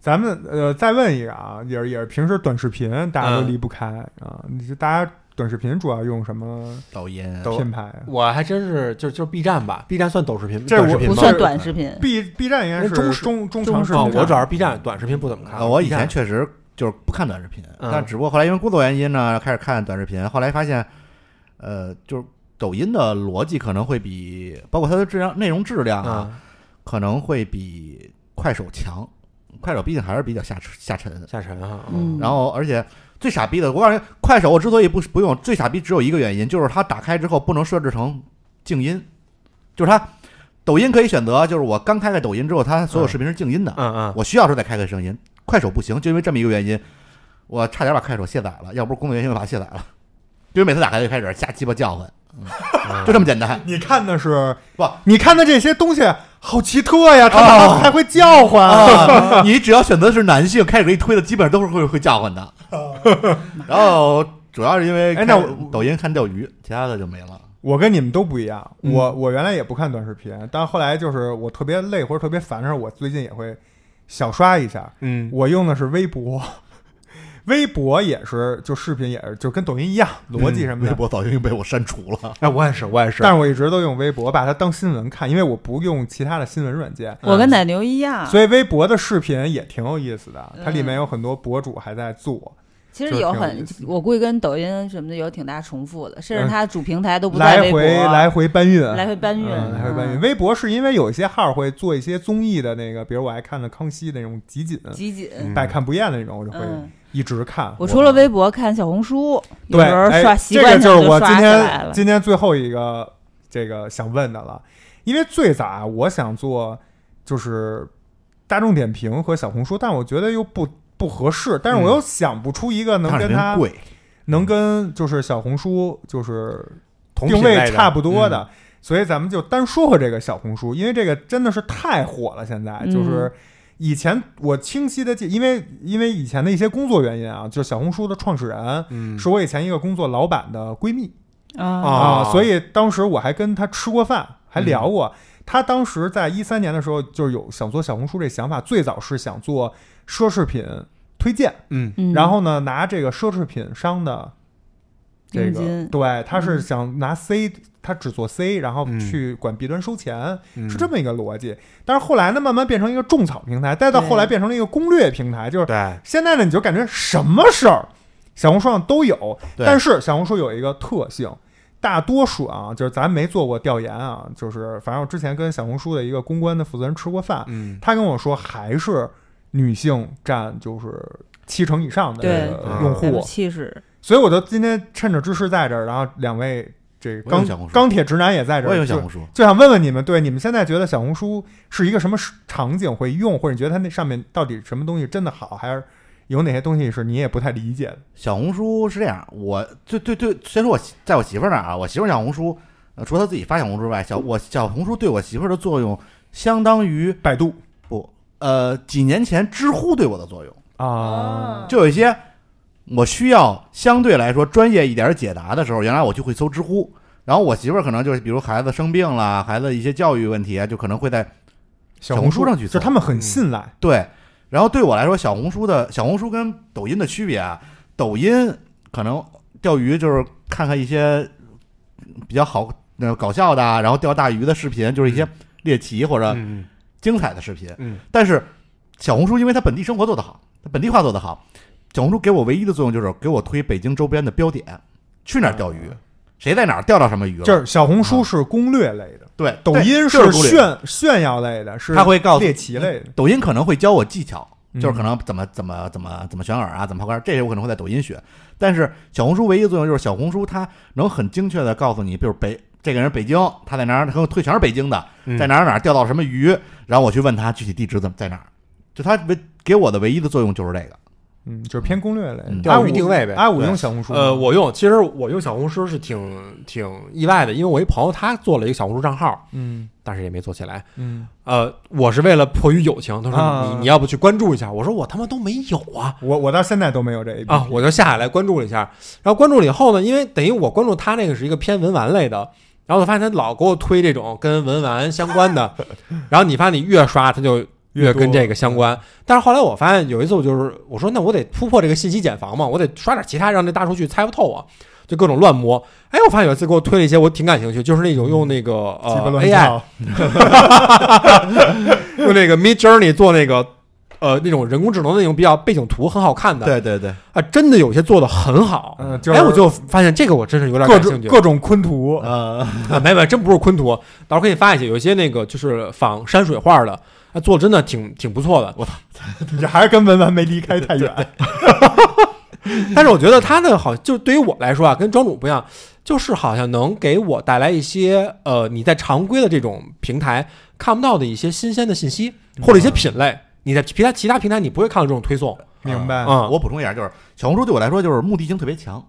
[SPEAKER 2] 咱们呃再问一个啊，也是也是平时短视频大家都
[SPEAKER 1] 嗯
[SPEAKER 2] 离不开、啊，你就大家短视频主要用什么
[SPEAKER 3] 抖音
[SPEAKER 1] 抖
[SPEAKER 2] 品牌啊
[SPEAKER 1] 我还真是就就 B 站吧，B 站算抖视频，
[SPEAKER 2] 这我
[SPEAKER 1] 短视频
[SPEAKER 5] 不
[SPEAKER 1] 吗？
[SPEAKER 5] 算短视频，
[SPEAKER 2] ？B B 站应该是
[SPEAKER 1] 中视
[SPEAKER 2] 中中长视
[SPEAKER 1] 啊，
[SPEAKER 2] 频看，
[SPEAKER 1] 我主要是 B 站短视频不怎么看。
[SPEAKER 3] 啊，我以
[SPEAKER 1] B
[SPEAKER 3] 前
[SPEAKER 1] 站
[SPEAKER 3] 确实就是不看短视频，
[SPEAKER 1] 嗯
[SPEAKER 3] 但只不过后来因为工作原因呢，开始看短视频。后来发现，呃，就是抖音的逻辑可能会比，包括它的质量、内容质量啊，
[SPEAKER 1] 啊
[SPEAKER 3] 可能会比快手强。快手毕竟还是比较下下沉，
[SPEAKER 1] 下沉啊，
[SPEAKER 5] 嗯，
[SPEAKER 3] 然后而且最傻逼的，我告诉你，快手我之所以不不用，最傻逼只有一个原因，就是它打开之后不能设置成静音，就是它抖音可以选择，就是我刚开开抖音之后，它所有视频是静音的，
[SPEAKER 1] 嗯嗯，
[SPEAKER 3] 我需要时候再开开声音。快手不行，就因为这么一个原因，我差点把快手卸载了，要不是工作原因我把它卸载了，因为每次打开就开始瞎鸡巴叫唤，就这么简单。
[SPEAKER 2] 你看的是
[SPEAKER 3] 不？
[SPEAKER 1] 哦
[SPEAKER 2] 你看的这些东西好奇特呀，它还、还会叫唤、
[SPEAKER 1] 哦
[SPEAKER 3] 啊， 你只要选择是男性，开始给你推的基本上都是会会叫唤的。然后主要是因为
[SPEAKER 2] 哎那我
[SPEAKER 3] 看抖音看钓鱼，其他的就没了。
[SPEAKER 2] 我跟你们都不一样，我
[SPEAKER 1] 嗯
[SPEAKER 2] 我原来也不看短视频，但后来就是我特别累或者特别烦的时候，我最近也会小刷一下。
[SPEAKER 1] 嗯
[SPEAKER 2] 我用的是微博， 微博也是就视频也是就跟抖音一样
[SPEAKER 1] 嗯
[SPEAKER 2] 逻辑什么的。
[SPEAKER 3] 微博早就被我删除了。
[SPEAKER 1] 哎，我也是，我也是。
[SPEAKER 2] 但是我一直都用微博，把它当新闻看，因为我不用其他的新闻软件，
[SPEAKER 5] 我跟奶牛一样，
[SPEAKER 2] 嗯所以微博的视频也挺有意思的。它里
[SPEAKER 5] 嗯
[SPEAKER 2] 面有很多博主还在做，
[SPEAKER 5] 其实
[SPEAKER 2] 就是
[SPEAKER 5] 有
[SPEAKER 2] 挺有意
[SPEAKER 5] 很
[SPEAKER 2] 思，
[SPEAKER 5] 我估计跟抖音什么的有挺大重复的，甚
[SPEAKER 2] 嗯
[SPEAKER 5] 至它主平台都不在
[SPEAKER 2] 来
[SPEAKER 5] 微博，
[SPEAKER 2] 回来回搬运，
[SPEAKER 5] 来回搬运，
[SPEAKER 2] 嗯，来回搬运。
[SPEAKER 5] 嗯
[SPEAKER 2] 微博是因为有一些号会做一些综艺的那个，比如我还看了康熙那种集锦，
[SPEAKER 5] 集锦。
[SPEAKER 2] 百看不厌的那种，我就会
[SPEAKER 5] 嗯，
[SPEAKER 2] 一直看。
[SPEAKER 5] 我除了微博看小红书，有
[SPEAKER 2] 对，
[SPEAKER 5] 时候
[SPEAKER 2] 哎
[SPEAKER 5] 刷习
[SPEAKER 2] 这
[SPEAKER 5] 惯
[SPEAKER 2] 个
[SPEAKER 5] 性
[SPEAKER 2] 就是我
[SPEAKER 5] 刷
[SPEAKER 2] 今
[SPEAKER 5] 起来
[SPEAKER 2] 天
[SPEAKER 5] 了。
[SPEAKER 2] 今天最后一个这个想问的了，因为最早啊我想做就是大众点评和小红书，但我觉得又不不合适，但是我又想不出一个能
[SPEAKER 3] 嗯看着
[SPEAKER 2] 跟
[SPEAKER 3] 人
[SPEAKER 2] 它、
[SPEAKER 3] 贵，
[SPEAKER 2] 能跟就是小红书就是
[SPEAKER 1] 同
[SPEAKER 2] 定
[SPEAKER 1] 品
[SPEAKER 2] 位
[SPEAKER 1] 类的嗯
[SPEAKER 2] 差不多的，所以咱们就单说说这个小红书，因为这个真的是太火了。现在、
[SPEAKER 5] 嗯
[SPEAKER 2] 就是以前我清晰的记，因为因为以前的一些工作原因啊，就是小红书的创始人
[SPEAKER 1] 嗯，
[SPEAKER 2] 是我以前一个工作老板的闺蜜、
[SPEAKER 5] 啊，
[SPEAKER 1] 啊
[SPEAKER 2] 啊，所以当时我还跟她吃过饭，还聊过。
[SPEAKER 1] 嗯
[SPEAKER 2] 她当时在一三年的时候，就是有想做小红书这想法，最早是想做奢侈品推荐。
[SPEAKER 1] 嗯
[SPEAKER 5] 嗯
[SPEAKER 2] 然后呢，拿这个奢侈品商的这
[SPEAKER 5] 佣
[SPEAKER 2] 个，
[SPEAKER 5] 金
[SPEAKER 2] 对，他是
[SPEAKER 5] 嗯
[SPEAKER 2] 想拿 C，他只做 C，然后
[SPEAKER 1] 嗯
[SPEAKER 2] 去管 B 端收钱，
[SPEAKER 1] 嗯
[SPEAKER 2] 是这么一个逻辑。但是后来呢，慢慢变成一个种草平台，再到
[SPEAKER 5] 对
[SPEAKER 2] 后来变成了一个攻略平台，就是
[SPEAKER 1] 对，
[SPEAKER 2] 现在呢，你就感觉什么事儿小红书上都有，
[SPEAKER 3] 对
[SPEAKER 2] 但是小红书有一个特性，大多数啊，就是咱没做过调研啊，就是反正我之前跟小红书的一个公关的负责人吃过饭，
[SPEAKER 1] 嗯，
[SPEAKER 2] 他跟我说还是女性占就是七成以上的
[SPEAKER 5] 对
[SPEAKER 2] 这个用
[SPEAKER 5] 咱们
[SPEAKER 2] 户，
[SPEAKER 5] 气势，
[SPEAKER 2] 所以我就今天趁着知识在这儿，然后两位这
[SPEAKER 3] 我也
[SPEAKER 2] 钢
[SPEAKER 3] 有小红书
[SPEAKER 2] 钢铁直男也在这
[SPEAKER 3] 我也
[SPEAKER 2] 儿，
[SPEAKER 3] 有小
[SPEAKER 2] 就
[SPEAKER 3] 红书，
[SPEAKER 2] 就想问问你们，对你们现在觉得小红书是一个什么场景会用，或者你觉得它那上面到底什么东西真的好，还是有哪些东西是你也不太理解的？
[SPEAKER 3] 小红书是这样，我最最最先说我媳在我媳妇儿那儿啊，我媳妇儿小红书，呃除了她自己发小红书之外，小我小红书对我媳妇儿的作用相当于
[SPEAKER 2] 百度
[SPEAKER 3] 不呃几年前知乎对我的作用，
[SPEAKER 2] 啊，
[SPEAKER 3] 就有一些我需要相对来说专业一点儿解答的时候，原来我就会搜知乎，然后我媳妇儿可能就是比如孩子生病了，孩子一些教育问题啊，就可能会在
[SPEAKER 2] 小
[SPEAKER 3] 小
[SPEAKER 2] 红
[SPEAKER 3] 红书上去搜嗯
[SPEAKER 2] 就他们很信赖。
[SPEAKER 3] 对，然后对我来说，小红书的小红书跟抖音的区别啊，抖音可能钓鱼就是看看一些比较好、呃、搞笑的啊，然后钓大鱼的视频，就是一些猎奇或者
[SPEAKER 1] 嗯
[SPEAKER 3] 精彩的视频。
[SPEAKER 1] 嗯，
[SPEAKER 3] 但是小红书因为它本地生活做得好，它本地化做得好，小红书给我唯一的作用就是给我推北京周边的标点，去哪儿钓鱼，谁在哪儿钓到什么鱼了。
[SPEAKER 2] 就是小红书是攻略类的，
[SPEAKER 3] 啊对，
[SPEAKER 2] 抖
[SPEAKER 3] 对
[SPEAKER 2] 音
[SPEAKER 3] 就是是攻略
[SPEAKER 2] 炫炫耀类的，是
[SPEAKER 3] 他会告诉
[SPEAKER 2] 猎奇类的。
[SPEAKER 3] 抖音可能会教我技巧，
[SPEAKER 2] 嗯
[SPEAKER 3] 就是可能怎么怎么怎么怎么选饵啊，怎么抛竿，这些我可能会在抖音学。但是小红书唯一的作用就是小红书它能很精确的告诉你，比如北这个人北京，他在哪儿，他跟我推全是北京的，
[SPEAKER 1] 嗯
[SPEAKER 3] 在哪儿哪儿钓到什么鱼，然后我去问他具体地址怎么在哪儿，就他唯给我的唯一的作用就是这个。
[SPEAKER 2] 嗯，就是偏攻略类的
[SPEAKER 3] 嗯。
[SPEAKER 2] 阿
[SPEAKER 1] 钓鱼
[SPEAKER 2] 五
[SPEAKER 1] 定位呗
[SPEAKER 2] 阿五
[SPEAKER 3] 对
[SPEAKER 2] 用小红书吗，
[SPEAKER 1] 呃，我用，其实我用小红书是挺挺意外的，因为我一朋友他做了一个小红书账号，
[SPEAKER 2] 嗯
[SPEAKER 1] 但是也没做起来。
[SPEAKER 2] 嗯，
[SPEAKER 1] 呃，我是为了迫于友情，他说你、
[SPEAKER 2] 啊
[SPEAKER 1] 你要不去关注一下，我说我他妈都没有啊
[SPEAKER 2] 我我到现在都没有这一
[SPEAKER 3] 哦
[SPEAKER 1] 啊，我就下下来关注了一下，然后关注了以后呢，因为等于我关注他那个是一个偏文玩类的。然后我发现他老给我推这种跟文玩相关 的，然后你发现你越刷他就越跟这个相
[SPEAKER 2] 嗯
[SPEAKER 1] 关。但是后来我发现有一次我就是我说那我得突破这个信息茧房嘛，我得刷点其他让这大数据猜不透啊，就各种乱摸。哎，我发现有一次给我推了一些我挺感兴趣，就是那种用那个
[SPEAKER 2] 嗯鸡巴
[SPEAKER 3] 哦
[SPEAKER 1] 呃
[SPEAKER 2] 乱
[SPEAKER 1] AI
[SPEAKER 2] 跳，
[SPEAKER 1] 用那个 Mid Journey 做那个呃那种人工智能的那种比较背景图很好看的，
[SPEAKER 3] 对对，
[SPEAKER 1] 啊，真的有些做的很好。
[SPEAKER 2] 嗯，就是
[SPEAKER 1] 哎，我就发现这个我真是有点
[SPEAKER 2] 各
[SPEAKER 1] 感兴
[SPEAKER 2] 种
[SPEAKER 1] 趣。
[SPEAKER 2] 各种昆图，
[SPEAKER 3] 呃，
[SPEAKER 1] 啊， 没没，真不是昆图，到时候给你发一些，有一些那个就是仿山水画的，啊，做的真的挺挺不错的。
[SPEAKER 2] 你还是跟文玩没离开太远。
[SPEAKER 1] 但是我觉得他的好，就对于我来说啊，跟庄主不一样，就是好像能给我带来一些呃，你在常规的这种平台看不到的一些新鲜的信息，或者一些品类，你在其他其他平台你不会看到这种推送
[SPEAKER 2] 明白？
[SPEAKER 1] 啊。
[SPEAKER 3] 我补充一下，就是小红书对我来说就是目的性特别强，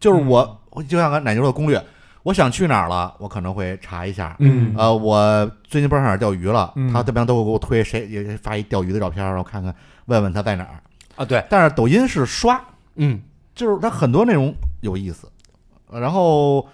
[SPEAKER 3] 就是我我就像刚才奶牛说的攻略，我想去哪儿了，我可能会查一下，
[SPEAKER 1] 嗯
[SPEAKER 3] 呃，我最近不是上哪儿钓鱼了，
[SPEAKER 2] 嗯
[SPEAKER 3] 他这边都会给我推谁也发一钓鱼的照片，然后看看问问他在哪儿。
[SPEAKER 1] 啊，对，
[SPEAKER 3] 但是抖音是刷，
[SPEAKER 1] 嗯
[SPEAKER 3] 就是它很多内容有意思，呃然后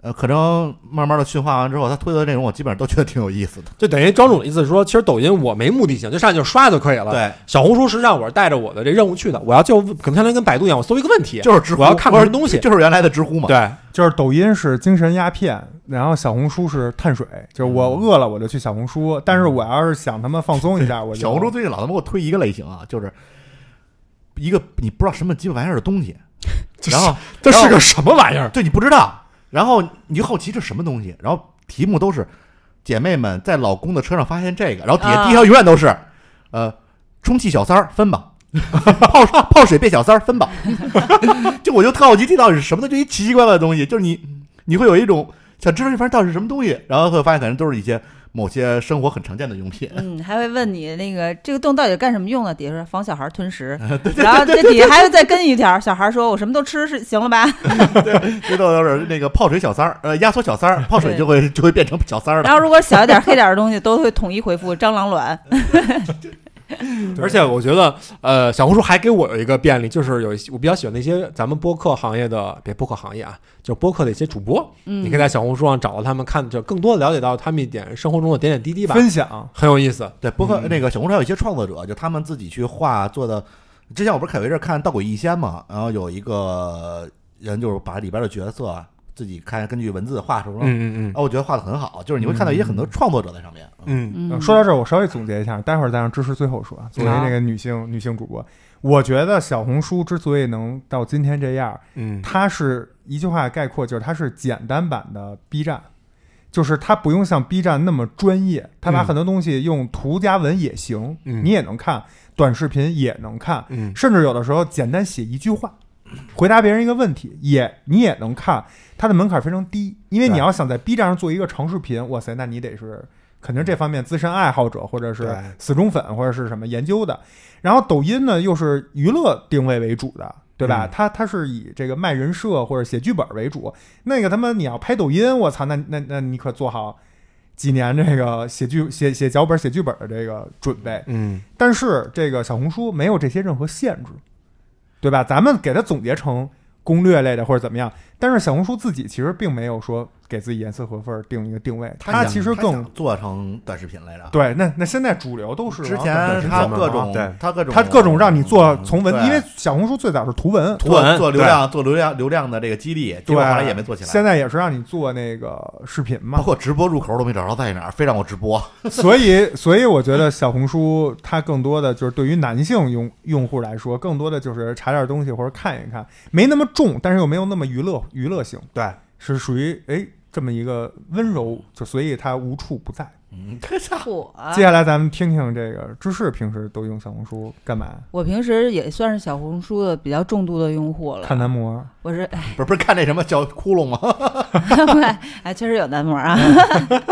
[SPEAKER 3] 呃，可能慢慢的驯化完之后，他推的内容我基本上都觉得挺有意思 的。
[SPEAKER 1] 就等于庄主的意思是说，其实抖音我没目的性，就上去就刷就可以了。，
[SPEAKER 3] 对，
[SPEAKER 1] 小红书是让我是带着我的这任务去的，我要就可能相当于跟百度一样，我搜一个问题，
[SPEAKER 3] 就是知乎，
[SPEAKER 1] 我要看看什么东西。
[SPEAKER 3] 就是原来的知乎嘛。
[SPEAKER 1] 对，
[SPEAKER 2] 就是抖音是精神鸦片，然后小红书是碳水。就是
[SPEAKER 3] 嗯
[SPEAKER 2] 我饿了我就去小红书，但是我要是想他妈放松一下，我就
[SPEAKER 3] 小红书最近老他妈给我推一个类型啊，就是一个你不知道什么鸡巴玩意儿的 东西，然后
[SPEAKER 1] 这是
[SPEAKER 3] 然后
[SPEAKER 1] 个什么玩意儿？
[SPEAKER 3] 对，你不知道，然后你就好奇这什么东西，然后题目都是姐妹们在老公的车上发现这个，然后底下
[SPEAKER 5] 啊
[SPEAKER 3] 第一条永远都是，呃，充气小三儿分吧， 泡水泡水变小三儿分吧， 就我就特好奇这到底是什么的，就一奇奇怪怪的东西，就是你你会有一种想知道这玩意儿到底是什么东西，然后会发现可能都是一些某些生活很常见的用品，
[SPEAKER 5] 嗯，还会问你那个这个洞到底干什么用的？底下说防小孩吞食，
[SPEAKER 2] 啊
[SPEAKER 5] 然后这底下还要再跟一条，小孩说我什么都吃是行了吧？
[SPEAKER 3] 这都都是那个泡水小三儿，呃，压缩小三儿，泡水就会就会变成小三儿
[SPEAKER 5] 然
[SPEAKER 3] 了，
[SPEAKER 5] 后如果小一点、黑点的东西都会统一回复蟑螂卵。
[SPEAKER 1] 而且我觉得，呃，小红书还给我有一个便利，就是有一些我比较喜欢的一些咱们播客行业的，别播客行业啊，就播客的一些主播，
[SPEAKER 5] 嗯，
[SPEAKER 1] 你可以在小红书上找到他们，看就更多的了解到他们一点生活中的点点滴滴吧，
[SPEAKER 2] 分享。
[SPEAKER 1] 很有意思。
[SPEAKER 3] 对，包括
[SPEAKER 2] 嗯
[SPEAKER 3] 那个小红书还有一些创作者，就他们自己去画做的。之前我不是凯维这儿看《盗鬼异仙》嘛，然后有一个人就是把里边的角色啊自己看根据文字画出来，啊、
[SPEAKER 1] 嗯嗯
[SPEAKER 3] 我觉得画的很好，就是你会看到一些很多
[SPEAKER 2] 嗯
[SPEAKER 3] 创作者在上面。
[SPEAKER 1] 嗯
[SPEAKER 5] 嗯
[SPEAKER 2] 呃说到这儿，我稍微总结一下，待会儿再让芝士最后说。啊作为
[SPEAKER 1] 好
[SPEAKER 2] 那个女性女性主播，我觉得小红书之所以能到今天这样，
[SPEAKER 1] 嗯
[SPEAKER 2] 它是一句话概括，就是它是简单版的 B 站，就是它不用像 B 站那么专业，它把
[SPEAKER 1] 嗯
[SPEAKER 2] 很多东西用图加文也行，
[SPEAKER 1] 嗯
[SPEAKER 2] 你也能看，短视频也能看，
[SPEAKER 1] 嗯
[SPEAKER 2] 甚至有的时候简单写一句话，回答别人一个问题，也你也能看，它的门槛非常低，因为
[SPEAKER 1] 对
[SPEAKER 2] 你要想在 B 站上做一个长视频，哇塞，那你得是肯定这方面资深爱好者，或者是
[SPEAKER 1] 对
[SPEAKER 2] 死忠粉，或者是什么研究的。然后抖音呢，又是娱乐定位为主的。对吧？
[SPEAKER 3] 嗯
[SPEAKER 2] 它它是以这个卖人设或者写剧本为主，那个他妈你要拍抖音，我操，那那那你可做好几年这个写剧写写脚本写剧本的这个准备。
[SPEAKER 1] 嗯，
[SPEAKER 2] 但是这个小红书没有这些任何限制，对吧？咱们给它总结成攻略类的或者怎么样，但是小红书自己其实并没有说给自己严丝合缝儿定一个定位，它
[SPEAKER 3] 想
[SPEAKER 2] 其实
[SPEAKER 3] 他
[SPEAKER 2] 更
[SPEAKER 3] 想做成短视频来着。
[SPEAKER 2] 对。那那现在主流都是
[SPEAKER 3] 之
[SPEAKER 2] 往
[SPEAKER 3] 前
[SPEAKER 2] 短视频
[SPEAKER 3] 他
[SPEAKER 2] 走嘛
[SPEAKER 3] 各种
[SPEAKER 1] 对
[SPEAKER 3] 他各种嗯
[SPEAKER 2] 它各种让你做从文，
[SPEAKER 3] 对
[SPEAKER 2] 因为小红书最早是图文，
[SPEAKER 1] 图文
[SPEAKER 3] 做做流
[SPEAKER 1] 对
[SPEAKER 3] 量做流量流量的这个激励，结
[SPEAKER 2] 对，
[SPEAKER 3] 果后来也没做起来
[SPEAKER 2] 现。在也是让你做那个视频嘛
[SPEAKER 3] 包，括直播入口都没找着在哪儿，非让我直播。
[SPEAKER 2] 所以， 所以我觉得小红书它更多的就是对于男性用用户来说，更多的就是查点东西或者看一看，没那么重，但是又没有那么娱乐娱乐性，
[SPEAKER 1] 对，
[SPEAKER 2] 是属于哎这么一个温柔，就所以它无处不在。
[SPEAKER 5] 火。
[SPEAKER 3] 啊
[SPEAKER 2] 接下来咱们听听这个芝士平时都用小红书干嘛？
[SPEAKER 5] 我平时也算是小红书的比较重度的用户了。
[SPEAKER 2] 看男 模，
[SPEAKER 5] 我是哎，
[SPEAKER 3] 不是不是看那什么小窟窿吗？
[SPEAKER 5] 哎，确实有男模啊。
[SPEAKER 3] 嗯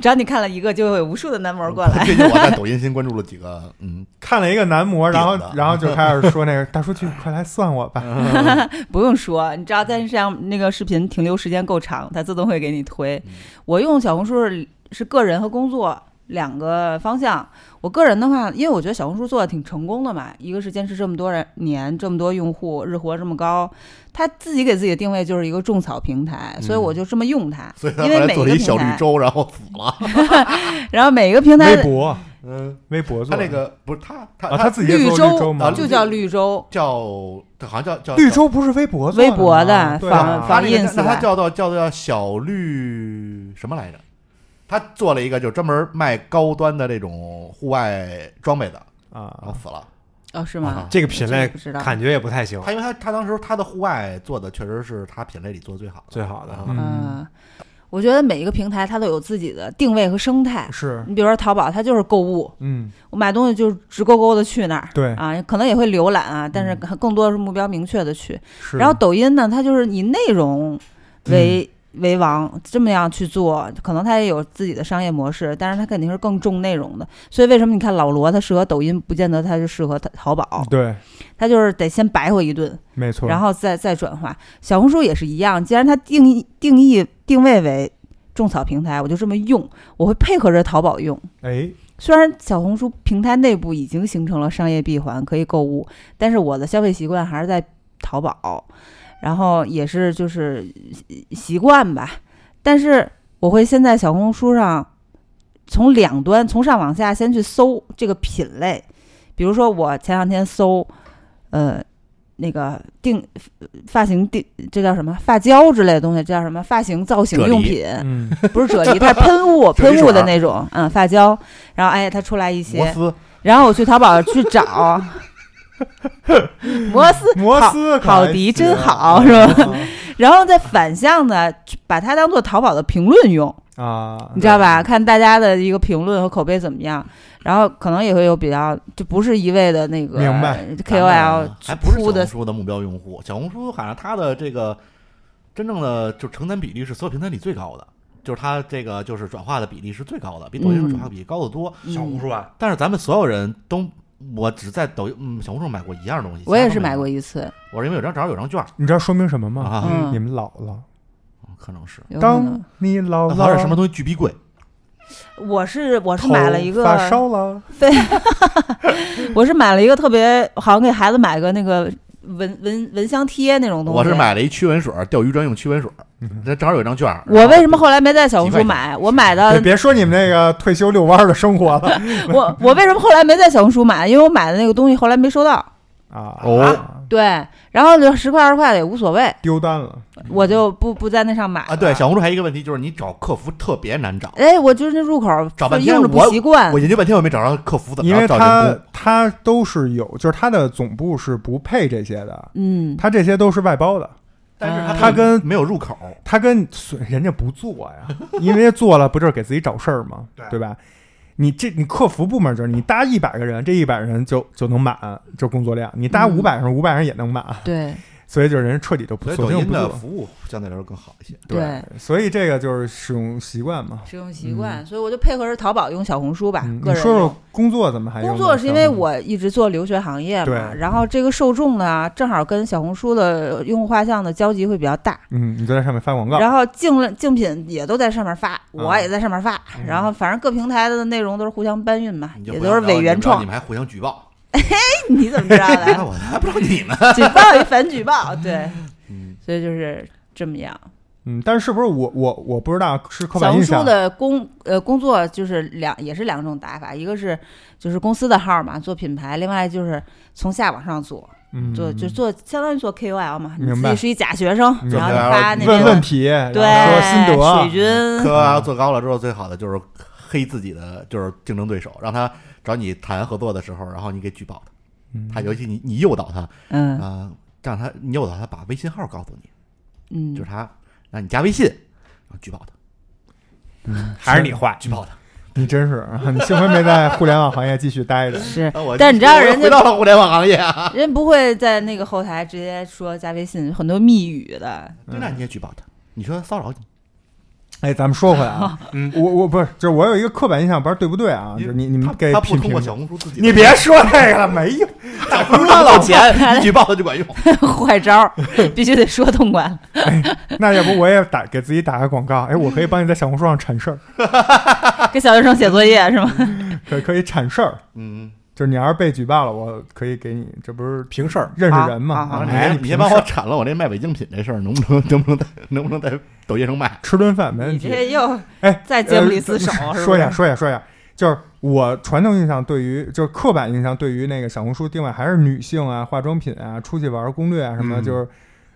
[SPEAKER 5] 只要你看了一个，就会有无数的男模过来。
[SPEAKER 3] 最近我在抖音新关注了几个，嗯，
[SPEAKER 2] 看了一个男模，然后
[SPEAKER 3] 顶的
[SPEAKER 2] 然后就开始说那 个大数据，快来算我吧。
[SPEAKER 3] 嗯
[SPEAKER 5] 不用说，你只要在上那个视频停留时间够长，它自动会给你推。
[SPEAKER 3] 嗯
[SPEAKER 5] 我用小红书是是个人和工作两个方向。我个人的话，因为我觉得小红书做的挺成功的嘛，一个是坚持这么多人年，这么多用户，日活这么高，它自己给自己的定位就是一个种草平台，所以我就这么用它。
[SPEAKER 3] 嗯所以他后
[SPEAKER 5] 因为
[SPEAKER 3] 来
[SPEAKER 5] 每
[SPEAKER 3] 做
[SPEAKER 5] 一
[SPEAKER 3] 了
[SPEAKER 5] 个
[SPEAKER 3] 一小
[SPEAKER 5] 平
[SPEAKER 3] 绿
[SPEAKER 5] 台，
[SPEAKER 3] 洲，然后死了。
[SPEAKER 5] 然后每一个平台
[SPEAKER 2] 微
[SPEAKER 5] 的
[SPEAKER 2] 博，
[SPEAKER 3] 嗯，
[SPEAKER 2] 微博做
[SPEAKER 3] 他
[SPEAKER 2] 的
[SPEAKER 3] 那个不是他他啊
[SPEAKER 2] 啊，他自己也
[SPEAKER 5] 绿
[SPEAKER 2] 做绿洲吗？
[SPEAKER 5] 就叫绿洲。
[SPEAKER 3] 叫他好像叫叫
[SPEAKER 2] 绿洲不是微博做
[SPEAKER 5] 微博
[SPEAKER 2] 的
[SPEAKER 5] 的
[SPEAKER 2] 吗对啊
[SPEAKER 5] 访
[SPEAKER 3] 他
[SPEAKER 5] 访
[SPEAKER 3] 那个
[SPEAKER 5] ins
[SPEAKER 3] 那他
[SPEAKER 5] 的，
[SPEAKER 3] 叫到叫到小绿什么来着？他做了一个就专门卖高端的这种户外装备的，然后
[SPEAKER 2] 啊，
[SPEAKER 3] 死了。
[SPEAKER 5] 哦，是
[SPEAKER 3] 啊
[SPEAKER 5] 吗？
[SPEAKER 1] 这个品
[SPEAKER 5] 这个
[SPEAKER 1] 类
[SPEAKER 5] 不知道
[SPEAKER 1] 感觉也不太行，
[SPEAKER 3] 他因为他他当时他的户外做的确实是他品类里做的最好的，
[SPEAKER 1] 最好的
[SPEAKER 3] 嗯
[SPEAKER 5] 嗯，我觉得每一个平台它都有自己的定位和生态。
[SPEAKER 2] 是，
[SPEAKER 5] 你比如说淘宝，它就是购物，
[SPEAKER 2] 嗯，
[SPEAKER 5] 我买东西就是直勾勾的去那儿。
[SPEAKER 2] 对，
[SPEAKER 5] 啊，可能也会浏览啊，但是更多的是目标明确的去。
[SPEAKER 2] 是。
[SPEAKER 5] 然后抖音呢，它就是以内容为、为王，这么样去做，可能它也有自己的商业模式，但是它肯定是更重内容的。所以为什么你看老罗他适合抖音，不见得他就适合淘淘宝，
[SPEAKER 2] 对，
[SPEAKER 5] 他就是得先白活一顿，
[SPEAKER 2] 没错。
[SPEAKER 5] 然后再再转化。小红书也是一样，既然它定义定义定位为种草平台，我就这么用，我会配合着淘宝用。
[SPEAKER 2] 哎，
[SPEAKER 5] 虽然小红书平台内部已经形成了商业闭环，可以购物，但是我的消费习惯还是在淘宝，然后也是就是习习惯吧。但是我会先在小红书上从两端，从上往下先去搜这个品类，比如说我前两天搜，呃。那个定发型定，这叫什么？发胶之类的东西，这叫什么？发型造型
[SPEAKER 3] 啫喱
[SPEAKER 5] 用品，
[SPEAKER 2] 嗯，
[SPEAKER 5] 不是啫喱，它是喷 雾，
[SPEAKER 3] 啫喱水
[SPEAKER 5] 喷雾的那种，嗯，发胶。然后哎，它出来一
[SPEAKER 3] 摩
[SPEAKER 5] 些，
[SPEAKER 3] 斯
[SPEAKER 5] 然后我去淘宝去 找摩丝，
[SPEAKER 2] 摩斯
[SPEAKER 5] 好
[SPEAKER 2] 可
[SPEAKER 5] 迪
[SPEAKER 2] 还
[SPEAKER 5] 真
[SPEAKER 2] 行啊
[SPEAKER 5] 好是吧？然后再反向的把它当做淘宝的评论用，
[SPEAKER 2] 啊，
[SPEAKER 5] 你知道吧？看大家的一个评论和口碑怎么样，然后可能也会有比较，就不是一味的那个
[SPEAKER 2] 明哎白
[SPEAKER 5] KOL
[SPEAKER 3] 还不是小
[SPEAKER 5] 铺
[SPEAKER 3] 红
[SPEAKER 5] 的
[SPEAKER 3] 书的目标用户。小红书好像它的这个真正的就承担比例是所有平台里最高的，就是它这个就是转化的比例是最高的，比抖音上转化比例高得多。
[SPEAKER 1] 小红书啊，
[SPEAKER 3] 但是咱们所有人都，我只在抖音、嗯、小红书上买过一样东西，
[SPEAKER 5] 我也是
[SPEAKER 3] 其他都没
[SPEAKER 5] 买过，一次，
[SPEAKER 3] 我是因为有张正好有张券
[SPEAKER 2] 你知道说明什么吗？
[SPEAKER 3] 啊，
[SPEAKER 5] 嗯
[SPEAKER 2] 你们老了，
[SPEAKER 3] 可能是。
[SPEAKER 5] 有可能
[SPEAKER 2] 当你老
[SPEAKER 3] 那而
[SPEAKER 2] 了，
[SPEAKER 3] 且什么东西巨逼贵，
[SPEAKER 5] 我是我是
[SPEAKER 2] 头
[SPEAKER 5] 买了一个
[SPEAKER 2] 发烧了，
[SPEAKER 5] 我是买了一个特别，好像给孩子买个那个蚊蚊蚊香贴那种东西。
[SPEAKER 3] 我是。买了一驱蚊水，钓鱼专用驱蚊水，
[SPEAKER 2] 嗯
[SPEAKER 3] 那正好有张券。
[SPEAKER 5] 我为什么后来没在小红
[SPEAKER 3] 几
[SPEAKER 5] 书
[SPEAKER 3] 块
[SPEAKER 5] 买？我买
[SPEAKER 2] 别
[SPEAKER 5] 的
[SPEAKER 2] 别说你们那个退休遛弯儿的生活 了
[SPEAKER 5] 我我为什么后来没在小红书买？因为我买的那个东西后来没收到。
[SPEAKER 2] 啊，
[SPEAKER 3] 哦
[SPEAKER 5] 对，然后就十块二十块的也无所谓，
[SPEAKER 2] 丢单了，
[SPEAKER 5] 我就不不在那上买
[SPEAKER 3] 啊？对，
[SPEAKER 5] 了
[SPEAKER 3] 小红书还有一个问题就是你找客服特别难找，
[SPEAKER 5] 哎，我就是那入口
[SPEAKER 3] 找半天
[SPEAKER 5] 用着不习惯
[SPEAKER 3] 我。研究半天我没找着客服怎么
[SPEAKER 2] 因为
[SPEAKER 3] 着找
[SPEAKER 2] 它
[SPEAKER 3] 人工。
[SPEAKER 2] 它都是有，就是它的总部是不配这些的，
[SPEAKER 5] 嗯，
[SPEAKER 2] 它这些都是外包的。
[SPEAKER 3] 但
[SPEAKER 5] 啊
[SPEAKER 3] 是
[SPEAKER 2] 它跟
[SPEAKER 3] 没有入口，
[SPEAKER 2] 他跟人家不做呀，因为做了不就是给自己找事儿吗？对吧？你这你客服部门就是你搭一百个人，这一百人就就能满，就工作量；你搭
[SPEAKER 5] 嗯
[SPEAKER 2] 五百人，五百人也能满，
[SPEAKER 5] 对
[SPEAKER 2] 所以就是人彻底就不
[SPEAKER 3] 所以
[SPEAKER 2] 索
[SPEAKER 3] 抖
[SPEAKER 2] 性
[SPEAKER 3] 音
[SPEAKER 2] 不
[SPEAKER 3] 的
[SPEAKER 2] 做。
[SPEAKER 3] 服务相对嗯来说更好一些。
[SPEAKER 5] 对，
[SPEAKER 2] 所以这个就是使用习惯嘛。
[SPEAKER 5] 使用习惯，所以我就配合着淘宝用小红书吧，
[SPEAKER 2] 嗯
[SPEAKER 5] 个
[SPEAKER 2] 你
[SPEAKER 5] 人
[SPEAKER 2] 说
[SPEAKER 5] 用
[SPEAKER 2] 说工作怎么还用
[SPEAKER 5] 工
[SPEAKER 2] 呢
[SPEAKER 5] 作是因为
[SPEAKER 2] 小红书
[SPEAKER 5] 我一直做留学行业嘛，
[SPEAKER 2] 对
[SPEAKER 5] 然后这个受众呢，正好跟小红书的用户画像的交集会比较大，
[SPEAKER 2] 嗯，你就在上面发广告，
[SPEAKER 5] 然后竞了竞品也都在上面发，我也在上面发，然后反正各平台的内容都是互相搬运嘛，
[SPEAKER 3] 你就
[SPEAKER 5] 也
[SPEAKER 3] 不
[SPEAKER 5] 都是
[SPEAKER 3] 要
[SPEAKER 5] 伪原
[SPEAKER 3] 你
[SPEAKER 5] 创。
[SPEAKER 3] 们还互相举报，
[SPEAKER 5] 你怎么知道
[SPEAKER 3] 那
[SPEAKER 5] 的？
[SPEAKER 3] 我还不知道你 们。
[SPEAKER 5] 举报与反举报，对，
[SPEAKER 3] 嗯
[SPEAKER 5] 所以就是这么样。
[SPEAKER 2] 嗯，但是是不是我我我不知道是刻
[SPEAKER 5] 小
[SPEAKER 2] 板
[SPEAKER 5] 红
[SPEAKER 2] 印
[SPEAKER 5] 书
[SPEAKER 2] 象，
[SPEAKER 5] 的工呃工作就是两也是两种打法，一个是就是公司的号嘛做品牌，另外就是从下往上做，
[SPEAKER 2] 嗯，
[SPEAKER 5] 做就做相当于做 KOL 嘛，你
[SPEAKER 2] 明
[SPEAKER 5] 自
[SPEAKER 2] 白
[SPEAKER 5] 己是一假学生，
[SPEAKER 2] 嗯
[SPEAKER 5] 然后你
[SPEAKER 3] 就
[SPEAKER 5] 发那
[SPEAKER 2] 问
[SPEAKER 5] 边
[SPEAKER 2] 问
[SPEAKER 5] 的
[SPEAKER 2] 题，然后说心
[SPEAKER 5] 对水
[SPEAKER 2] 得，
[SPEAKER 5] 军，
[SPEAKER 3] 科啊做高了之后，最好的就是黑自己的就是竞争对手，让他找你谈合作的时候，然后你给举报他。
[SPEAKER 2] 嗯
[SPEAKER 3] 他尤其你你诱导他啊、
[SPEAKER 5] 嗯
[SPEAKER 3] 让他你诱导他把微信号告诉你，
[SPEAKER 5] 嗯
[SPEAKER 3] 就是他让你加微信，然后举报他，
[SPEAKER 2] 还是你坏，
[SPEAKER 3] 举报他。
[SPEAKER 2] 你真是，啊你幸亏没在互联网行业继续待 着。
[SPEAKER 5] 是
[SPEAKER 3] 啊我
[SPEAKER 5] 但你知道人家
[SPEAKER 3] 回到了互联网行业啊，
[SPEAKER 5] 人不会在那个后台直接说加微信，很多密语的，
[SPEAKER 3] 对那你也举报他，你说他骚扰你，
[SPEAKER 2] 哎，咱们说回来啊，我我不是，就是我有一个刻板印象，不知道对不对啊？就是你你
[SPEAKER 5] 嗯
[SPEAKER 2] 们
[SPEAKER 3] 他
[SPEAKER 2] 给
[SPEAKER 3] 他不
[SPEAKER 2] 批
[SPEAKER 3] 通
[SPEAKER 2] 评
[SPEAKER 3] 过，小红书自己的，
[SPEAKER 2] 你别说这个了，没用，
[SPEAKER 3] 咋不知道老钱，你举报他就管用。
[SPEAKER 5] 坏招儿必须得说痛快。
[SPEAKER 2] 那要不我也打给自己打个广告？哎，我可以帮你在小红书上铲事儿，
[SPEAKER 5] 给小学生写作业是吗？
[SPEAKER 2] 可可以铲事儿，
[SPEAKER 3] 嗯，
[SPEAKER 2] 就是你要是被举报了，我可以给你，这不是
[SPEAKER 1] 平事儿。
[SPEAKER 2] 认识人
[SPEAKER 5] 好
[SPEAKER 2] 嘛？
[SPEAKER 5] 好
[SPEAKER 2] 啊
[SPEAKER 5] 好
[SPEAKER 3] 你
[SPEAKER 2] 给
[SPEAKER 3] 先
[SPEAKER 2] 你
[SPEAKER 3] 你先
[SPEAKER 2] 评
[SPEAKER 3] 帮
[SPEAKER 2] 事
[SPEAKER 3] 我
[SPEAKER 2] 儿
[SPEAKER 3] 铲了我这卖违禁品这事儿，能不能能不能在能不能在抖音上卖？
[SPEAKER 2] 吃顿饭没问
[SPEAKER 5] 你
[SPEAKER 2] 题。
[SPEAKER 5] 这又
[SPEAKER 2] 哎，
[SPEAKER 5] 在节目里自首
[SPEAKER 2] 呃
[SPEAKER 5] 是吧
[SPEAKER 2] 说一下，说一下，说一下，就是我传统印象对于，就是刻板印象对于那个小红书定位还是女性啊、化妆品啊、出去玩攻略啊什么的，
[SPEAKER 3] 嗯
[SPEAKER 2] 就是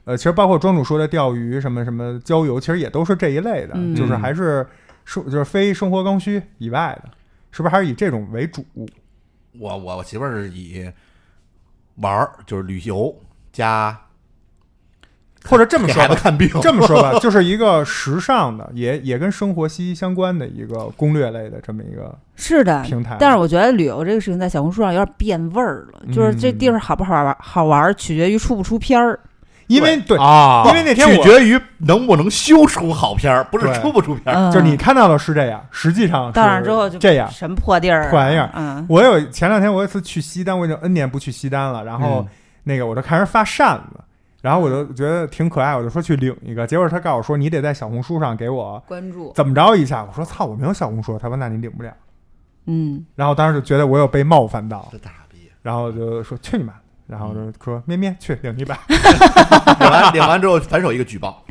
[SPEAKER 2] 呃，其实包括庄主说的钓鱼什么什么郊游，其实也都是这一类的，
[SPEAKER 5] 嗯
[SPEAKER 2] 就是还是生就是非生活刚需以外的，是不是还是以这种为主？
[SPEAKER 3] 我我我媳妇儿是以玩儿就是旅游加
[SPEAKER 2] 或者这么
[SPEAKER 3] 给
[SPEAKER 2] 说
[SPEAKER 3] 孩子
[SPEAKER 2] 吧，
[SPEAKER 3] 看病，
[SPEAKER 2] 这 么说吧，就是一个时尚的，也也跟生活息息相关的一个攻略类的这么一个
[SPEAKER 5] 是的，
[SPEAKER 2] 平台。
[SPEAKER 5] 但是我觉得旅游这个事情在小红书上有点变味儿了，就是这
[SPEAKER 2] 嗯
[SPEAKER 5] 地方好不好玩，好玩儿取决于出不出片儿。
[SPEAKER 2] 因为对，
[SPEAKER 1] 啊
[SPEAKER 2] 因为那天
[SPEAKER 3] 取
[SPEAKER 2] 我
[SPEAKER 3] 决于能不能修出好片儿，不是
[SPEAKER 2] 对
[SPEAKER 3] 出不出片儿。
[SPEAKER 5] 嗯，
[SPEAKER 2] 啊就是你看到的是这样，实际上是
[SPEAKER 5] 到那儿之后就
[SPEAKER 2] 这样。
[SPEAKER 5] 什么破地儿啊，
[SPEAKER 2] 破玩意儿
[SPEAKER 5] 嗯，
[SPEAKER 2] 我有前两天我有一次去西单，我已经 N 年不去西单了，然后
[SPEAKER 3] 嗯
[SPEAKER 2] 那个我就看人发扇子，然后我就觉得挺可爱，我就说去领一个，结果他告诉我说你得在小红书上给我
[SPEAKER 5] 关注，
[SPEAKER 2] 怎么着一下，我说操，我没有小红书，他说那你领不了，
[SPEAKER 5] 嗯，
[SPEAKER 2] 然后我当时就觉得我有被冒犯到，
[SPEAKER 3] 这大逼！
[SPEAKER 2] 然后我就说去你妈的，然后我就说咩咩去领一把。
[SPEAKER 3] 领完领完之后反手一个举报，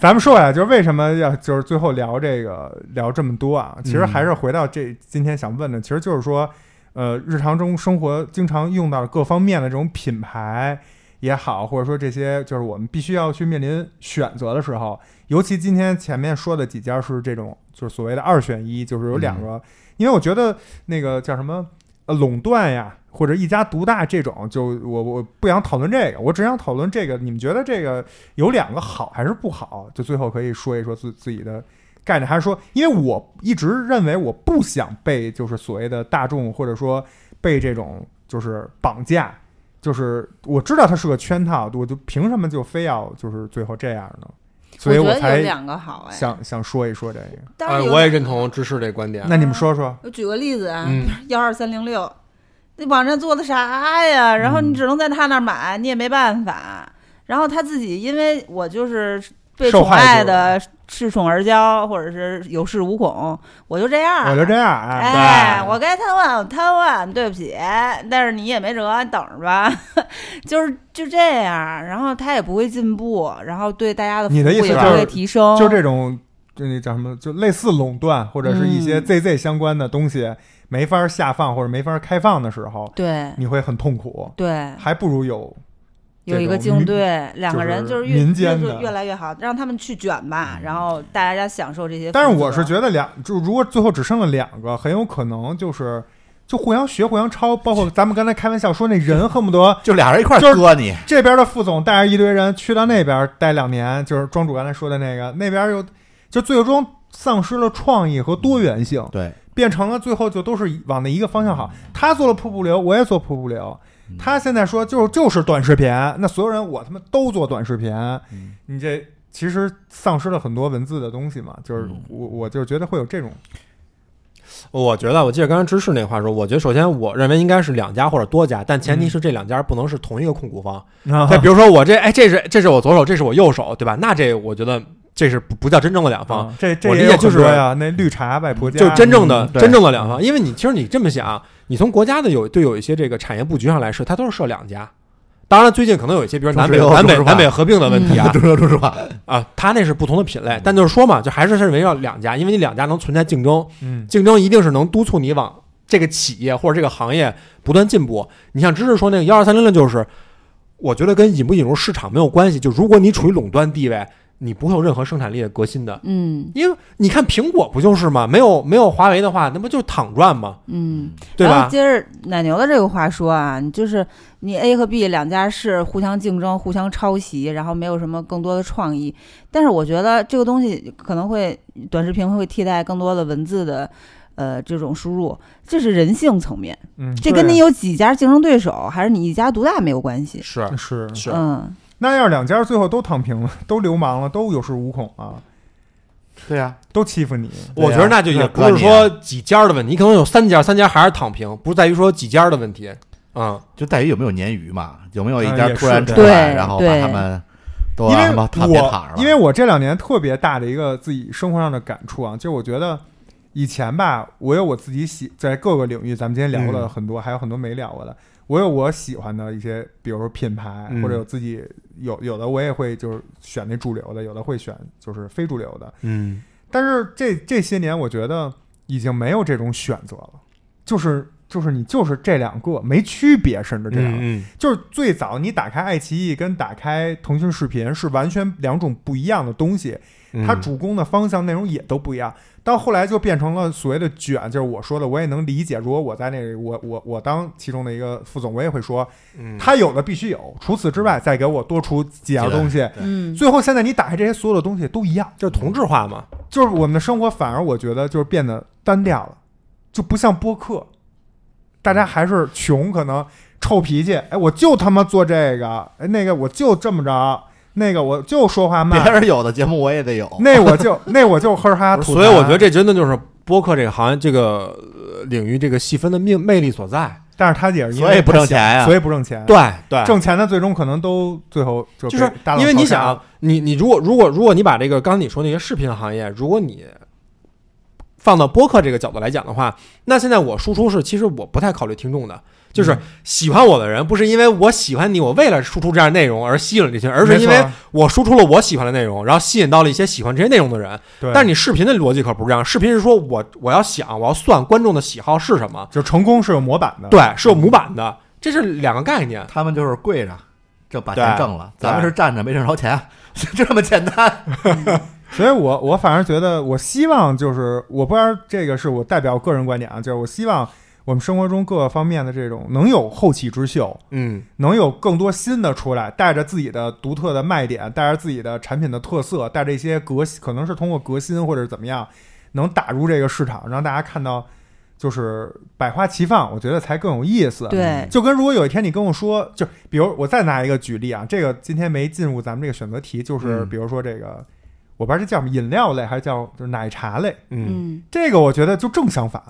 [SPEAKER 2] 咱们说回来，就是为什么要就是最后聊这个聊这么多啊？其实还是回到这今天想问的，其实就是说，呃，日常中生活经常用到的各方面的这种品牌也好，或者说这些就是我们必须要去面临选择的时候，尤其今天前面说的几家是这种就是所谓的二选一，就是有两个，因为我觉得那个叫什么呃垄断呀。或者一家独大这种，就我我不想讨论这个，我只想讨论这个。你们觉得这个有两个好还是不好，就最后可以说一说自自己的概念，还是说，因为我一直认为我不想被就是所谓的大众或者说被这种就是绑架，就是我知道它是个圈套，我就凭什么就非要就是最后这样呢？所以
[SPEAKER 5] 我觉得有
[SPEAKER 2] 才
[SPEAKER 5] 两个好哎，
[SPEAKER 2] 想想说一说这个。
[SPEAKER 5] 当
[SPEAKER 1] 哎，
[SPEAKER 5] 然
[SPEAKER 1] 我也
[SPEAKER 5] 有。
[SPEAKER 1] 认同芝士这观点。
[SPEAKER 2] 那
[SPEAKER 5] 啊
[SPEAKER 2] 你们说说，
[SPEAKER 5] 我举个例子啊
[SPEAKER 1] 嗯，
[SPEAKER 5] 幺二三零六，那网站做的啥呀？然
[SPEAKER 2] 嗯
[SPEAKER 5] 后你只能在他那儿买，你也没办法。然后他自己，因为我就是被
[SPEAKER 2] 受
[SPEAKER 5] 宠
[SPEAKER 2] 害者
[SPEAKER 5] 爱的恃宠而骄，或者是有恃无恐，我就这样儿，
[SPEAKER 2] 我就这样啊，
[SPEAKER 5] 哎，我该贪污我贪污，对不起，但是你也没辙，你等着吧， 就是就这样。然后他也不会进步，然后对大家的服务
[SPEAKER 2] 你的意思
[SPEAKER 5] 也不
[SPEAKER 2] 就是
[SPEAKER 5] 会提升，
[SPEAKER 2] 就这种。就那叫什么，就类似垄断或者是一些
[SPEAKER 5] 嗯
[SPEAKER 2] ZZ 相关的东西没法下放或者没法开放的时候，
[SPEAKER 5] 对
[SPEAKER 2] 你会很痛苦，
[SPEAKER 5] 对，
[SPEAKER 2] 还不如有
[SPEAKER 5] 有一个
[SPEAKER 2] 这种
[SPEAKER 5] 竞
[SPEAKER 2] 民
[SPEAKER 5] 对，两个人
[SPEAKER 2] 就是
[SPEAKER 5] 是越
[SPEAKER 2] 民
[SPEAKER 5] 越
[SPEAKER 2] 间
[SPEAKER 5] 做
[SPEAKER 2] 的嗯
[SPEAKER 5] 越来越好，让他们去卷吧，然后大家享受这些福泽。
[SPEAKER 2] 但是我是觉得两，就如果最后只剩了两个，很有可能就是就互相学、互相抄，包括咱们刚才开玩笑说那人恨不 得
[SPEAKER 3] 就俩人一块儿
[SPEAKER 2] 就是嗯
[SPEAKER 3] 割你，
[SPEAKER 2] 这边的副总带着一堆人去到那边待两年，就是庄主刚才说的那个，那边又就最终丧失了创意和多元性，
[SPEAKER 3] 对，
[SPEAKER 2] 变成了最后就都是往那一个方向好。他做了瀑布流，我也做瀑布流。他现在说就是就是短视频，那所有人我他妈都做短视频，
[SPEAKER 3] 嗯
[SPEAKER 2] 你这其实丧失了很多文字的东西嘛。就是
[SPEAKER 3] 嗯
[SPEAKER 2] 我我就是觉得会有这种
[SPEAKER 1] 我觉得，我记得刚才芝士那话说，我觉得首先我认为应该是两家或者多家，但前提是这两家不能是同一个控股方。
[SPEAKER 2] 啊
[SPEAKER 1] 那、比如说我这，哎，这是这是我左手，这是我右手，对吧？那这我觉得这是不不叫真正的两方，
[SPEAKER 2] 啊这这
[SPEAKER 1] 我理
[SPEAKER 2] 也
[SPEAKER 1] 解
[SPEAKER 2] 有
[SPEAKER 1] 就是
[SPEAKER 2] 很多呀，那绿茶外婆家
[SPEAKER 1] 就是真正的、
[SPEAKER 3] 嗯对
[SPEAKER 1] 真正的两方。因为你其实你这么想，啊你从国家的有对有一些这个产业布局上来说，它都是设两家。当然了，最近可能有一些，比如南北
[SPEAKER 3] 中石油
[SPEAKER 1] 南
[SPEAKER 3] 中
[SPEAKER 1] 北
[SPEAKER 3] 石化
[SPEAKER 1] 南北合并的问题啊，
[SPEAKER 3] 中说中说话，
[SPEAKER 1] 啊，它那是不同的品类，但就是说嘛，就还是是围绕两家，因为你两家能存在竞争，
[SPEAKER 2] 嗯
[SPEAKER 1] 竞争一定是能督促你往这个企业或者这个行业不断进步。你像知识说那个幺二三零六，就是我觉得跟引不引入市场没有关系，就如果你处于垄断地位，你不会有任何生产力的革新的。
[SPEAKER 5] 嗯
[SPEAKER 1] 因为你看苹果不就是吗？没有没有华为的话，那不就是躺赚吗？
[SPEAKER 5] 嗯，
[SPEAKER 1] 对
[SPEAKER 5] 然后
[SPEAKER 1] 吧？
[SPEAKER 5] 接着奶牛的这个话说啊，你就是你 A 和 B 两家是互相竞争、互相抄袭，然后没有什么更多的创意。但是我觉得这个东西可能会短视频会替代更多的文字的。呃，这种输入，这是人性层面，
[SPEAKER 2] 嗯，
[SPEAKER 5] 这
[SPEAKER 2] 对
[SPEAKER 5] 跟你有几家竞争对手，还是你一家独大没有关系。
[SPEAKER 1] 是
[SPEAKER 2] 是
[SPEAKER 1] 是
[SPEAKER 5] 嗯，
[SPEAKER 2] 那要是两家最后都躺平了，都流氓了，都有恃无恐啊，
[SPEAKER 3] 对啊呀，
[SPEAKER 2] 都欺负你，
[SPEAKER 1] 我觉得那就也不是说几家的问题，你可能有三家，三家还是躺平，不是在于说几家的问题。嗯，
[SPEAKER 3] 就在于有没有鲶鱼嘛，有没有一
[SPEAKER 2] 啊
[SPEAKER 3] 家
[SPEAKER 2] 也
[SPEAKER 3] 突然
[SPEAKER 2] 是
[SPEAKER 3] 出来，
[SPEAKER 5] 对
[SPEAKER 3] 然后把
[SPEAKER 5] 对
[SPEAKER 3] 他们都
[SPEAKER 2] 因
[SPEAKER 3] 让
[SPEAKER 2] 为
[SPEAKER 3] 他们躺别躺
[SPEAKER 2] 我
[SPEAKER 3] 着了，
[SPEAKER 2] 因为我这两年特别大的一个自己生活上的感触啊，就是我觉得以前吧，我有我自己喜在各个领域，咱们今天聊了
[SPEAKER 1] 嗯
[SPEAKER 2] 很多，还有很多没聊过的。我有我喜欢的一些，比如说品牌，
[SPEAKER 1] 嗯
[SPEAKER 2] 或者有自己有有的我也会就是选那主流的，有的会选就是非主流的。
[SPEAKER 1] 嗯，
[SPEAKER 2] 但是这这些年，我觉得已经没有这种选择了，就是就是你就是这两个没区别，甚至这样。
[SPEAKER 1] 嗯
[SPEAKER 2] 就是最早你打开爱奇艺跟打开腾讯视频是完全两种不一样的东西，
[SPEAKER 1] 嗯
[SPEAKER 2] 它主攻的方向内容也都不一样。到后来就变成了所谓的卷，就是我说的，我也能理解。如果我在那里，我我我当其中的一个副总，我也会说，
[SPEAKER 1] 嗯
[SPEAKER 2] 他有的必须有，除此之外再给我多出几样东西。
[SPEAKER 5] 嗯，
[SPEAKER 2] 最后现在你打开这些所有的东西都一样，
[SPEAKER 1] 就是同质化嘛，
[SPEAKER 2] 就是我们的生活反而我觉得就是变得单调了，就不像播客，大家还是穷，可能臭脾气，哎，我就他妈做这个，哎，那个我就这么着，那个我就说话
[SPEAKER 3] 别
[SPEAKER 2] 慢，
[SPEAKER 3] 人有的节目我也得有，
[SPEAKER 2] 那我就 那我就呵哈
[SPEAKER 1] 不是
[SPEAKER 2] 吐痰。
[SPEAKER 1] 所以我觉得，这真的就是播客这个行业这个呃领域这个细分的命魅力所在。
[SPEAKER 2] 但是他也是因为
[SPEAKER 3] 所以不
[SPEAKER 2] 他
[SPEAKER 3] 挣
[SPEAKER 2] 小
[SPEAKER 3] 钱呀
[SPEAKER 2] 所以不挣钱。
[SPEAKER 1] 对对
[SPEAKER 2] 挣钱的最终可能都最后就
[SPEAKER 1] 就是
[SPEAKER 2] 被大浪
[SPEAKER 1] 因为你
[SPEAKER 2] 淘沙
[SPEAKER 1] 想，你你如果如果如果你把这个刚才你说那些视频行业，如果你放到播客这个角度来讲的话，那现在我输出是其实我不太考虑听众的，就是
[SPEAKER 2] 嗯
[SPEAKER 1] 喜欢我的人不是因为我喜欢你，我为了输出这样的内容而吸引了这些人，而是因
[SPEAKER 2] 没
[SPEAKER 1] 为
[SPEAKER 2] 错啊
[SPEAKER 1] 我输出了我喜欢的内容，然后吸引到了一些喜欢这些内容的人。
[SPEAKER 2] 对，
[SPEAKER 1] 但是你视频的逻辑可不是这样，视频是说我我要想，我要算观众的喜好是什么。
[SPEAKER 2] 就成功是有模板的，，
[SPEAKER 1] 对，嗯是有模板的，这是两个概念。
[SPEAKER 3] 他们就是跪着。就把
[SPEAKER 1] 对
[SPEAKER 3] 钱挣了，
[SPEAKER 1] 对
[SPEAKER 3] 咱们是站着没挣着钱， 就这么简单。
[SPEAKER 2] 所以我我反而觉得，我希望就是我不知道这个是我代表个人观点啊，就是我希望我们生活中各个方面的这种能有后起之秀，
[SPEAKER 1] 嗯，
[SPEAKER 2] 能有更多新的出来，带着自己的独特的卖点，带着自己的产品的特色，带着一些革可能是通过革新或者怎么样，能打入这个市场，让大家看到就是百花齐放，我觉得才更有意思。啊
[SPEAKER 5] 对，
[SPEAKER 2] 就跟如果有一天你跟我说，就比如我再拿一个举例啊，这个今天没进入咱们这个选择题，就是
[SPEAKER 1] 嗯
[SPEAKER 2] 比如说这个，我不知道这叫什么饮料类还是叫就是奶茶类，
[SPEAKER 5] 嗯
[SPEAKER 2] 这个我觉得就正相反，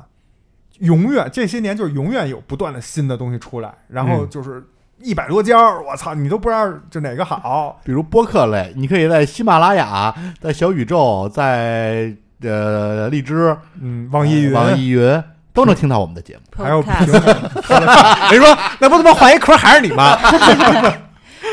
[SPEAKER 2] 永远这些年就是永远有不断的新的东西出来，然后
[SPEAKER 1] 嗯
[SPEAKER 2] 就是一百多家儿，我操，你都不知道就哪个 好，
[SPEAKER 3] 比如播客类，你可以在喜马拉雅、在小宇宙、在呃荔枝、
[SPEAKER 2] 嗯，网易云，
[SPEAKER 3] 网易云都能听到我们的 节目。
[SPEAKER 2] 还有
[SPEAKER 5] Podcast
[SPEAKER 2] 苹果，
[SPEAKER 1] 人说啊那不他妈换一壳还是你吗？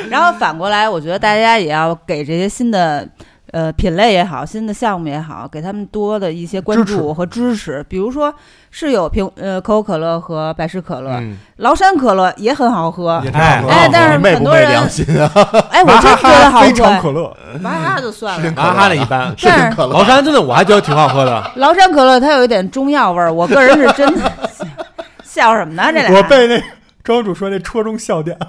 [SPEAKER 5] 然后反过来，我觉得大家也要给这些新的呃品类也好，新的项目也好，给他们多的一些关
[SPEAKER 2] 支持
[SPEAKER 5] 注和支持。比如说是有苹呃可口可乐和百事可乐，
[SPEAKER 1] 嗯，
[SPEAKER 5] 崂山可乐也很好喝
[SPEAKER 2] 也。挺好喝的
[SPEAKER 5] 哎但是
[SPEAKER 3] 昧
[SPEAKER 5] 很
[SPEAKER 3] 不
[SPEAKER 5] 多
[SPEAKER 3] 昧
[SPEAKER 5] 人
[SPEAKER 3] 良心啊？
[SPEAKER 5] 哎，我
[SPEAKER 2] 娃
[SPEAKER 5] 真
[SPEAKER 2] 哈
[SPEAKER 5] 觉得
[SPEAKER 2] 哈
[SPEAKER 5] 好
[SPEAKER 2] 非常可
[SPEAKER 5] 喝。
[SPEAKER 2] 乐，
[SPEAKER 5] 娃哈哈就算了，
[SPEAKER 1] 娃哈哈的一 般，
[SPEAKER 3] 是挺
[SPEAKER 5] 但是
[SPEAKER 3] 可乐。
[SPEAKER 1] 崂山真的我还觉得挺好喝的。
[SPEAKER 5] 崂山可乐它有一点中药味儿，我个人是真的。 笑什么呢？这俩
[SPEAKER 2] 我被那庄主说那戳中笑点，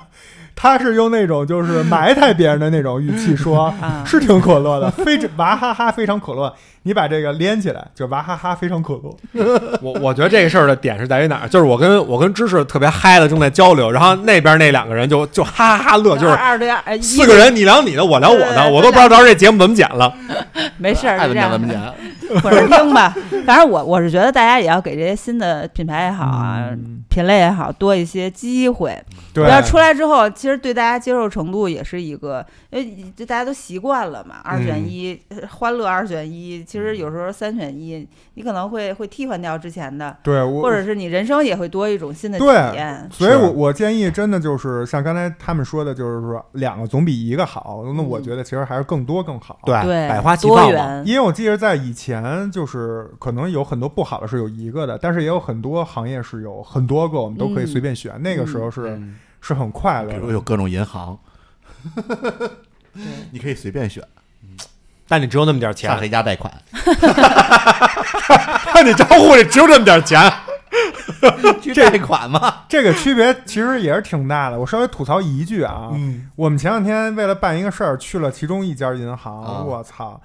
[SPEAKER 2] 他是用那种就是埋汰别人的那种语 气说，
[SPEAKER 5] 啊
[SPEAKER 2] 是挺可乐的，非常娃哈哈非常可乐。你把这个连起来，就娃哈哈非常可乐。
[SPEAKER 1] 我我觉得这个事儿的点是在于哪儿？就是我跟我跟芝士特别嗨的正在交流，然后那边那两个人就就哈哈哈乐，就是
[SPEAKER 5] 二二对二，哎
[SPEAKER 1] 四个人你聊你的，我聊我
[SPEAKER 5] 对
[SPEAKER 1] 的，
[SPEAKER 5] 对
[SPEAKER 1] 我都不知道这节目怎么剪了。
[SPEAKER 5] 没事儿，
[SPEAKER 3] 爱
[SPEAKER 5] 就
[SPEAKER 3] 怎
[SPEAKER 5] 这
[SPEAKER 3] 么讲
[SPEAKER 5] 样
[SPEAKER 3] 怎么讲。
[SPEAKER 5] 混着听吧。反正我我是觉得大家也要给这些新的品牌也好啊，品类也好，多一些机会。
[SPEAKER 2] 嗯对，
[SPEAKER 5] 要出来之后，其实对大家接受程度也是一个，因为就大家都习惯了嘛，二
[SPEAKER 2] 嗯
[SPEAKER 5] 选一，呃欢乐二选一。其实有时候三选一，你可能会会替换掉之前的，
[SPEAKER 2] 对我
[SPEAKER 5] 或者是你人生也会多一种新的体
[SPEAKER 2] 对
[SPEAKER 5] 验。
[SPEAKER 2] 所以
[SPEAKER 1] 是
[SPEAKER 3] 啊
[SPEAKER 2] 我，我建议真的就是像刚才他们说的，就是说两个总比一个好。那我觉得其实还是更多更好。，
[SPEAKER 5] 嗯对，
[SPEAKER 1] 百花齐
[SPEAKER 5] 多
[SPEAKER 1] 放嘛。
[SPEAKER 5] 元，
[SPEAKER 2] 因为我记得在以前，就是可能有很多不好的是有一个的，但是也有很多行业是有很多个，我们都可以
[SPEAKER 5] 嗯
[SPEAKER 2] 随便选。那个时候是、是很快乐
[SPEAKER 3] 嗯比
[SPEAKER 2] 的。
[SPEAKER 3] 如有各种银行，
[SPEAKER 5] 对
[SPEAKER 3] 你可以随便选，
[SPEAKER 1] 但你只有那么点
[SPEAKER 3] 向
[SPEAKER 1] 钱，
[SPEAKER 3] 谁家贷款，
[SPEAKER 1] 看你账户里只有这么点钱。
[SPEAKER 3] 去贷款嘛。
[SPEAKER 2] 这个区别其实也是挺大的。我 稍微吐槽一句啊，
[SPEAKER 1] 嗯，
[SPEAKER 2] 我们前两天为了办一个事儿，去了其中一家银
[SPEAKER 3] 啊
[SPEAKER 2] 行，我操、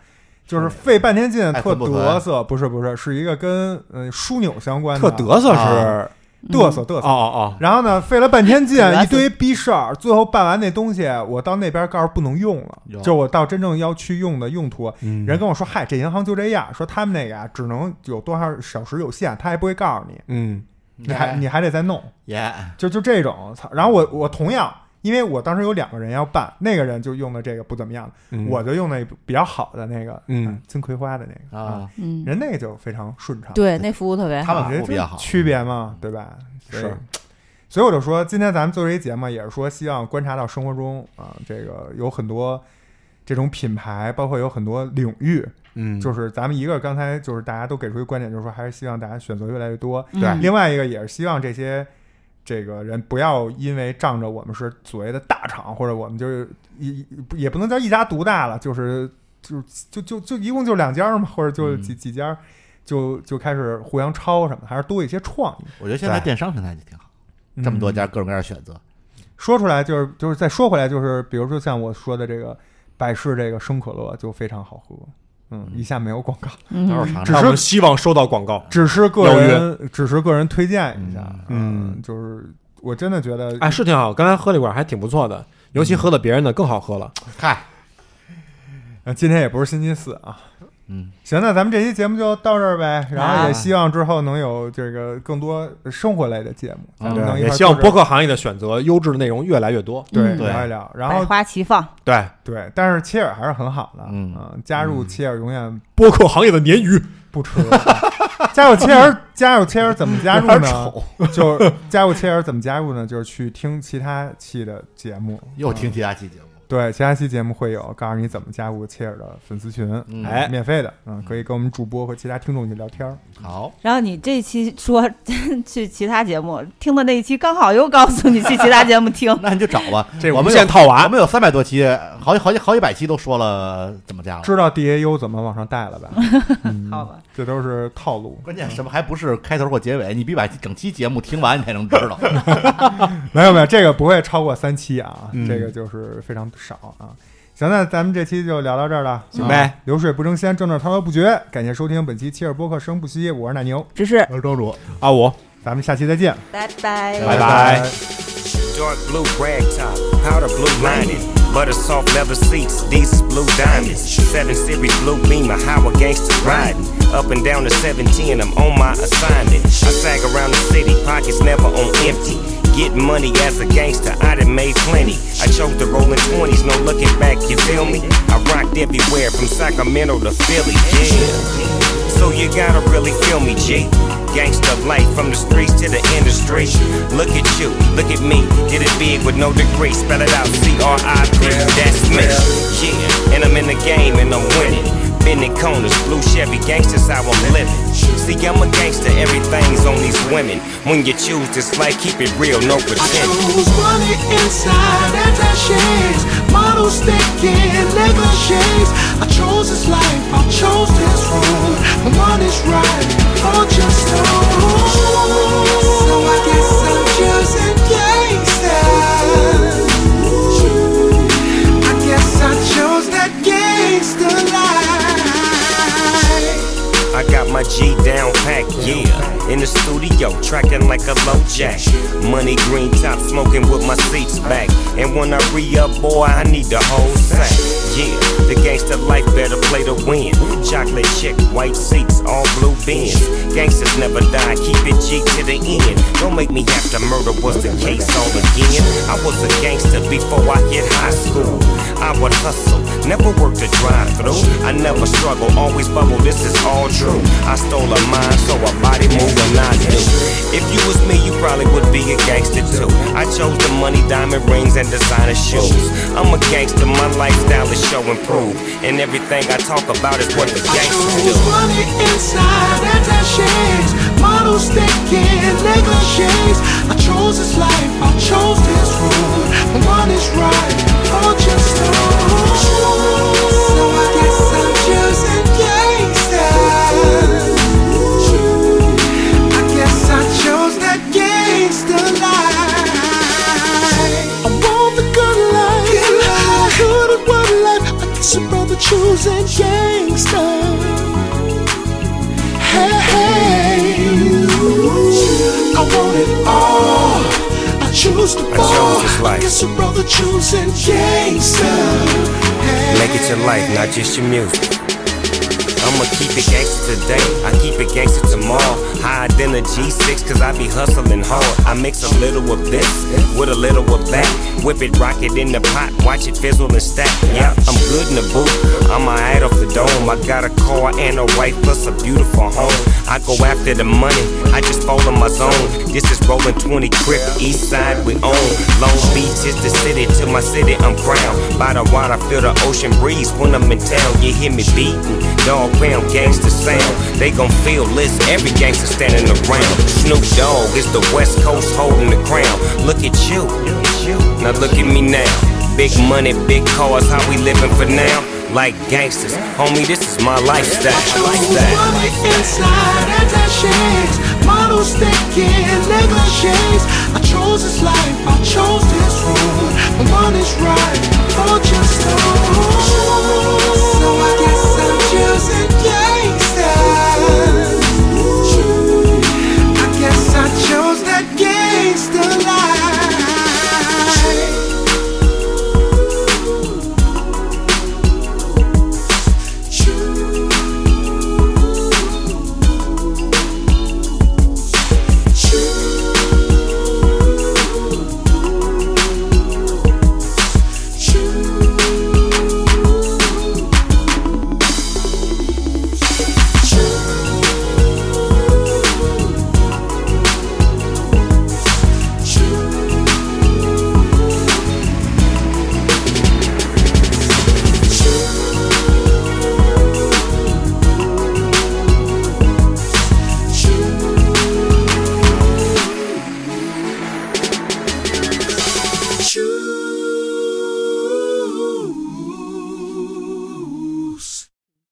[SPEAKER 2] 就是费半天劲，
[SPEAKER 3] 哎
[SPEAKER 2] 特
[SPEAKER 3] 分不出来
[SPEAKER 2] 嘚瑟。不是不是，是一个跟嗯、呃枢纽相关
[SPEAKER 1] 特
[SPEAKER 2] 的，
[SPEAKER 1] 嘚瑟是
[SPEAKER 3] 啊
[SPEAKER 2] 嘚瑟嘚
[SPEAKER 1] 哦
[SPEAKER 2] 瑟。
[SPEAKER 1] 哦
[SPEAKER 2] 然后呢，费了半 天劲
[SPEAKER 5] 嘚，瑟
[SPEAKER 2] 一堆逼事儿，最后办完那东西，我到那边告诉不能用了
[SPEAKER 3] 哟，
[SPEAKER 2] 就我到真正要去用的用途，
[SPEAKER 1] 嗯
[SPEAKER 2] 人跟我说，嗨，这银行就这样，说他们那个啊，只能有多少小时有限，他还不会告诉你，
[SPEAKER 1] 嗯
[SPEAKER 2] 你
[SPEAKER 3] 哎
[SPEAKER 2] 还你还得再弄。
[SPEAKER 3] 耶，
[SPEAKER 2] 就就这种，操！然后我我同样，因为我当时有两个人要办，那个人就用的这个不怎么样，
[SPEAKER 1] 嗯
[SPEAKER 2] 我就用那比较好的那个，
[SPEAKER 1] 嗯
[SPEAKER 2] 啊，金葵花的那个
[SPEAKER 3] 啊，，
[SPEAKER 5] 嗯，
[SPEAKER 2] 人那个就非常顺畅，
[SPEAKER 5] 对，那服务特别
[SPEAKER 3] 他
[SPEAKER 5] 好。
[SPEAKER 3] 们
[SPEAKER 2] 我觉
[SPEAKER 3] 服
[SPEAKER 2] 得
[SPEAKER 3] 务比较
[SPEAKER 2] 这
[SPEAKER 3] 好，
[SPEAKER 2] 区别嘛，对吧？所以
[SPEAKER 1] 是。
[SPEAKER 2] 所以我就说，今天咱们做这一节目，也是说希望观察到生活中啊，这个有很多这种品牌，包括有很多领域，
[SPEAKER 1] 嗯，
[SPEAKER 2] 就是咱们一个刚才就是大家都给出一个观点，就是说还是希望大家选择越来越多，
[SPEAKER 5] 对嗯
[SPEAKER 2] 另外一个也是希望这些这个人不要因为仗着我们是所谓的大厂，或者我们就是一不也不能叫一家独大了，就是就就就就一共就两家嘛，或者就
[SPEAKER 3] 嗯
[SPEAKER 2] 几几家，就就开始互相抄什么，还是多一些创意。
[SPEAKER 3] 我觉得现在
[SPEAKER 2] 对
[SPEAKER 3] 电商平台就挺好，这么多
[SPEAKER 2] 嗯
[SPEAKER 3] 家各种各样的选择，
[SPEAKER 2] 说出来就是就是再说回来就是，比如说像我说的这个百事这个生可乐就非常好喝，嗯，一下没有广告。
[SPEAKER 5] 嗯
[SPEAKER 3] 到时候尝
[SPEAKER 1] 那
[SPEAKER 3] 尝。
[SPEAKER 1] 我们希望收到广告。
[SPEAKER 2] 只是个
[SPEAKER 1] 邀
[SPEAKER 2] 人，只是个人推荐一下，
[SPEAKER 1] 嗯
[SPEAKER 2] 嗯，就是我真的觉得，
[SPEAKER 1] 哎，是挺好，刚才喝了一罐还挺不错的，尤其喝了别人的更好喝了。
[SPEAKER 3] 嗨，
[SPEAKER 2] 呃今天也不是星期四啊。
[SPEAKER 3] 嗯，
[SPEAKER 2] 行，那咱们这期节目就到这儿呗，然后也希望之后能有这个更多生活类的节目，咱们能一
[SPEAKER 1] 啊也
[SPEAKER 2] 块儿
[SPEAKER 1] 希望
[SPEAKER 2] 坐着
[SPEAKER 1] 播客行业的选择优质的内容越来越多。
[SPEAKER 5] 嗯
[SPEAKER 2] 对
[SPEAKER 3] 对
[SPEAKER 2] 聊一聊，然
[SPEAKER 5] 百
[SPEAKER 2] 后
[SPEAKER 5] 花齐放，
[SPEAKER 1] 对，
[SPEAKER 2] 对，但是切尔还是很好的，
[SPEAKER 3] 嗯
[SPEAKER 2] 加入切尔永远
[SPEAKER 1] 播客行业的鲶鱼，
[SPEAKER 2] 不吃了。加入切尔，加入切尔怎么加入呢？就是加入切尔怎么加入呢？就是去听其他期的节目，
[SPEAKER 3] 又听其他期节目，
[SPEAKER 2] 对，其他期节目会有告诉你怎么加入切尔的粉丝群，
[SPEAKER 3] 嗯
[SPEAKER 2] 哎，免费的，嗯，可以跟我们主播和其他听众去聊天儿。
[SPEAKER 3] 好，，
[SPEAKER 5] 然后你这期说 去其他节目听的那一期，刚好又告诉你去其他节目听
[SPEAKER 3] 那你就找 吧。
[SPEAKER 1] 这
[SPEAKER 3] 我
[SPEAKER 1] 无
[SPEAKER 3] 们
[SPEAKER 1] 限
[SPEAKER 3] 有
[SPEAKER 1] 套
[SPEAKER 3] 我
[SPEAKER 1] 娃。
[SPEAKER 3] 们有三百多期，好几好几好几百期都说了怎么加了。
[SPEAKER 2] 知道 DAU 怎么往上带了吧？ 嗯
[SPEAKER 5] 好吧，
[SPEAKER 2] 这都是套路。
[SPEAKER 3] 关键什么还不是开头或结尾，你必须把整期节目听完，你才能知道。
[SPEAKER 2] 没有没有，这个不会超过三期啊，
[SPEAKER 1] 嗯
[SPEAKER 2] 这个就是非常少啊。行，那咱们这期就聊到这儿了，啊
[SPEAKER 1] 行呗
[SPEAKER 2] 流水不争先，正正滔滔不绝。感谢收听本期切尔播客声不息，我是奶牛，
[SPEAKER 5] 只是
[SPEAKER 3] 我是庄主，
[SPEAKER 1] 啊，我
[SPEAKER 2] 咱们下期再见，
[SPEAKER 5] 拜拜。
[SPEAKER 1] 拜拜。
[SPEAKER 7] Dark blue rag top, powder blue lining, butter soft leather seats, these is blue diamonds. Seven series blue beamer, how a gangster riding. Up and down the 17, I'm on my assignment. I sag around the city, pockets never on empty. Getting money as a gangster, I done made plenty. I choked the rolling 20s, no looking back, you feel me? I rocked everywhere from Sacramento to Philly, yeah. So you gotta really feel me, G. Gangsta life from the streets to the industry. Look at you, look at me. Get it big with no degree. Spell it out, C R I P. That's me. Yeah, and I'm in the game and I'm winning. Bending corners, blue Chevy, gangsters how I'm living. See, I'm a gangster, everything's on these women. When you choose this life, keep it real, no
[SPEAKER 8] I
[SPEAKER 7] pretending.
[SPEAKER 8] choose money inside and shades. Models thinking, never shades. I chose this life, I chose this road. The money's right, fortune stone. So I guess. gangster life.
[SPEAKER 7] I got my G down pack, yeah. In the studio, tracking like a low jack. Money green top, smoking with my seats back. And when I re up, boy, I need the whole sack. Yeah, the gangster life better play to win. Chocolate chick, white seats, all blue bins. Gangsters never die, keep it G to the end. Don't make me have to murder, was the case all again? I was a gangster before I hit high school. I would hustle, never worked a drive through. I never struggle, always bubble, this is all true. I stole a mind, so a body move and I do. If you was me, you probably would be a gangster too. I chose the money, diamond rings, and designer shoes. I'm a gangster, my lifestyle is show and prove. And everything I talk about is what the
[SPEAKER 8] I
[SPEAKER 7] gangsters do.
[SPEAKER 8] choose money inside attachés. Models thinking negotiates. I chose this life, I chose this road. The one is right, all just wrong. So I guess I'm choosing gangsters. I guess I chose that gangster life. I want the good life, good, life. good and one life. I guess your brother choosing gangster. Hey, hey. I want it all. I choose the
[SPEAKER 7] I
[SPEAKER 8] ball.
[SPEAKER 7] chose this life.
[SPEAKER 8] I guess your brother choosing gangster. Hey.
[SPEAKER 7] Make it your life, not just your music. I'ma keep it gangster today, I keep it gangster tomorrow. Higher than a G6, cause I be hustling hard. I mix a little of this with a little of that. Whip it, rock it in the pot, watch it fizzle and stack. Yeah, I'm good in the booth, I'm a ad off the dome. I got a car and a wife, plus a beautiful home. I go after the money, I just follow my zone. This is rolling 20 crib, east side we own. Long Beach is the city, to my city I'm crowned. By the water, feel the ocean breeze when I'm in town. You hear me beating, dog pound, gangster sound. They gon' feel this, every gangster standing around. Snoop Dogg is the West Coast holding the crown. Look at you, now look at me now. Big money, big cars, how we living for now? Like gangsters, homie, this is my lifestyle. lifestyle.
[SPEAKER 8] Money inside attachés. Models thinking negotiates. I chose this life, I chose this road. The money's right, all just wrong.